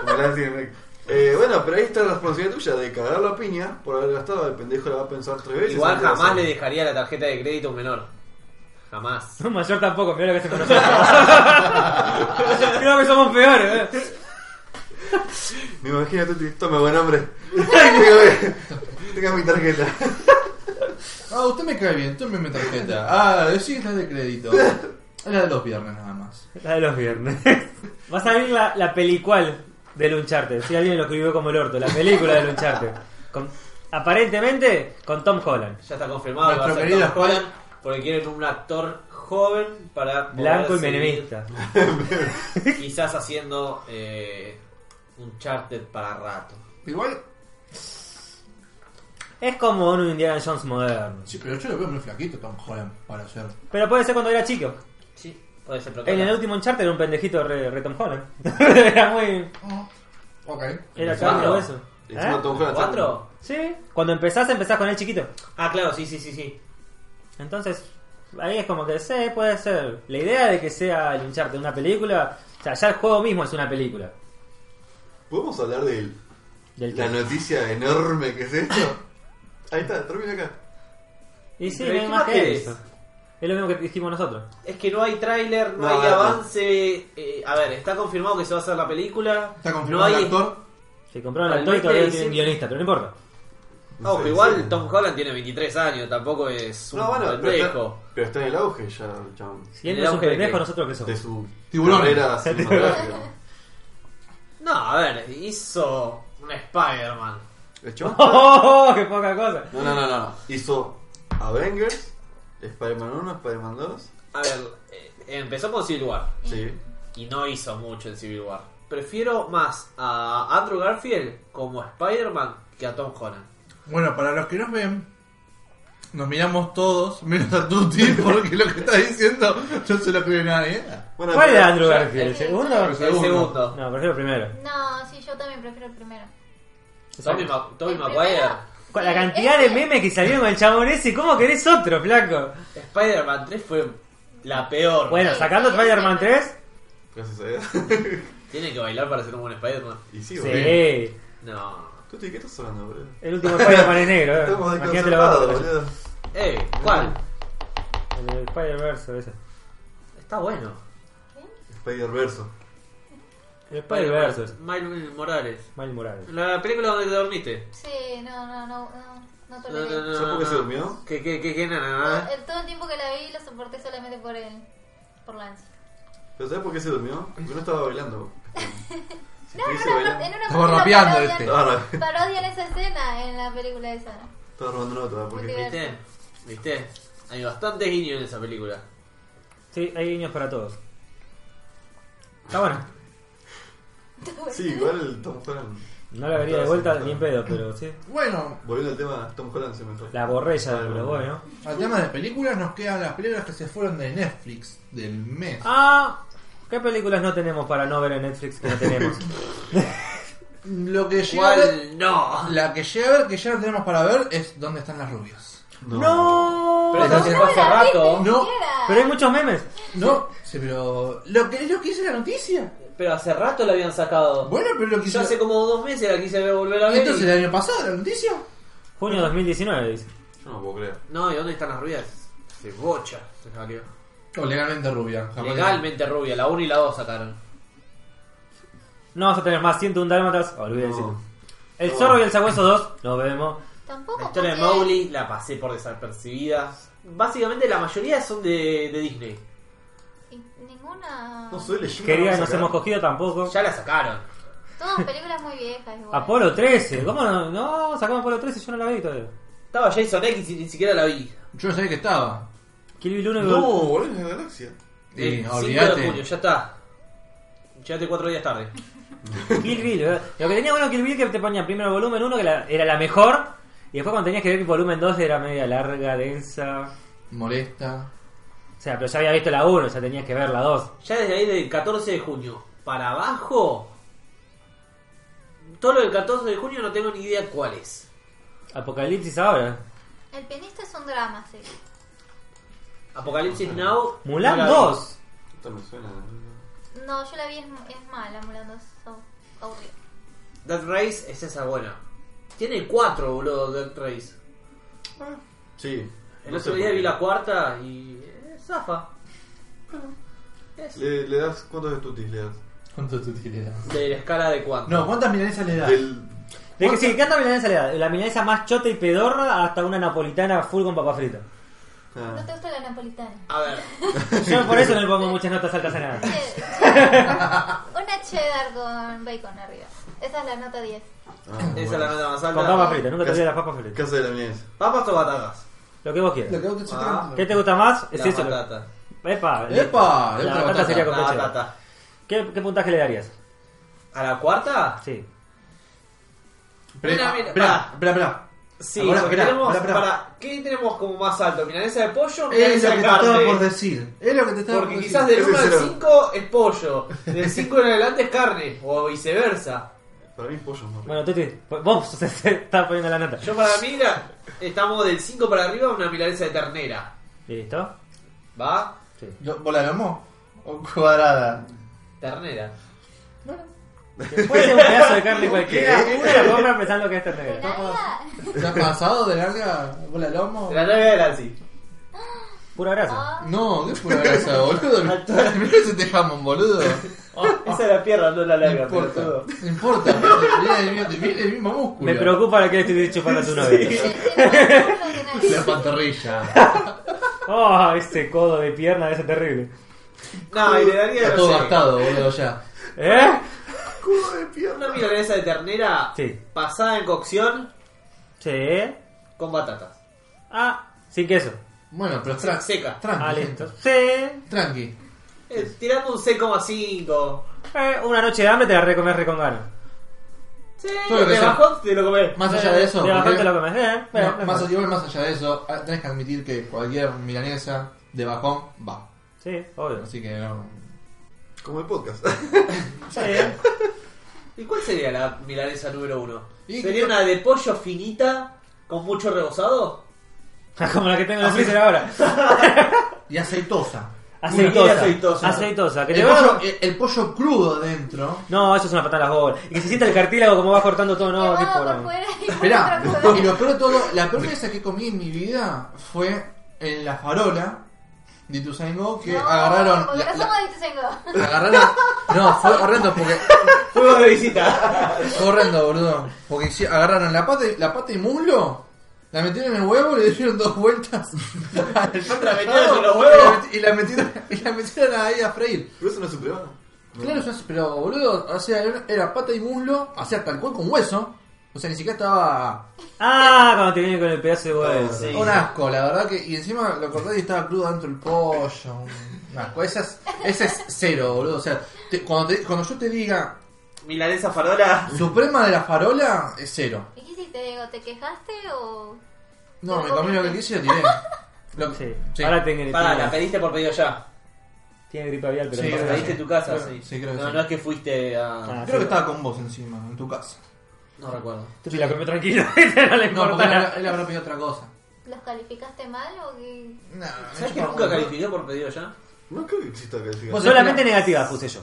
Speaker 1: Como la hacen. Eh, bueno, pero ahí está la responsabilidad tuya de cagar la piña por haber gastado. El pendejo la va a pensar tres veces.
Speaker 7: Igual
Speaker 1: antes de
Speaker 7: jamás le
Speaker 1: hacerlo.
Speaker 7: dejaría la tarjeta de crédito a un menor. Jamás.
Speaker 3: No, mayor tampoco, mira lo que se conoce. Creo que somos peores, eh.
Speaker 1: Me imagino tú, toma buen hombre. Tenga- Tenga mi tarjeta.
Speaker 2: Ah, usted me cae bien, tome mi tarjeta. Ah, sí, es la de crédito. Es la de los viernes nada más.
Speaker 3: La de los viernes. Va a salir la, la pelicual del Uncharted. Si alguien lo escribió como el orto, la película del Uncharted. Con- aparentemente con Tom Holland.
Speaker 7: Ya está confirmado que va a
Speaker 2: Nuestro
Speaker 7: ser
Speaker 2: querido
Speaker 7: Tom Holland porque quieren un actor joven para poder
Speaker 3: Blanco y
Speaker 7: seguir
Speaker 3: menemista.
Speaker 7: Quizás haciendo eh, un charter para rato.
Speaker 2: Igual,
Speaker 3: Es como un Indiana Jones moderno.
Speaker 2: sí, pero yo lo veo muy flaquito Tom Holland para hacer.
Speaker 3: Pero puede ser cuando era chico.
Speaker 7: Sí, puede ser. pero
Speaker 3: En el
Speaker 7: claro.
Speaker 3: último Uncharted era un pendejito re, re Tom Holland. era muy.
Speaker 2: Ah, ok.
Speaker 3: Era
Speaker 7: ¿Cuatro?
Speaker 3: cambio eso.
Speaker 1: Encima
Speaker 3: ¿Eh?
Speaker 1: Tom Holland está-
Speaker 7: ¿Cuatro?
Speaker 3: Sí. Cuando empezás, empezás con el chiquito.
Speaker 7: Ah, claro, sí, sí, sí, sí.
Speaker 3: Entonces, ahí es como que sí, puede ser. La idea de que sea el Uncharted una película. O sea, ya el juego mismo es una película.
Speaker 1: ¿Podemos hablar de
Speaker 3: Del
Speaker 1: la noticia enorme que es esto? Ahí está, termina acá.
Speaker 3: Y sí,
Speaker 7: Pero,
Speaker 3: no
Speaker 7: ¿y
Speaker 3: hay
Speaker 7: qué
Speaker 3: más
Speaker 7: más
Speaker 3: que
Speaker 7: querés?
Speaker 3: eso. Es lo mismo que dijimos nosotros.
Speaker 4: Es que no hay tráiler, no,
Speaker 1: No,
Speaker 4: hay
Speaker 1: no.
Speaker 4: avance. eh, a ver, está confirmado que se va a hacer la película.
Speaker 9: Está
Speaker 4: no
Speaker 9: confirmado
Speaker 4: hay...
Speaker 9: el actor.
Speaker 3: Se compraron
Speaker 4: Al
Speaker 3: al actor y
Speaker 4: norte
Speaker 3: todavía
Speaker 4: de
Speaker 3: tienen
Speaker 4: Sim-
Speaker 3: guionista, pero no importa.
Speaker 4: Ah, ojo,
Speaker 1: Sí,
Speaker 4: igual
Speaker 1: sí.
Speaker 4: Tom Holland tiene 23 años, tampoco es un
Speaker 1: No, bueno, pero está,
Speaker 4: pendejo.
Speaker 1: pero está en el auge ya, el chabón.
Speaker 3: Si él
Speaker 4: Le
Speaker 3: no es
Speaker 4: da
Speaker 3: un
Speaker 4: un jeque.
Speaker 3: pendejo, nosotros que
Speaker 1: De
Speaker 3: somos.
Speaker 1: su
Speaker 9: Tiburones.
Speaker 1: carrera cinematográfica.
Speaker 4: No, a ver, hizo un Spider-Man.
Speaker 1: El chabón
Speaker 3: ¡Oh,
Speaker 1: está-
Speaker 3: oh, oh, qué poca cosa!
Speaker 1: No, no, no, no. Hizo Avengers, Spider-Man 1, Spider-Man 2.
Speaker 4: A ver, eh, empezó con Civil War
Speaker 1: Sí.
Speaker 4: y no hizo mucho en Civil War. Prefiero más a Andrew Garfield como Spider-Man que a Tom Holland.
Speaker 2: Bueno, para los que nos ven, nos miramos todos, menos a Tuti, porque lo que está diciendo no se lo cree nadie.
Speaker 1: Bueno,
Speaker 3: ¿Cuál
Speaker 1: pero-
Speaker 3: era Andrew Garfield? ¿El
Speaker 6: Sí.
Speaker 3: segundo?
Speaker 2: El
Speaker 4: El
Speaker 2: segundo.
Speaker 4: segundo.
Speaker 3: No, prefiero el primero.
Speaker 6: No, sí, yo también prefiero el primero.
Speaker 4: Tommy, Ma- Tommy
Speaker 6: El
Speaker 4: Maguire.
Speaker 6: primero.
Speaker 3: Con la cantidad de memes que salieron con el chabón ese, ¿cómo querés otro, flaco?
Speaker 4: Spider-Man 3 fue la peor.
Speaker 3: Bueno, sacando Spider-Man 3,
Speaker 1: Gracias a Dios.
Speaker 4: Tiene que bailar para ser un buen Spider-Man.
Speaker 1: y sí, boludo.
Speaker 3: sí.
Speaker 4: No.
Speaker 1: ¿Tú te qué estás hablando, boludo?
Speaker 3: El último Spider-Man es negro, eh.
Speaker 1: Estamos
Speaker 3: Imagínate la barra.
Speaker 1: desconcertados, boludo.
Speaker 4: Eh, ¿cuál?
Speaker 3: El del Spider-Verse, ese.
Speaker 4: Está bueno.
Speaker 1: Spider-Verso.
Speaker 3: El Spider-Verse. ese.
Speaker 4: Miles Morales.
Speaker 3: Miles Morales.
Speaker 4: La película donde te dormiste.
Speaker 6: Sí, no, no, no, no, no
Speaker 4: No, no,
Speaker 6: toleré.
Speaker 4: no,
Speaker 1: ¿Sabes por qué
Speaker 4: no.
Speaker 1: se durmió?
Speaker 4: ¿Qué, qué, qué, qué, nada?
Speaker 6: El- Todo el tiempo que la vi la soporté solamente por él, por Lance.
Speaker 1: ¿Pero sabes por qué se durmió? Porque no estaba bailando. Si
Speaker 6: No,
Speaker 1: estuviese
Speaker 6: no, no,
Speaker 1: bailando,
Speaker 6: en una
Speaker 2: Estaba
Speaker 6: parte
Speaker 2: rapeando
Speaker 6: parodian-
Speaker 2: este.
Speaker 1: Estaba rap-
Speaker 6: Parodian esa escena en la película esa.
Speaker 1: estaba robando nota. Porque...
Speaker 4: ¿Viste? ¿Viste? Hay bastantes guiños en esa película.
Speaker 3: Sí, hay guiños para todos. Está bueno.
Speaker 1: Sí, igual Tom Holland.
Speaker 3: No la vería de vuelta ni en pedo, pero sí.
Speaker 2: Bueno,
Speaker 1: Volviendo al tema, Tom Holland se me entró.
Speaker 3: La borré ya del Uruguay, ¿no?
Speaker 2: al tema de películas, nos quedan las películas que se fueron de Netflix del mes.
Speaker 3: Ah, ¿qué películas no tenemos para no ver en Netflix que no tenemos?
Speaker 2: Lo que llega a ver-
Speaker 4: ¿Cuál? No.
Speaker 2: la que llega a ver, que ya no tenemos para ver, es ¿Dónde están las rubias?
Speaker 3: ¡No!
Speaker 4: Pero esa se fue hace
Speaker 6: la vi,
Speaker 4: rato.
Speaker 6: ni
Speaker 2: No.
Speaker 6: siquiera.
Speaker 3: Pero hay muchos memes.
Speaker 2: No, sí, pero. Lo que, lo que hice la noticia.
Speaker 4: Pero hace rato la habían sacado.
Speaker 2: Bueno, pero lo que hice.
Speaker 4: Yo hace como dos meses la quise ver volver a
Speaker 2: ¿Y
Speaker 4: ver.
Speaker 2: entonces
Speaker 4: y-
Speaker 2: el año pasado la noticia?
Speaker 3: Junio 2019, dice.
Speaker 1: Yo no puedo creer.
Speaker 4: No, ¿y dónde están las rubias? Se bocha. Se salió. Oh,
Speaker 2: O legalmente rubia. capaz que-
Speaker 4: Legalmente rubia, la 1 y la 2 sacaron.
Speaker 3: No vas a tener más 101 dálmatas.
Speaker 1: No.
Speaker 3: Olvidé decirlo. El zorro y el sabueso 2. Nos vemos.
Speaker 6: Tampoco
Speaker 4: La historia de
Speaker 6: porque-
Speaker 4: Mowgli la pasé por desapercibida. Básicamente la mayoría son de, de Disney.
Speaker 6: y Ninguna.
Speaker 1: No soy leyenda.
Speaker 3: Querida,
Speaker 1: vamos a
Speaker 3: nos
Speaker 1: sacar.
Speaker 3: hemos cogido tampoco.
Speaker 4: Ya la sacaron.
Speaker 6: Todas películas muy viejas. Igual.
Speaker 3: Apolo 13. ¿Cómo no? No, sacamos Apolo 13. Yo no la vi todavía.
Speaker 4: Estaba Jason X y ni siquiera la vi.
Speaker 2: Yo no sabía que estaba.
Speaker 3: Kill Bill 1 y
Speaker 1: No,
Speaker 3: Gol-
Speaker 1: boludo, es la galaxia.
Speaker 2: Y
Speaker 4: El 5 Eh, de junio,
Speaker 2: olvídate.
Speaker 4: ya está. Llegaste cuatro días tarde.
Speaker 3: Kill Bill. ¿verdad? ¿eh? Lo que tenía bueno Kill Bill que te ponía primero el volumen 1, que la- era la mejor. Y después cuando tenías que ver el volumen 2 era media larga, densa. O
Speaker 2: Molesta.
Speaker 3: sea, pero ya había visto la 1, ya tenías que ver la 2.
Speaker 4: Ya desde ahí del 14 de junio para abajo. Todo lo del 14 de junio no tengo ni idea cuál es.
Speaker 3: Apocalipsis ahora.
Speaker 6: El pianista es un drama, sí.
Speaker 4: Apocalipsis Now. no
Speaker 3: Mulan
Speaker 4: la vi.
Speaker 3: 2.
Speaker 1: Esto me suena. boludo.
Speaker 6: No, yo la vi, es, es mala, Mulan 2. so- aburrida.
Speaker 4: Dead Race es esa buena. Tiene cuatro, boludo, Dead Race.
Speaker 1: Sí.
Speaker 4: El
Speaker 1: no sé
Speaker 4: otro
Speaker 1: por
Speaker 4: día
Speaker 1: qué.
Speaker 4: vi la cuarta y. eh, zafa. Es
Speaker 1: Le, le das cuántos de tutis le das?
Speaker 2: ¿Cuánto te tiras?
Speaker 4: de la escala de cuánto.
Speaker 2: No, ¿cuántas milanesas le das?
Speaker 1: Del-
Speaker 3: De que sí, ¿qué anda milanesa le da? La milanesa más chota y pedorra hasta una napolitana full con papa frita.
Speaker 6: ¿No
Speaker 1: Ah,
Speaker 6: te gusta la napolitana?
Speaker 4: A ver,
Speaker 3: Yo por eso no le pongo muchas notas altas a nada.
Speaker 6: Che- Una cheddar con bacon arriba. Esa es la nota 10.
Speaker 1: ah,
Speaker 4: esa es
Speaker 1: bueno.
Speaker 4: la nota más
Speaker 3: Con papa
Speaker 4: alta.
Speaker 3: frita, nunca te olvides de las papas fritas.
Speaker 1: ¿Qué hace de la milanesa?
Speaker 4: ¿Papas o batatas?
Speaker 3: Lo que vos quieras.
Speaker 2: Lo que vos te
Speaker 4: Ah,
Speaker 3: ¿Qué te gusta más? Es
Speaker 4: La
Speaker 3: eso. lo-
Speaker 4: batata.
Speaker 2: Epa,
Speaker 3: Epa, la
Speaker 2: otra
Speaker 3: batata,
Speaker 2: batata.
Speaker 3: sería con
Speaker 4: La
Speaker 3: ketchup.
Speaker 4: batata.
Speaker 3: ¿Qué, ¿Qué puntaje le darías?
Speaker 4: ¿A la cuarta?
Speaker 3: Sí.
Speaker 4: Mira, mira,
Speaker 2: Espera, espera, espera.
Speaker 4: Sí,
Speaker 2: Ahora,
Speaker 4: porque
Speaker 2: esperá,
Speaker 4: tenemos.
Speaker 2: esperá, esperá.
Speaker 4: para- ¿Qué tenemos como más alto? ¿Milanesa de pollo o
Speaker 2: Es
Speaker 4: milanesa
Speaker 2: lo que
Speaker 4: de
Speaker 2: te estaba por
Speaker 4: carne?
Speaker 2: decir. Es lo que te estaba por
Speaker 4: Porque
Speaker 2: decir.
Speaker 4: quizás del
Speaker 1: Ese
Speaker 4: 1 al
Speaker 1: será.
Speaker 4: 5 es pollo, del 5 en adelante es carne, o viceversa.
Speaker 1: Para mí pollo es más rico.
Speaker 3: Bueno, Tuti, vos estás poniendo la nota.
Speaker 4: Yo para mí la- estamos del 5 para arriba una milanesa de ternera,
Speaker 3: ¿Listo?
Speaker 4: ¿va?
Speaker 3: Sí.
Speaker 2: Lo- ¿Vos la llamó? ¿O cuadrada?
Speaker 4: Ternera.
Speaker 3: Puede ser un pedazo de carne cualquiera. Uno lo compra pensando que es
Speaker 6: ¿De
Speaker 3: ternera.
Speaker 6: nada?
Speaker 2: ¿Te has pasado de larga? ¿Vos la lomo?
Speaker 4: La novia de Nancy.
Speaker 3: Pura grasa.
Speaker 6: Ah,
Speaker 2: No, qué pura grasa, boludo. Mirá ese tejamón, boludo.
Speaker 4: Esa es la pierna, no la
Speaker 2: No
Speaker 4: larga,
Speaker 2: importa.
Speaker 4: pelotudo.
Speaker 2: No importa. Mirá el mismo- Mirá el mismo músculo.
Speaker 3: Me preocupa la que le estoy dicho para tu novia.
Speaker 2: La pantorrilla.
Speaker 3: Oh, ese codo de pierna es terrible.
Speaker 4: No, y le daría.
Speaker 2: Está
Speaker 4: no
Speaker 2: todo
Speaker 4: sé,
Speaker 2: gastado, boludo, ya.
Speaker 3: ¿Eh?
Speaker 1: Culo de pierna.
Speaker 4: Una milanesa de ternera
Speaker 3: Sí.
Speaker 4: pasada en cocción
Speaker 3: Sí.
Speaker 4: con batatas.
Speaker 3: Ah, sin queso.
Speaker 2: Bueno, pero tra-
Speaker 4: Seca.
Speaker 2: Tranqui.
Speaker 3: Ah,
Speaker 2: gente.
Speaker 3: listo. Sí. Eh,
Speaker 2: Tranqui.
Speaker 4: Eh, tirando un 6,5.
Speaker 3: una noche de hambre te la recomes re con ganas.
Speaker 4: Sí,
Speaker 2: Todo lo que
Speaker 4: te
Speaker 2: sea.
Speaker 4: bajó, te lo comés.
Speaker 2: Más
Speaker 3: Eh,
Speaker 2: allá de eso.
Speaker 3: Te bajás,
Speaker 2: porque-
Speaker 3: te lo comes. Eh, bueno,
Speaker 2: No,
Speaker 3: no
Speaker 2: más,
Speaker 3: importa.
Speaker 2: igual más allá de eso, ah, tenés que admitir que cualquier milanesa de bajón va.
Speaker 3: Sí, obvio.
Speaker 2: Así que no.
Speaker 1: Como el podcast.
Speaker 3: Sí.
Speaker 4: ¿Y cuál sería la milanesa número uno?
Speaker 2: Y-
Speaker 4: ¿Sería una de pollo finita con mucho rebozado?
Speaker 3: Como la que tengo en el freezer ahora.
Speaker 2: Y aceitosa.
Speaker 3: Aceitosa.
Speaker 4: aceitosa.
Speaker 3: Aceitosa. Que
Speaker 2: El
Speaker 3: te va-
Speaker 2: pollo, el, el pollo crudo dentro.
Speaker 3: No, eso es una patada a las bolas. Y que se sienta el cartílago como va cortando todo. No, qué
Speaker 6: por
Speaker 3: porón.
Speaker 6: fuera y
Speaker 2: Esperá,
Speaker 6: por otro
Speaker 2: y
Speaker 6: lado.
Speaker 2: lo peor de todo, la peor mesa que comí en mi vida fue en la farola de Ituzaingó que
Speaker 6: No,
Speaker 2: agarraron.
Speaker 6: Porque
Speaker 2: la-
Speaker 6: no somos de Ituzaingó.
Speaker 2: la- agarraron. No, fue horrendo porque.
Speaker 4: Fuego de visita.
Speaker 2: Fue horrendo, boludo. Porque hici- agarraron la pata, y- la pata y muslo, la metieron en el huevo, le dieron dos vueltas.
Speaker 4: ¿La metieron en los huevos?
Speaker 2: Y la metieron, y la metieron ahí a freír.
Speaker 1: Pero eso no es un problema.
Speaker 2: Claro, eso es- pero boludo, o sea, era- era pata y muslo, o sea, tal cual con hueso. O sea, ni siquiera estaba.
Speaker 3: Ah, cuando te viene con el pedazo de huevo.
Speaker 4: Sí.
Speaker 2: Un asco, la verdad que. Y encima lo corté y estaba crudo dentro el pollo. Un asco. Esa es, esa es cero, boludo. O sea, te- cuando, te- cuando yo te diga
Speaker 4: Milanesa farola.
Speaker 2: Suprema de la farola, es cero.
Speaker 6: ¿Y qué hiciste, Diego? ¿Te quejaste o...?
Speaker 2: No, me comí lo que quise y lo tiré. Lo-
Speaker 3: Sí.
Speaker 2: sí.
Speaker 3: Ahora tiene,
Speaker 4: Pará, la
Speaker 3: tiene,
Speaker 4: pediste por pedido ya.
Speaker 3: tiene gripe avial, pero
Speaker 2: Sí,
Speaker 3: no
Speaker 4: La
Speaker 3: pasa
Speaker 2: gracias.
Speaker 4: pediste en tu casa,
Speaker 2: Creo-
Speaker 4: sí.
Speaker 2: sí, creo que
Speaker 4: no,
Speaker 2: sí.
Speaker 4: no es que fuiste a.
Speaker 3: Ah.
Speaker 2: Creo que estaba con vos encima, en tu casa.
Speaker 4: No recuerdo.
Speaker 3: nada. Si la comió tranquila, no le
Speaker 2: No,
Speaker 3: importa
Speaker 2: porque él,
Speaker 3: nada.
Speaker 2: él habrá pedido otra cosa.
Speaker 6: ¿Los calificaste mal o qué?
Speaker 2: No,
Speaker 4: ¿Sabes
Speaker 2: no,
Speaker 4: que
Speaker 2: no,
Speaker 4: nunca
Speaker 2: no.
Speaker 4: califiqué por pedido ya?
Speaker 1: No creo que exista calificación.
Speaker 2: Vos-
Speaker 3: Solamente negativas puse yo.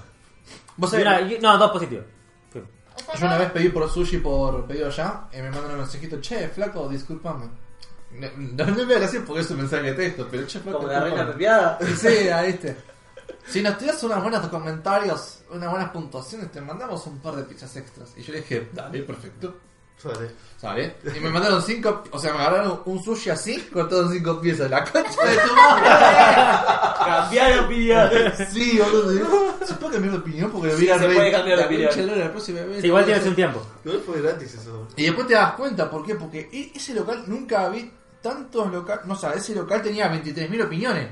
Speaker 2: Vos
Speaker 3: Y
Speaker 2: sabés,
Speaker 3: una- y- no, dos positivos. Fui.
Speaker 6: O sea,
Speaker 2: yo una
Speaker 6: no-
Speaker 2: vez pedí por sushi por pedido allá y me mandan un mensajito, che, flaco, discúlpame. No, no me voy a decir porque es un mensaje de texto, pero che, flaco,
Speaker 4: Como la reina
Speaker 2: discúlpame.
Speaker 4: pepeada.
Speaker 2: Sí, a este. Si nos tiras unos buenos comentarios, unas buenas puntuaciones, te mandamos un par de pizzas extras. Y yo le dije, dale, perfecto.
Speaker 1: Sale.
Speaker 2: ¿Sale? Y me mandaron cinco, o sea, me agarraron un sushi así, cortado en cinco piezas. La concha de tu madre.
Speaker 4: Cambiar de opinión.
Speaker 2: Sí, boludo. digo, ¿Se puede cambiar de opinión? Porque me
Speaker 4: Sí,
Speaker 2: hubiera
Speaker 4: se
Speaker 2: re-
Speaker 4: puede cambiar de
Speaker 2: la
Speaker 4: opinión.
Speaker 2: concha de la próxima vez.
Speaker 3: Sí, igual tienes un tiempo.
Speaker 1: Igual fue gratis eso.
Speaker 2: Y después te das cuenta, ¿por qué? Porque e- ese local nunca había tantos locales. No, o sea, ese local tenía 23.000 opiniones.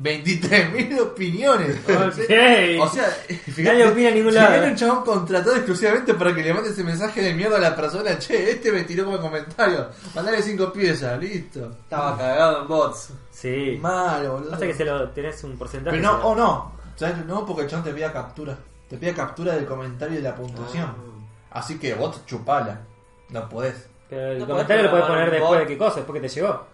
Speaker 2: 23.000 opiniones.
Speaker 3: Ok.
Speaker 2: O sea, fíjate,
Speaker 3: Nadie opina en ningún
Speaker 2: si
Speaker 3: lado.
Speaker 2: viene un chabón contratado exclusivamente para que le mande ese mensaje de mierda a la persona, che, este me tiró como comentario. Mandale cinco piezas, listo.
Speaker 4: Estaba cagado en bots.
Speaker 3: Sí.
Speaker 2: Malo, boludo.
Speaker 3: Pasa que se lo tenés un porcentaje.
Speaker 2: Pero no,
Speaker 3: se lo-
Speaker 2: oh no. ¿Sabes? No, porque el chabón te pida captura. Te pida captura del comentario y de la puntuación.
Speaker 3: Ah.
Speaker 2: Así que vos chupala. No podés.
Speaker 3: Pero el
Speaker 4: No podés
Speaker 3: comentario lo podés
Speaker 4: programar
Speaker 3: poner
Speaker 4: un
Speaker 3: después de
Speaker 4: bot.
Speaker 3: qué cosa, después que te llegó.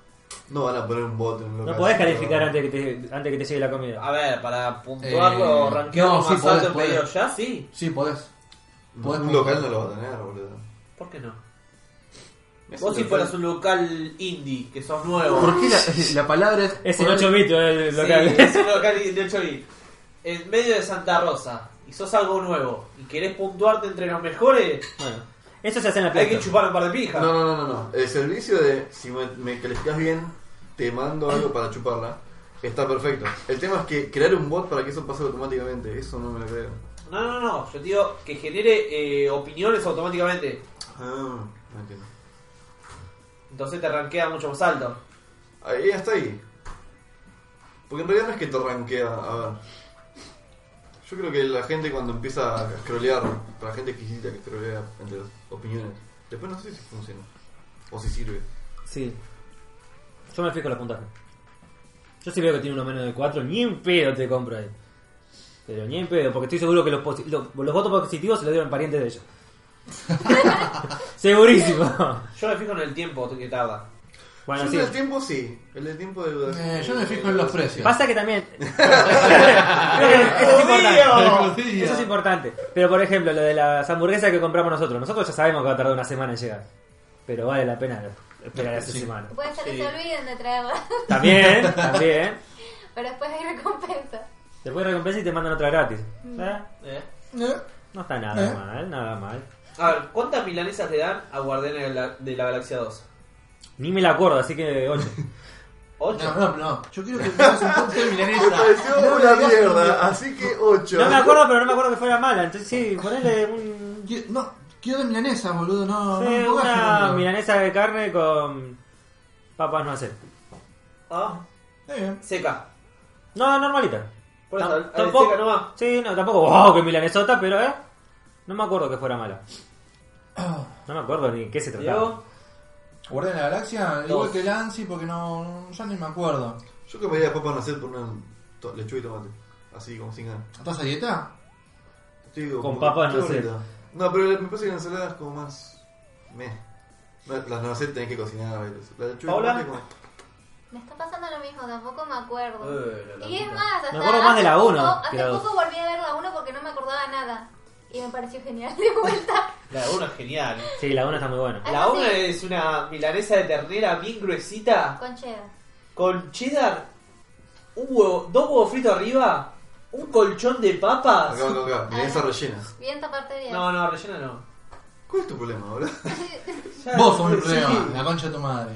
Speaker 1: No van a poner un bot en un local.
Speaker 3: No podés calificar antes que te, antes que te llegue la comida.
Speaker 4: A ver, para puntuarlo,
Speaker 2: Eh,
Speaker 4: rankearlo
Speaker 2: no, sí,
Speaker 4: más
Speaker 2: podés,
Speaker 4: alto en
Speaker 2: podés.
Speaker 4: pedido ya, sí.
Speaker 2: Sí, podés.
Speaker 1: No,
Speaker 2: Podés
Speaker 1: un
Speaker 2: comprar.
Speaker 1: local no lo va a tener, boludo.
Speaker 4: ¿Por qué no?
Speaker 1: Es
Speaker 4: Vos
Speaker 1: un
Speaker 4: si
Speaker 1: local.
Speaker 4: fueras un local indie, que sos nuevo.
Speaker 2: ¿Por qué la, la palabra es.
Speaker 3: Es el
Speaker 2: podés?
Speaker 3: 8 bit el
Speaker 4: Sí,
Speaker 3: local.
Speaker 4: es un local indie, de hecho, y En medio de Santa Rosa, y sos algo nuevo, y querés puntuarte entre los mejores,
Speaker 3: Bueno, eso se hace en la
Speaker 4: hay
Speaker 3: Play
Speaker 4: que
Speaker 3: Store.
Speaker 4: chupar un par de pijas.
Speaker 1: No, no, no, no, no. El servicio de si me, me calificas bien, te mando algo para chuparla. Está perfecto. El tema es que crear un bot para que eso pase automáticamente, eso no me lo creo.
Speaker 4: No, no, no, yo te digo que genere eh, opiniones automáticamente.
Speaker 1: Ah, no entiendo.
Speaker 4: Entonces te rankea mucho más alto.
Speaker 1: Ahí hasta ahí. Porque en realidad no es que te rankea, a ver. Yo creo que la gente cuando empieza a scrollear, la gente exquisita que scrollea entre las opiniones, después no sé si funciona o si sirve.
Speaker 3: Sí. Yo me fijo en los puntajes. Yo si veo que tiene uno menos de 4, ni en pedo te compro ahí. Pero ni en pedo, porque estoy seguro que los, posi- lo- los votos positivos se los dieron parientes de ellos. Segurísimo.
Speaker 4: Yo me fijo en el tiempo que tarda.
Speaker 3: Bueno,
Speaker 1: yo
Speaker 3: sí.
Speaker 1: en el tiempo sí, el del tiempo de...
Speaker 2: Eh, yo me fijo en los precios.
Speaker 3: Pasa que también. Creo que eso es importante.
Speaker 2: ¡Judío!
Speaker 3: Eso es importante. Pero por ejemplo, lo de las hamburguesas que compramos nosotros. Nosotros ya sabemos que va a tardar una semana en llegar. Pero vale la pena esperar a esa semana.
Speaker 6: Puede ser que
Speaker 4: Sí.
Speaker 6: se olviden de traerla,
Speaker 3: También, también.
Speaker 6: pero después hay recompensa.
Speaker 3: Después recompensa y te mandan otra gratis. ¿Eh?
Speaker 4: ¿Eh?
Speaker 3: No está nada
Speaker 2: ¿Eh?
Speaker 3: mal, nada mal.
Speaker 4: A ver, ¿cuántas milanesas le dan a Guardianes de la, de la Galaxia 2?
Speaker 3: Ni me la acuerdo, así que ocho.
Speaker 4: ¿Ocho?
Speaker 2: No, no, no. Yo quiero que pongas un corte de milanesa.
Speaker 1: Me pareció
Speaker 2: No me
Speaker 1: una
Speaker 2: digas
Speaker 1: mierda, así que 8.
Speaker 3: No me acuerdo, pero no me acuerdo que fuera mala. Entonces sí, ponele un...
Speaker 2: que- que- No, quiero de milanesa, boludo. No,
Speaker 3: Sí,
Speaker 2: no pongas
Speaker 3: una
Speaker 2: un nombre.
Speaker 3: milanesa de carne con papas no hacer.
Speaker 4: Ah,
Speaker 2: Está bien.
Speaker 4: seca.
Speaker 3: No, normalita.
Speaker 4: Por eso,
Speaker 3: Tam-
Speaker 4: a ver,
Speaker 3: tampoco.
Speaker 4: seca nomás.
Speaker 3: Sí, no, tampoco. Wow, qué milanesota, pero eh. No me acuerdo que fuera mala. No me acuerdo ni qué se trataba.
Speaker 4: Diego,
Speaker 2: Guardián de la Galaxia,
Speaker 4: Dos.
Speaker 2: igual que Lancy, porque no. Ya ni me acuerdo.
Speaker 1: Yo comería papas nacer por una to- lechuga y tomate. Así, como sin ganas.
Speaker 2: ¿Estás a dieta?
Speaker 1: Estoy como-
Speaker 3: Con papas
Speaker 1: estoy
Speaker 3: nacer.
Speaker 1: bonito. No, pero me parece que la ensalada es como más. Meh. La- Las nacer tenés que cocinar a veces. La lechuga y
Speaker 4: Paula.
Speaker 1: tomate como.
Speaker 6: Me está pasando lo mismo, tampoco me acuerdo.
Speaker 4: Eh, la- la
Speaker 6: y es
Speaker 4: puta.
Speaker 6: más, hasta
Speaker 3: Me acuerdo más de la
Speaker 6: hace
Speaker 3: uno
Speaker 6: poco-
Speaker 3: que
Speaker 6: Hace
Speaker 3: la dos.
Speaker 6: poco volví a ver la 1 porque no me acordaba nada. Y me pareció genial de vuelta.
Speaker 4: La de uno es genial.
Speaker 3: Sí, la una está muy buena.
Speaker 4: La una es una milanesa de ternera bien gruesita,
Speaker 6: Con cheddar.
Speaker 4: con cheddar, un huevo, dos huevos fritos arriba, un colchón de papas.
Speaker 1: Acá, acá, acá. Milanesa rellena.
Speaker 6: Bien taparte bien.
Speaker 4: No, no, rellena no.
Speaker 1: ¿Cuál es tu problema, boludo?
Speaker 4: Ya-
Speaker 2: Vos sos mi
Speaker 4: sí.
Speaker 2: problema, la concha de tu madre.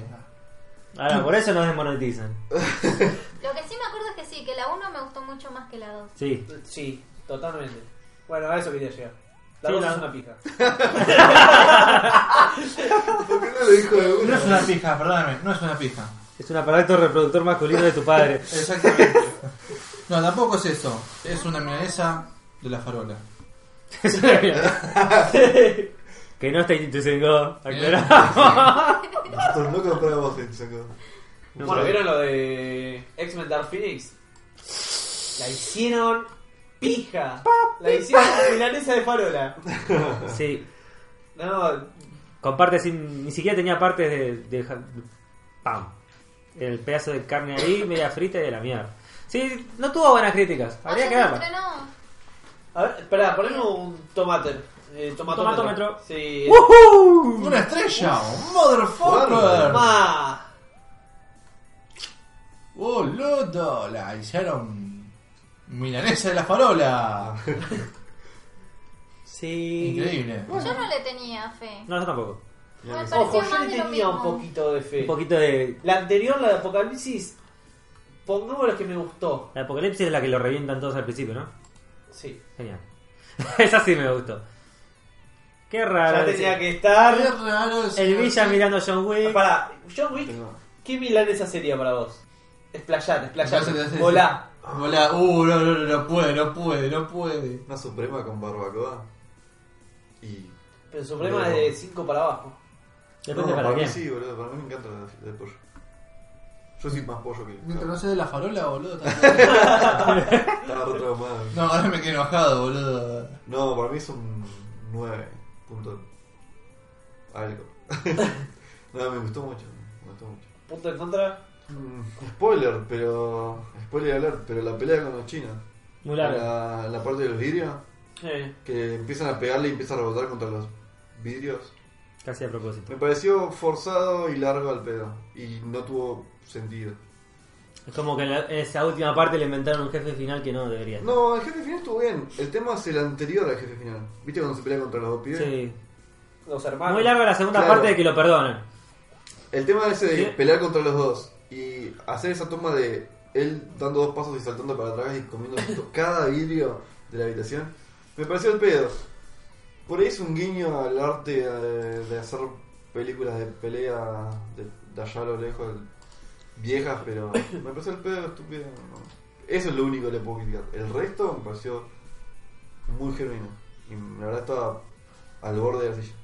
Speaker 3: Ahora, por eso nos desmonetizan.
Speaker 6: Lo que sí me acuerdo es que sí, que la 1 me gustó mucho más que la 2.
Speaker 3: Sí.
Speaker 4: Sí, totalmente. Bueno, a eso quería llegar. La
Speaker 3: Sí,
Speaker 4: dos
Speaker 3: la-
Speaker 4: es una pija.
Speaker 1: ¿Por qué no lo dijo de
Speaker 2: No
Speaker 1: una?
Speaker 2: es una pija, perdóname, no es una pija.
Speaker 3: Es un aparato reproductor masculino de tu padre.
Speaker 2: Exactamente. No, tampoco es eso. Es una milanesa de la farola.
Speaker 3: Es una mierda. que no está institucionado. Aclaramos.
Speaker 1: Doctor, no comprar vos en Chaco.
Speaker 4: Bueno, ¿vieron lo de X-Men Dark Phoenix? La hicieron pija. La hicieron milanesa de farola.
Speaker 3: Sí.
Speaker 4: No,
Speaker 3: Con partes sin- Ni siquiera tenía partes de, de ja- Pam. El pedazo de carne ahí, media frita y de la mierda. Sí, no tuvo buenas críticas. Habría que verla.
Speaker 6: No,
Speaker 4: a ver, espera, poneme un tomate. Eh, tomatómetro.
Speaker 3: Tomatómetro.
Speaker 4: Sí.
Speaker 3: ¡Woohoo!
Speaker 2: ¡Una estrella! ¡Motherfucker!
Speaker 4: Ma.
Speaker 2: ¡Boludo! La hicieron milanesa de la farola.
Speaker 3: Sí.
Speaker 2: Increíble.
Speaker 6: yo no le tenía fe.
Speaker 3: No, yo tampoco.
Speaker 1: Ya me
Speaker 6: Bueno,
Speaker 1: sé.
Speaker 4: Ojo,
Speaker 6: Pareció
Speaker 4: yo
Speaker 6: más
Speaker 4: le
Speaker 6: de lo
Speaker 4: tenía un
Speaker 6: mismo.
Speaker 4: poquito de fe.
Speaker 3: Un poquito de.
Speaker 4: La anterior, la de Apocalipsis, pongamos la que me gustó.
Speaker 3: La apocalipsis es la que lo revientan todos al principio, ¿no?
Speaker 4: Sí.
Speaker 3: Genial. Esa sí me gustó. Qué raro.
Speaker 4: Ya tenía
Speaker 3: decía.
Speaker 4: que estar.
Speaker 2: raro ese-
Speaker 3: El Villa mirando a John Wick.
Speaker 4: Para, John Wick,
Speaker 1: Tengo-
Speaker 4: ¿qué milanesa sería para vos? Esplayar, esplayar.
Speaker 2: Parece que hace-
Speaker 4: Volá.
Speaker 2: Volá. Uh, no, no, no, no puede, no puede, no puede.
Speaker 1: Una suprema con barbacoa. Y.
Speaker 4: Pero su problema es de 5 para abajo.
Speaker 3: Depende
Speaker 1: No,
Speaker 3: para
Speaker 1: mí
Speaker 3: quién.
Speaker 1: sí, boludo. Para mí me encanta la de pollo. Yo soy más pollo que.
Speaker 2: Mientras no sea de la farola, boludo. tampoco.
Speaker 1: Estaba re traumado.
Speaker 2: No, ahora me quedé enojado, boludo.
Speaker 1: No, para mí es un 9. Punto. Algo. no, me gustó mucho. Me gustó mucho.
Speaker 4: Punto en contra.
Speaker 1: Mm, Spoiler, pero. Spoiler alert, pero la pelea con los chinos.
Speaker 3: Muy largo.
Speaker 1: La, la parte de los vidrios.
Speaker 4: Eh.
Speaker 1: Que empiezan a pegarle y empieza a rebotar contra los vidrios.
Speaker 3: Casi a propósito.
Speaker 1: Me pareció forzado y largo al pedo. Y no tuvo sentido.
Speaker 3: Es como que en, la- en esa última parte le inventaron un jefe final que no debería. estar.
Speaker 1: No, el jefe final estuvo bien. El tema es el anterior al jefe final. ¿Viste cuando se pelea contra los dos pibes?
Speaker 3: Sí.
Speaker 4: Los hermanos.
Speaker 3: Muy larga la segunda
Speaker 1: Claro.
Speaker 3: parte de que lo perdonan.
Speaker 1: El tema ese de
Speaker 3: Sí.
Speaker 1: pelear contra los dos y hacer esa toma de él dando dos pasos y saltando para atrás y comiendo cada vidrio de la habitación, me pareció el pedo. Por ahí es un guiño al arte eh, de hacer películas de pelea de, de allá a lo lejos, viejas, pero me pareció el pedo estúpido. ¿no? Eso es lo único que le puedo criticar. El resto me pareció muy genuino y la verdad estaba al borde de la silla.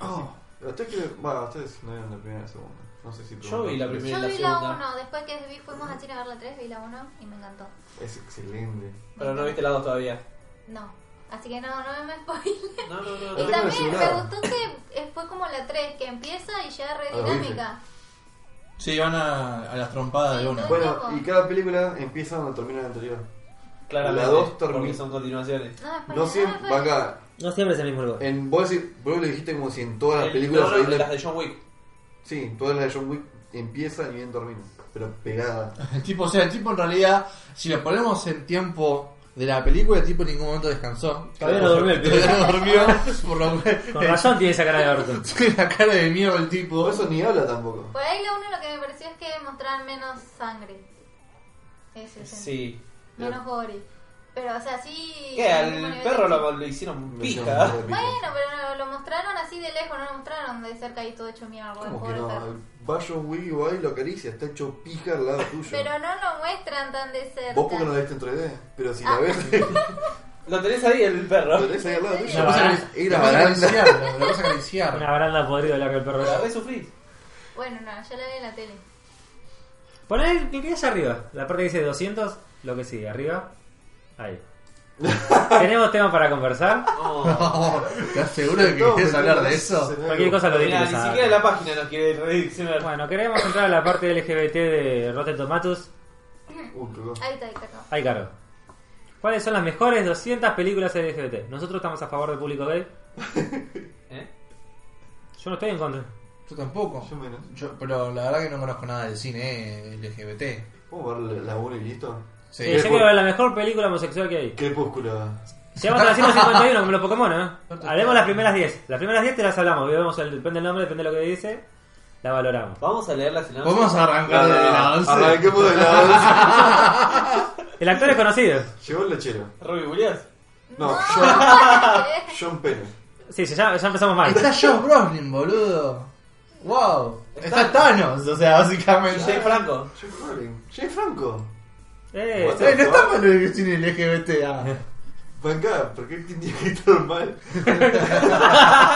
Speaker 2: Oh,
Speaker 1: Ustedes que, bueno, ustedes no vieron la primera y la segunda. No sé si
Speaker 4: Yo vi la
Speaker 1: preguntaron.
Speaker 4: primera.
Speaker 6: Yo
Speaker 4: la
Speaker 6: vi la
Speaker 4: segunda.
Speaker 6: 1, después que vi, fuimos a China a ver la 3, vi la 1 y me encantó.
Speaker 1: Es excelente.
Speaker 4: Pero no viste la 2 todavía.
Speaker 6: No, así que no, no me spoiles.
Speaker 4: No, no, no.
Speaker 1: Yo
Speaker 6: Y
Speaker 4: no.
Speaker 1: tengo la
Speaker 6: también me
Speaker 1: celular.
Speaker 6: gustó que eh, fue como la 3, que empieza y ya re
Speaker 1: Ah, lo dije.
Speaker 6: dinámica.
Speaker 2: Sí, van a, a las trompadas de una.
Speaker 1: Bueno,
Speaker 6: loco.
Speaker 1: y cada película empieza donde termina la anterior.
Speaker 4: Claramente.
Speaker 1: La dos
Speaker 4: Porque
Speaker 1: termina.
Speaker 4: son continuaciones.
Speaker 6: No, después
Speaker 1: No
Speaker 6: nada,
Speaker 1: siempre,
Speaker 6: después-
Speaker 1: va acá.
Speaker 3: No siempre es el mismo lugar.
Speaker 1: Eh. En, vos, decís, vos lo dijiste como si en todas las
Speaker 4: El-
Speaker 1: películas
Speaker 4: no, no,
Speaker 1: hubiera-
Speaker 4: las de John Wick.
Speaker 1: Sí, toda la de John Wick empieza y bien termina. Pero pegada.
Speaker 2: El tipo, o sea, el tipo en realidad, si lo ponemos en tiempo de la película, el tipo en ningún momento descansó.
Speaker 3: Todavía no durmió el pibe.
Speaker 2: Todavía no durmió, por lo que
Speaker 3: Con razón tiene esa cara de orto.
Speaker 2: la cara de miedo el tipo.
Speaker 1: Por eso ni habla tampoco.
Speaker 6: Por ahí lo uno lo que me pareció es que mostraban menos sangre. Ese, ese.
Speaker 7: Sí.
Speaker 6: Menos gore. Pero, o sea, sí.
Speaker 7: ¿Qué?
Speaker 6: sí,
Speaker 7: Al
Speaker 6: bueno,
Speaker 7: perro
Speaker 6: sí.
Speaker 7: lo, lo hicieron pija.
Speaker 6: Bueno, pero lo mostraron así de lejos, no lo mostraron de cerca y todo hecho mierda. el
Speaker 1: Como que
Speaker 6: pobre perro.
Speaker 1: no, va John Wick va y lo acaricia, está hecho pija al lado tuyo.
Speaker 6: Pero no lo muestran tan de cerca.
Speaker 1: Vos porque no la viste en 3D, pero si la ves, la
Speaker 7: Lo tenés ahí el perro.
Speaker 1: tenés ahí al lado tuyo.
Speaker 2: Lo vas a
Speaker 3: Una
Speaker 2: acarici- lo vas a acariciar, lo vas a acariciar.
Speaker 3: Una baranda podrida la que el perro
Speaker 7: La
Speaker 3: es.
Speaker 7: re sufrís.
Speaker 6: Bueno, no, yo la vi en la tele.
Speaker 3: Poner que quedes arriba. La parte que dice 200, lo que sigue, arriba. Ahí. Tenemos tema para conversar.
Speaker 7: Oh.
Speaker 2: ¿Estás seguro de que quieres hablar de eso?
Speaker 3: Cualquier cosa lo
Speaker 7: Mirá,
Speaker 3: dices.
Speaker 7: ni siquiera la página nos quiere redireccionar.
Speaker 3: Bueno, queremos entrar a la parte LGBT de Rotten Tomatoes.
Speaker 1: Uy, cagó.
Speaker 6: Ahí está, ahí está.
Speaker 3: Ahí cargo. ¿Cuáles son las mejores 200 películas LGBT? Nosotros estamos a favor del público gay.
Speaker 7: ¿Eh?
Speaker 3: Yo no estoy en contra.
Speaker 2: Yo tampoco.
Speaker 1: Yo menos.
Speaker 2: Yo- pero la verdad que no conozco nada del cine LGBT.
Speaker 1: ¿Puedo ver la 1 y listo?
Speaker 2: Sí,
Speaker 3: Eh, yo quiero ver la mejor película homosexual que hay.
Speaker 1: Crepúsculo.
Speaker 3: Llegamos a las 151 como los Pokémon, ¿eh? Hablemos las primeras 10. Las primeras 10 te las hablamos. Vemos el- depende del nombre, depende de lo que dice. La valoramos.
Speaker 7: Vamos a leer la sinopsis.
Speaker 2: Vamos a arrancar de la once.
Speaker 1: Arranquemos de la
Speaker 3: El actor es conocido.
Speaker 1: 11. Llegó el lechero.
Speaker 7: Robbie Williams.
Speaker 1: No, John,
Speaker 6: No.
Speaker 1: John Penn.
Speaker 3: Sí, sí, ya, ya empezamos mal.
Speaker 2: Está Josh Brolin, boludo. Wow. Está Thanos, o sea, básicamente.
Speaker 7: Jay Franco.
Speaker 1: Jay Franco. Jay Franco.
Speaker 3: Eh,
Speaker 2: Eh, no está mal el cine LGBT. ah.
Speaker 1: Bancá, ¿por qué tenía que estar mal?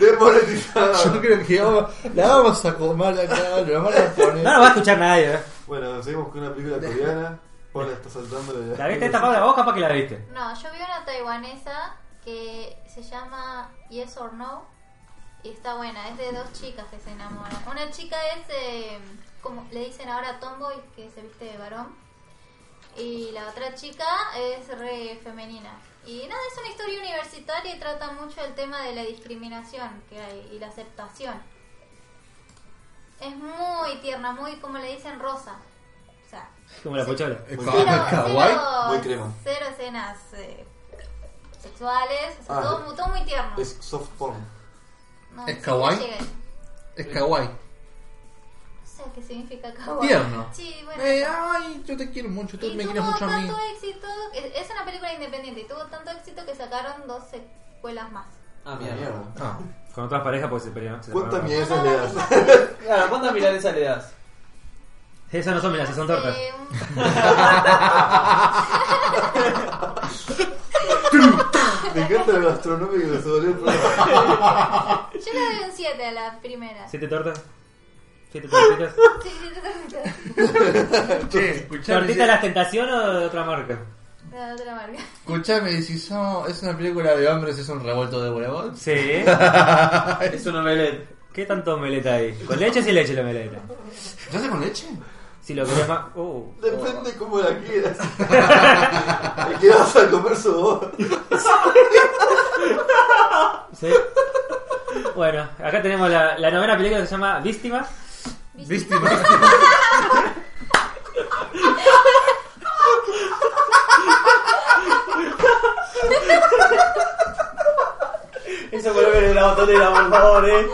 Speaker 1: Demonetizado.
Speaker 2: Yo creo que vamos- la vamos a comer acá, la vamos a poner.
Speaker 3: no nos va a escuchar nadie, ¿eh?
Speaker 1: Bueno, seguimos con una película coreana. Paula está saltando de
Speaker 3: ¿La viste esta Paula? Vos capaz que la viste.
Speaker 6: No, yo vi una taiwanesa que se llama Yes or No y está buena, es de dos chicas que se enamoran. Una chica es, eh, como le dicen ahora, tomboy, que se viste de varón, y la otra chica es re femenina. Y nada, es una historia universitaria y trata mucho el tema de la discriminación que hay y la aceptación. Es muy tierna, muy, como le dicen, rosa. O sea,
Speaker 3: Como la pochola.
Speaker 2: Es
Speaker 1: Muy
Speaker 2: como
Speaker 1: bien.
Speaker 6: Cero,
Speaker 2: kawaii.
Speaker 6: cero-
Speaker 1: Muy crema.
Speaker 6: Cero escenas eh, sexuales, o sea,
Speaker 1: Ah,
Speaker 6: todo,
Speaker 1: es-
Speaker 6: mu- todo muy tierno.
Speaker 1: Es soft porn.
Speaker 6: No,
Speaker 2: ¿es
Speaker 6: sí,
Speaker 2: kawaii?
Speaker 6: no llegué.
Speaker 2: Es kawaii.
Speaker 6: No sé qué significa kawaii.
Speaker 2: Tierno.
Speaker 6: Sí, bueno.
Speaker 2: Eh, ay, yo te quiero mucho, tú me
Speaker 6: y tuvo
Speaker 2: quieres mucho a mí.
Speaker 6: tanto éxito, es es una película independiente y tuvo tanto éxito que sacaron dos secuelas más.
Speaker 7: Ah, mierda.
Speaker 1: Mierda.
Speaker 2: Ah.
Speaker 3: Con otras parejas porque se pelearon. se
Speaker 1: ¿Cuántas
Speaker 3: separaron.
Speaker 1: miedosas le das?
Speaker 7: Claro, ¿cuántas milanesas le das?
Speaker 3: Esas no son minas, son tortas.
Speaker 6: Eh, un-
Speaker 1: Me encanta lo gastronómico que se volvió el programa.
Speaker 6: yo le doy un 7 a la primera.
Speaker 3: ¿Siete tortas? ¿Siete tortitas?
Speaker 6: Sí, sí, sí, sí, sí.
Speaker 2: Che, escuchame,
Speaker 3: ¿Tortita las tentación o de otra marca?
Speaker 6: La otra marca.
Speaker 2: escuchame, si son, es una película de hombres, es un revuelto de huevos.
Speaker 3: Sí.
Speaker 7: Es un omelette.
Speaker 3: ¿Qué tanto meleta hay? ¿Con leche o sin leche la meleta?
Speaker 2: ¿Ya hace con leche?
Speaker 3: Si lo querés más. Uh.
Speaker 1: Depende cómo la quieras. ¿Y qué vas a comer su vos?
Speaker 3: Sí. Bueno, acá tenemos la, la novena película que se llama Víctima.
Speaker 2: ¿Viste?
Speaker 7: Eso vuelve en la botonera, por favor, eh.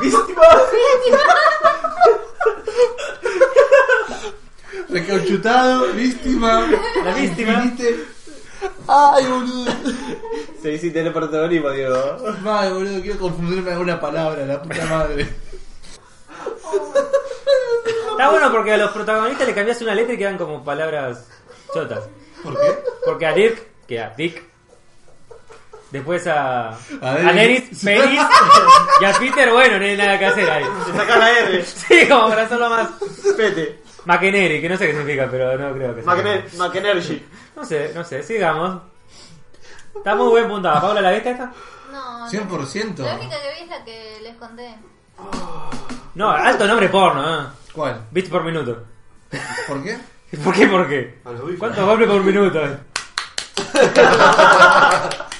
Speaker 7: Víctima.
Speaker 2: Recauchutado, víctima.
Speaker 3: La víctima.
Speaker 2: Viniste. Ay, boludo.
Speaker 7: Se visita el protagonismo, Diego.
Speaker 2: Madre, boludo, quiero confundirme con una palabra, la puta madre.
Speaker 3: Está bueno porque a los protagonistas le cambias una letra y quedan como palabras chotas.
Speaker 2: ¿Por qué?
Speaker 3: Porque a Dirk queda Dick. Después a. A
Speaker 2: Daenerys.
Speaker 3: Daenerys, Peris. Y a Peter, bueno, no hay nada que hacer ahí.
Speaker 7: Se saca la R.
Speaker 3: Sí, como para hacerlo más.
Speaker 7: Pete.
Speaker 3: Makeneri, que no sé qué significa, pero no creo que sea.
Speaker 7: Makenergy.
Speaker 3: No sé, no sé, sigamos. Está muy buen puntada. ¿Paula la viste esta?
Speaker 6: No, no. La
Speaker 2: 100%.
Speaker 6: única que vi es la que les conté.
Speaker 3: No, alto nombre porno, ¿eh?
Speaker 2: ¿Cuál?
Speaker 3: Bits por minuto.
Speaker 2: ¿Por qué?
Speaker 3: ¿Por qué? ¿Por qué?
Speaker 1: A los bifes.
Speaker 3: ¿Cuántos golpes por minuto?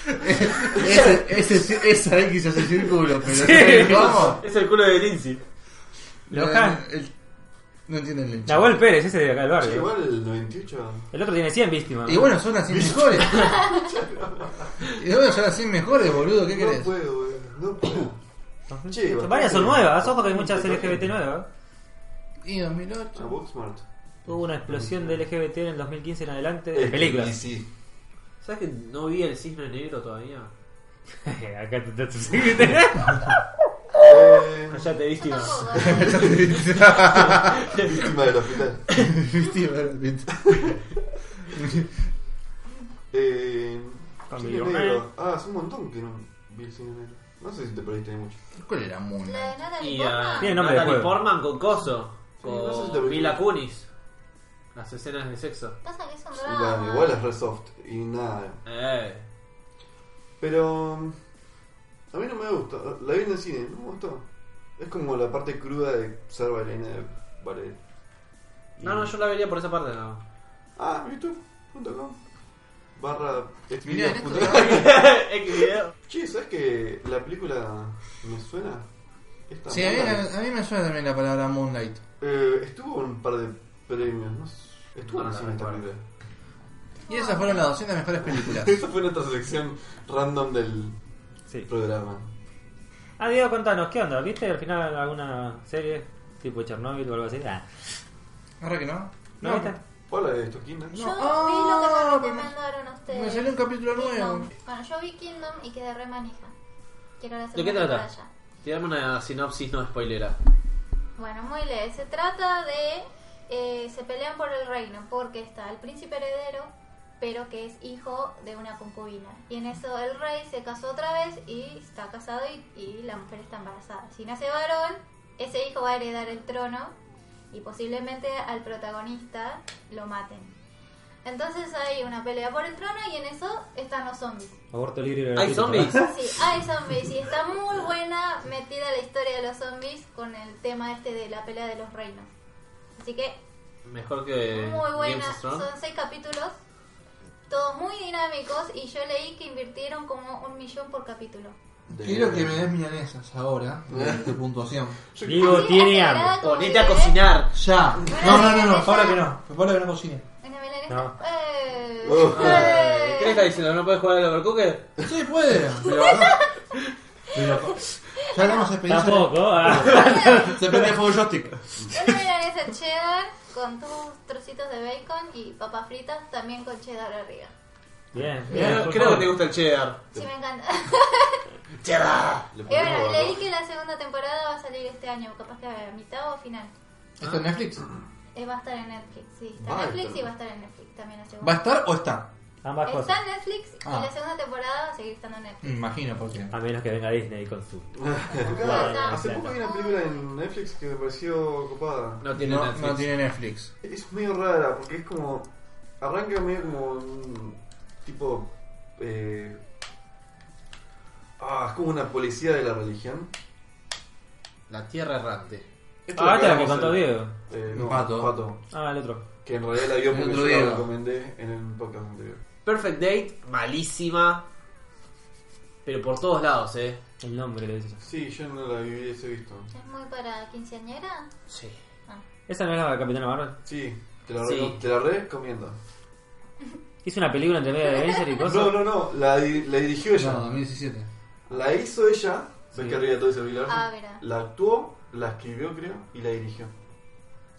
Speaker 2: Ese, ese, esa X hace círculo, pero
Speaker 3: Sí.
Speaker 2: ¿cómo?
Speaker 7: Es el culo de Lindsay.
Speaker 2: No,
Speaker 3: Lohan.
Speaker 2: el- no entiendo el hincha.
Speaker 3: Nahuel Pérez, ese de acá del
Speaker 1: Che,
Speaker 3: barrio.
Speaker 1: igual el 98.
Speaker 3: El otro tiene 100 víctimas.
Speaker 2: Y bueno, son las 100 mejores. y bueno, son las 100 mejores, boludo, ¿qué
Speaker 1: No
Speaker 2: crees?
Speaker 1: puedo, güey. No puedo. Che,
Speaker 3: Varias son
Speaker 1: bastante-
Speaker 3: nuevas, ojo que hay muchas LGBT nuevas.
Speaker 2: Y 2008.
Speaker 1: Ah, Booksmart.
Speaker 3: Hubo una explosión de LGBT en el 2015 en adelante de
Speaker 1: Y
Speaker 3: películas.
Speaker 1: sí.
Speaker 7: ¿Sabes que no vi el cisne negro todavía?
Speaker 3: Acá te estás
Speaker 1: Eh,
Speaker 7: Callate, víctima.
Speaker 6: Tampoco.
Speaker 1: víctima del hospital. Eh,
Speaker 3: También
Speaker 1: Cine
Speaker 3: yo.
Speaker 1: negro. Ah, hace un montón que no vi el cine negro. No sé si te perdiste de mucho.
Speaker 2: ¿Cuál era
Speaker 6: La de
Speaker 2: Mona?
Speaker 6: Natalie
Speaker 7: Y
Speaker 6: Portman.
Speaker 7: a
Speaker 3: Tiene nombre de
Speaker 7: Natalie
Speaker 3: juego.
Speaker 7: Portman con Coso.
Speaker 1: Sí, no sé si te
Speaker 7: Con
Speaker 1: vi.
Speaker 7: Mila Kunis. Las escenas de sexo.
Speaker 6: Pasa que es un
Speaker 1: Igual,
Speaker 6: drama.
Speaker 1: igual es re soft y nada.
Speaker 7: Eh.
Speaker 1: Pero um, a mí no me gusta. La vi en el cine, no me gustó. Es como la parte cruda de ser bailarina de ballet. Y-
Speaker 7: No, no, yo la vería por esa parte, no.
Speaker 1: Ah, youtube.com barra
Speaker 2: Mirá, en esto-
Speaker 1: xvideos.com.
Speaker 7: X video.
Speaker 1: Che, ¿sabes que la película me suena? Esta
Speaker 2: Sí, a mí,
Speaker 1: mala.
Speaker 2: a mí me suena también la palabra Moonlight.
Speaker 1: Eh, estuvo en un par de premios, no sé. Estuvo en
Speaker 7: No,
Speaker 1: el
Speaker 7: no
Speaker 1: cine esta
Speaker 7: recuerdo.
Speaker 1: película.
Speaker 2: Y esas fueron las 200 mejores películas.
Speaker 1: Esa fue nuestra sección random del
Speaker 3: Sí.
Speaker 1: programa.
Speaker 3: Ah, Diego, contanos, ¿qué onda? ¿Viste al final alguna serie tipo Chernobyl o algo así? Ah,
Speaker 2: ¿Ahora que no?
Speaker 3: ¿No viste?
Speaker 1: Hola, de esto, ¿quién es?
Speaker 6: Yo
Speaker 2: No.
Speaker 6: vi lo que
Speaker 2: Ah,
Speaker 6: me
Speaker 2: pero me-
Speaker 6: recomendaron ustedes.
Speaker 2: me salió un capítulo
Speaker 6: Kingdom.
Speaker 2: nuevo.
Speaker 6: Bueno, yo vi Kingdom y quedé re manija. Quiero la
Speaker 7: ¿De qué
Speaker 6: segunda
Speaker 7: trata?
Speaker 6: temporada ya.
Speaker 7: Tirame una sinopsis no spoilera.
Speaker 6: Bueno, muy leve. Se trata de. eh, se pelean por el reino porque está el príncipe heredero, pero que es hijo de una concubina. Y en eso el rey se casó otra vez y está casado y, y la mujer está embarazada. Si nace varón, ese hijo va a heredar el trono y posiblemente al protagonista lo maten. Entonces hay una pelea por el trono y en eso están los zombies.
Speaker 3: Aborto libre. y
Speaker 7: ¿Hay
Speaker 3: gratuito,
Speaker 7: zombies?
Speaker 6: Sí, hay zombies y está muy buena metida la historia de los zombies con el tema este de la pelea de los reinos. Así que
Speaker 7: Mejor que
Speaker 6: muy buena,
Speaker 7: Eh, Games of
Speaker 6: son
Speaker 7: Thrones.
Speaker 6: seis capítulos, todos muy dinámicos y yo leí que invirtieron como un millón por capítulo.
Speaker 2: Quiero que me des milanesas ahora, de tu puntuación.
Speaker 3: ¿no? Diego tiene hambre.
Speaker 7: Ponete
Speaker 6: ¿eh?
Speaker 7: a cocinar.
Speaker 2: Ya. No, no, no, no, Paula que no. Paula que no cocine.
Speaker 6: Una melanesa.
Speaker 3: No.
Speaker 6: ¡Eh!
Speaker 1: Uf.
Speaker 6: ¡Eh!
Speaker 7: ¿Qué le estás diciendo? ¿No puedes jugar al Overcooked?
Speaker 2: Sí, puede, pero. Pero. Ya hablamos de experiencia.
Speaker 3: Tampoco. ah.
Speaker 2: Se prende fuego joystick.
Speaker 6: Una melanesa cheddar con tus trocitos de bacon y papas fritas también con cheddar arriba.
Speaker 3: Bien, bien.
Speaker 7: Eh, Creo creo
Speaker 3: por
Speaker 7: que
Speaker 3: favor.
Speaker 7: te gusta el cheddar.
Speaker 6: Sí, me encanta.
Speaker 1: Le
Speaker 6: Y bueno,
Speaker 1: ponemos
Speaker 6: leí
Speaker 1: algo.
Speaker 6: que la segunda temporada va a salir este año, capaz que a mitad o final.
Speaker 2: ¿Está en Netflix?
Speaker 6: Eh, va a estar en Netflix, sí, está en
Speaker 1: Va,
Speaker 6: Netflix
Speaker 1: pero-
Speaker 6: y va a estar en Netflix también la
Speaker 2: ¿Va a
Speaker 6: segunda.
Speaker 2: estar o está?
Speaker 3: Ambas
Speaker 6: Está
Speaker 3: cosas.
Speaker 6: en Netflix
Speaker 2: Ah.
Speaker 6: y la segunda temporada va a seguir estando en Netflix.
Speaker 2: Me imagino, porque.
Speaker 3: A menos que venga Disney con su.
Speaker 1: Acá, Hace
Speaker 3: Bueno,
Speaker 1: poco vi una película en Netflix que me pareció copada.
Speaker 7: No tiene
Speaker 2: No,
Speaker 7: Netflix.
Speaker 2: no tiene Netflix.
Speaker 1: Es medio rara porque es como. Arranca medio como un tipo. eh, ah, es como una policía de la religión.
Speaker 7: La tierra errante.
Speaker 1: Esto
Speaker 3: Ah,
Speaker 1: lo
Speaker 3: esta es la que
Speaker 1: hablamos en-
Speaker 3: contó Diego.
Speaker 1: Eh, no,
Speaker 2: Pato.
Speaker 1: Pato.
Speaker 3: Ah, el otro.
Speaker 1: Que en realidad la vio
Speaker 2: El
Speaker 1: porque yo
Speaker 2: otro
Speaker 1: la
Speaker 2: Diego.
Speaker 1: recomendé en el podcast anterior.
Speaker 7: Perfect Date, malísima. Pero por todos lados, eh.
Speaker 3: El nombre le dice.
Speaker 1: Sí, yo no la hubiese visto.
Speaker 6: ¿Es muy para quinceañera?
Speaker 7: Sí.
Speaker 6: Ah.
Speaker 3: ¿Esa no es la Capitana Marvel?
Speaker 1: Sí, te la,
Speaker 7: Sí.
Speaker 1: reco- te la recomiendo.
Speaker 3: ¿Hizo una película entre medio de Avenger y cosas?
Speaker 1: No, no, no, la, di- la dirigió ella.
Speaker 2: No, 2017.
Speaker 1: La hizo ella. ¿Ves
Speaker 3: Sí.
Speaker 1: que arriba todo ese celular?
Speaker 6: Ah, verá.
Speaker 1: La actuó, la escribió, creo, y la dirigió.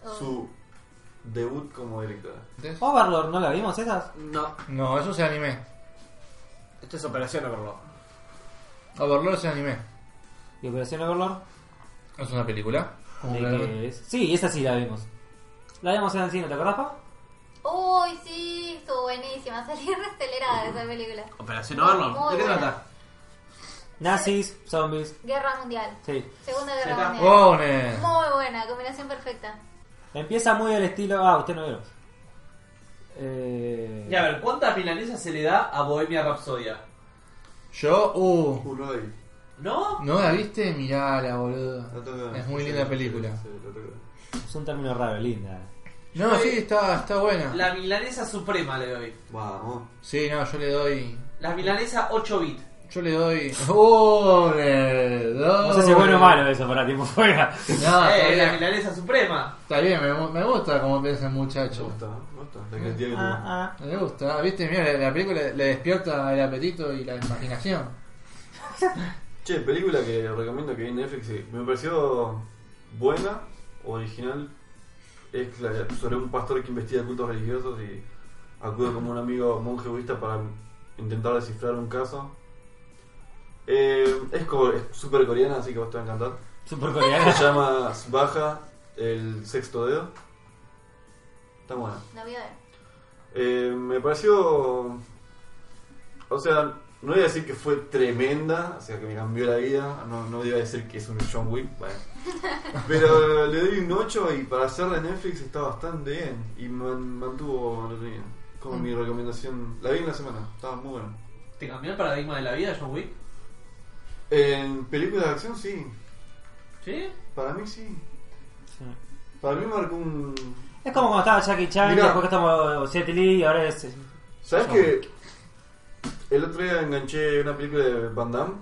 Speaker 6: Oh.
Speaker 1: Su debut como directora.
Speaker 3: Overlord, ¿no la vimos esas?
Speaker 7: No,
Speaker 2: No, eso se anime.
Speaker 7: esto es Operación Overlord.
Speaker 2: Overlord se anime.
Speaker 3: ¿Y Operación Overlord?
Speaker 2: ¿Es una película?
Speaker 3: ¿De
Speaker 2: que-
Speaker 3: qué es? Sí, esa sí la vimos. La vimos en el cine, ¿te acordás, pa?
Speaker 6: Uy, sí, estuvo buenísima, salí re acelerada de esa película.
Speaker 7: ¿Operación Overlord?
Speaker 6: Muy
Speaker 7: ¿De qué
Speaker 6: buena.
Speaker 7: trata?
Speaker 3: Nazis, zombies,
Speaker 6: Guerra Mundial,
Speaker 3: sí.
Speaker 6: Segunda
Speaker 7: Sí, está.
Speaker 6: Guerra Mundial.
Speaker 2: ¡Oh, ne!
Speaker 6: Muy buena, combinación perfecta.
Speaker 3: Empieza muy al estilo... Ah, usted no vio. Eh...
Speaker 7: Ya, a ver, ¿cuántas milanesas se le da a Bohemia Rhapsodia?
Speaker 2: Yo, uh.
Speaker 1: Uh, no la vi.
Speaker 7: ¿No?
Speaker 2: ¿No la viste? Mirala,
Speaker 1: La tengo que
Speaker 2: boludo.
Speaker 1: ver.
Speaker 2: Es muy
Speaker 1: Sí,
Speaker 2: linda
Speaker 1: sí,
Speaker 2: película.
Speaker 1: sí, la tengo que ver.
Speaker 3: Es un término raro, linda.
Speaker 2: No, sí, está, está buena.
Speaker 7: La milanesa suprema le doy.
Speaker 1: Vamos.
Speaker 2: Sí, no, yo le doy.
Speaker 7: La milanesa 8 bit.
Speaker 2: Yo le doy. ¡Pobre!
Speaker 3: No sé
Speaker 1: Oh.
Speaker 3: si es bueno o malo eso para tiempo juega.
Speaker 2: No, Ah, está
Speaker 4: Eh, la
Speaker 2: bien,
Speaker 4: milanesa suprema.
Speaker 2: Está bien, me, gu- me gusta como piensa el
Speaker 1: Me
Speaker 2: muchacho.
Speaker 1: gusta, me gusta. La cantidad que tuvo.
Speaker 4: Ah, ah.
Speaker 2: Me gusta, viste, mira, la, la película le despierta el apetito y la imaginación.
Speaker 1: Che, película que recomiendo que vi en Netflix y me pareció buena, original, es la de- sobre un pastor que investiga cultos religiosos y acude como un amigo monje budista para intentar descifrar un caso. Eh, es co- es súper coreana, así que vos te va a encantar.
Speaker 3: Super
Speaker 1: Se
Speaker 3: coreana.
Speaker 1: llama Baja el sexto dedo. Está buena.
Speaker 6: La voy a ver.
Speaker 1: Eh, me pareció. O sea, no voy a decir que fue tremenda, o sea, que me cambió la vida. No, no iba a decir que es un John Wick, bueno. Pero le doy un 8 y para hacer de Netflix está bastante bien. Y me mantuvo entretenido. Como mi recomendación. La vi en la semana, estaba muy buena.
Speaker 4: ¿Te cambió el paradigma de la vida, John Wick?
Speaker 1: En películas de acción, sí.
Speaker 4: ¿Sí?
Speaker 1: Para mí, sí. Para mí marcó un.
Speaker 3: Es como cuando estaba Jackie Chan,
Speaker 1: Mirá.
Speaker 3: después que estamos Jet Lee y ahora es.
Speaker 1: ¿Sabes
Speaker 2: Ah,
Speaker 1: que El otro día enganché una película de Van Damme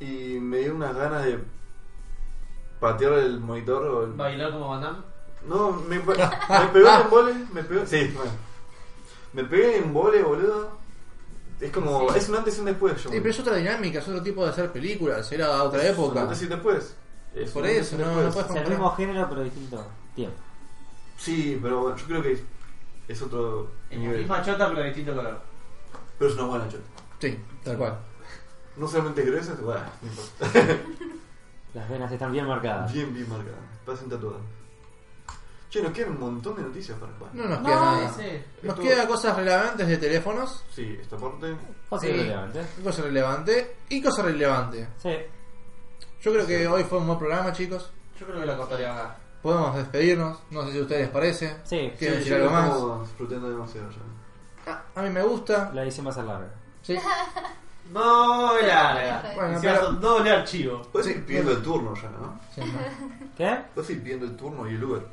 Speaker 1: y me dio unas ganas de patear el monitor o el-
Speaker 4: ¿Bailar como Van Damme?
Speaker 1: No, me, pa- me pegó en vole, me pegó... Sí, bueno. Me pegué en vole, boludo. Es como... Es un antes y un después, yo.
Speaker 2: Sí, pero es otra dinámica, es otro tipo de hacer películas, era otra
Speaker 1: Un
Speaker 2: época.
Speaker 1: antes y un después. Es
Speaker 2: Por
Speaker 1: un antes y
Speaker 2: eso,
Speaker 1: un
Speaker 2: no-
Speaker 1: después.
Speaker 2: no puedes-
Speaker 3: Es el mismo género pero distinto tiempo.
Speaker 1: Sí, pero bueno, yo creo que es otro
Speaker 4: Es la
Speaker 1: nivel.
Speaker 4: misma chota pero de distinto color.
Speaker 1: Pero es una buena chota.
Speaker 2: Sí, tal cual.
Speaker 1: No solamente es gruesa, bueno, no importa.
Speaker 3: Las venas están bien
Speaker 2: Ah.
Speaker 3: marcadas.
Speaker 1: Bien, bien marcada. Pasen tatuada. Che, nos quedan un montón de noticias para jugar.
Speaker 2: No nos queda nada.
Speaker 4: ese.
Speaker 2: Nos
Speaker 1: Esto-
Speaker 2: queda cosas relevantes de teléfonos,
Speaker 1: Sí, esta parte.
Speaker 3: Cosa
Speaker 2: Sí.
Speaker 3: relevante.
Speaker 2: cosas relevantes y cosas relevantes.
Speaker 3: Sí.
Speaker 2: Yo creo que hoy fue un buen programa, chicos.
Speaker 4: Yo creo que la cortaría acá.
Speaker 2: Podemos despedirnos, no sé si a ustedes les parece.
Speaker 3: Sí.
Speaker 2: ¿Quieren
Speaker 1: Sí,
Speaker 2: decir
Speaker 1: ya
Speaker 2: algo
Speaker 1: lo
Speaker 2: más?
Speaker 1: estamos disfrutando demasiado ya.
Speaker 2: Ah, A mí me gusta.
Speaker 3: La edición va a ser larga.
Speaker 2: Sí.
Speaker 4: No, muy larga.
Speaker 2: Bueno,
Speaker 4: Bueno,
Speaker 2: pero-
Speaker 4: doble archivo.
Speaker 1: Puedes
Speaker 2: Sí,
Speaker 1: ir pidiendo
Speaker 2: bueno.
Speaker 1: el turno ya, ¿no?
Speaker 2: Sí, ¿no?
Speaker 3: ¿Qué?
Speaker 1: Puedes ir pidiendo el turno y el Uber.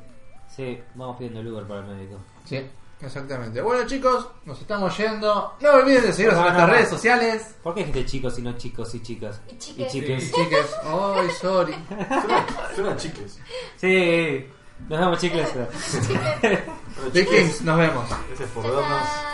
Speaker 3: Sí, vamos pidiendo el Uber para el médico.
Speaker 2: Sí, exactamente. Bueno, chicos, nos estamos yendo. No olviden de seguirnos en
Speaker 3: No, no,
Speaker 2: nuestras
Speaker 3: no.
Speaker 2: redes sociales.
Speaker 3: ¿Por qué dijiste chicos y no chicos y chicas?
Speaker 6: Y chiques.
Speaker 3: chiques.
Speaker 2: Chiques, ay, sorry.
Speaker 1: Suena, suena chicles.
Speaker 3: Sí, nos vemos chicles.
Speaker 1: Bueno,
Speaker 2: The
Speaker 1: chicles,
Speaker 2: Kings, nos vemos.
Speaker 1: gracias por
Speaker 6: Chao,
Speaker 1: darnos.
Speaker 6: chao.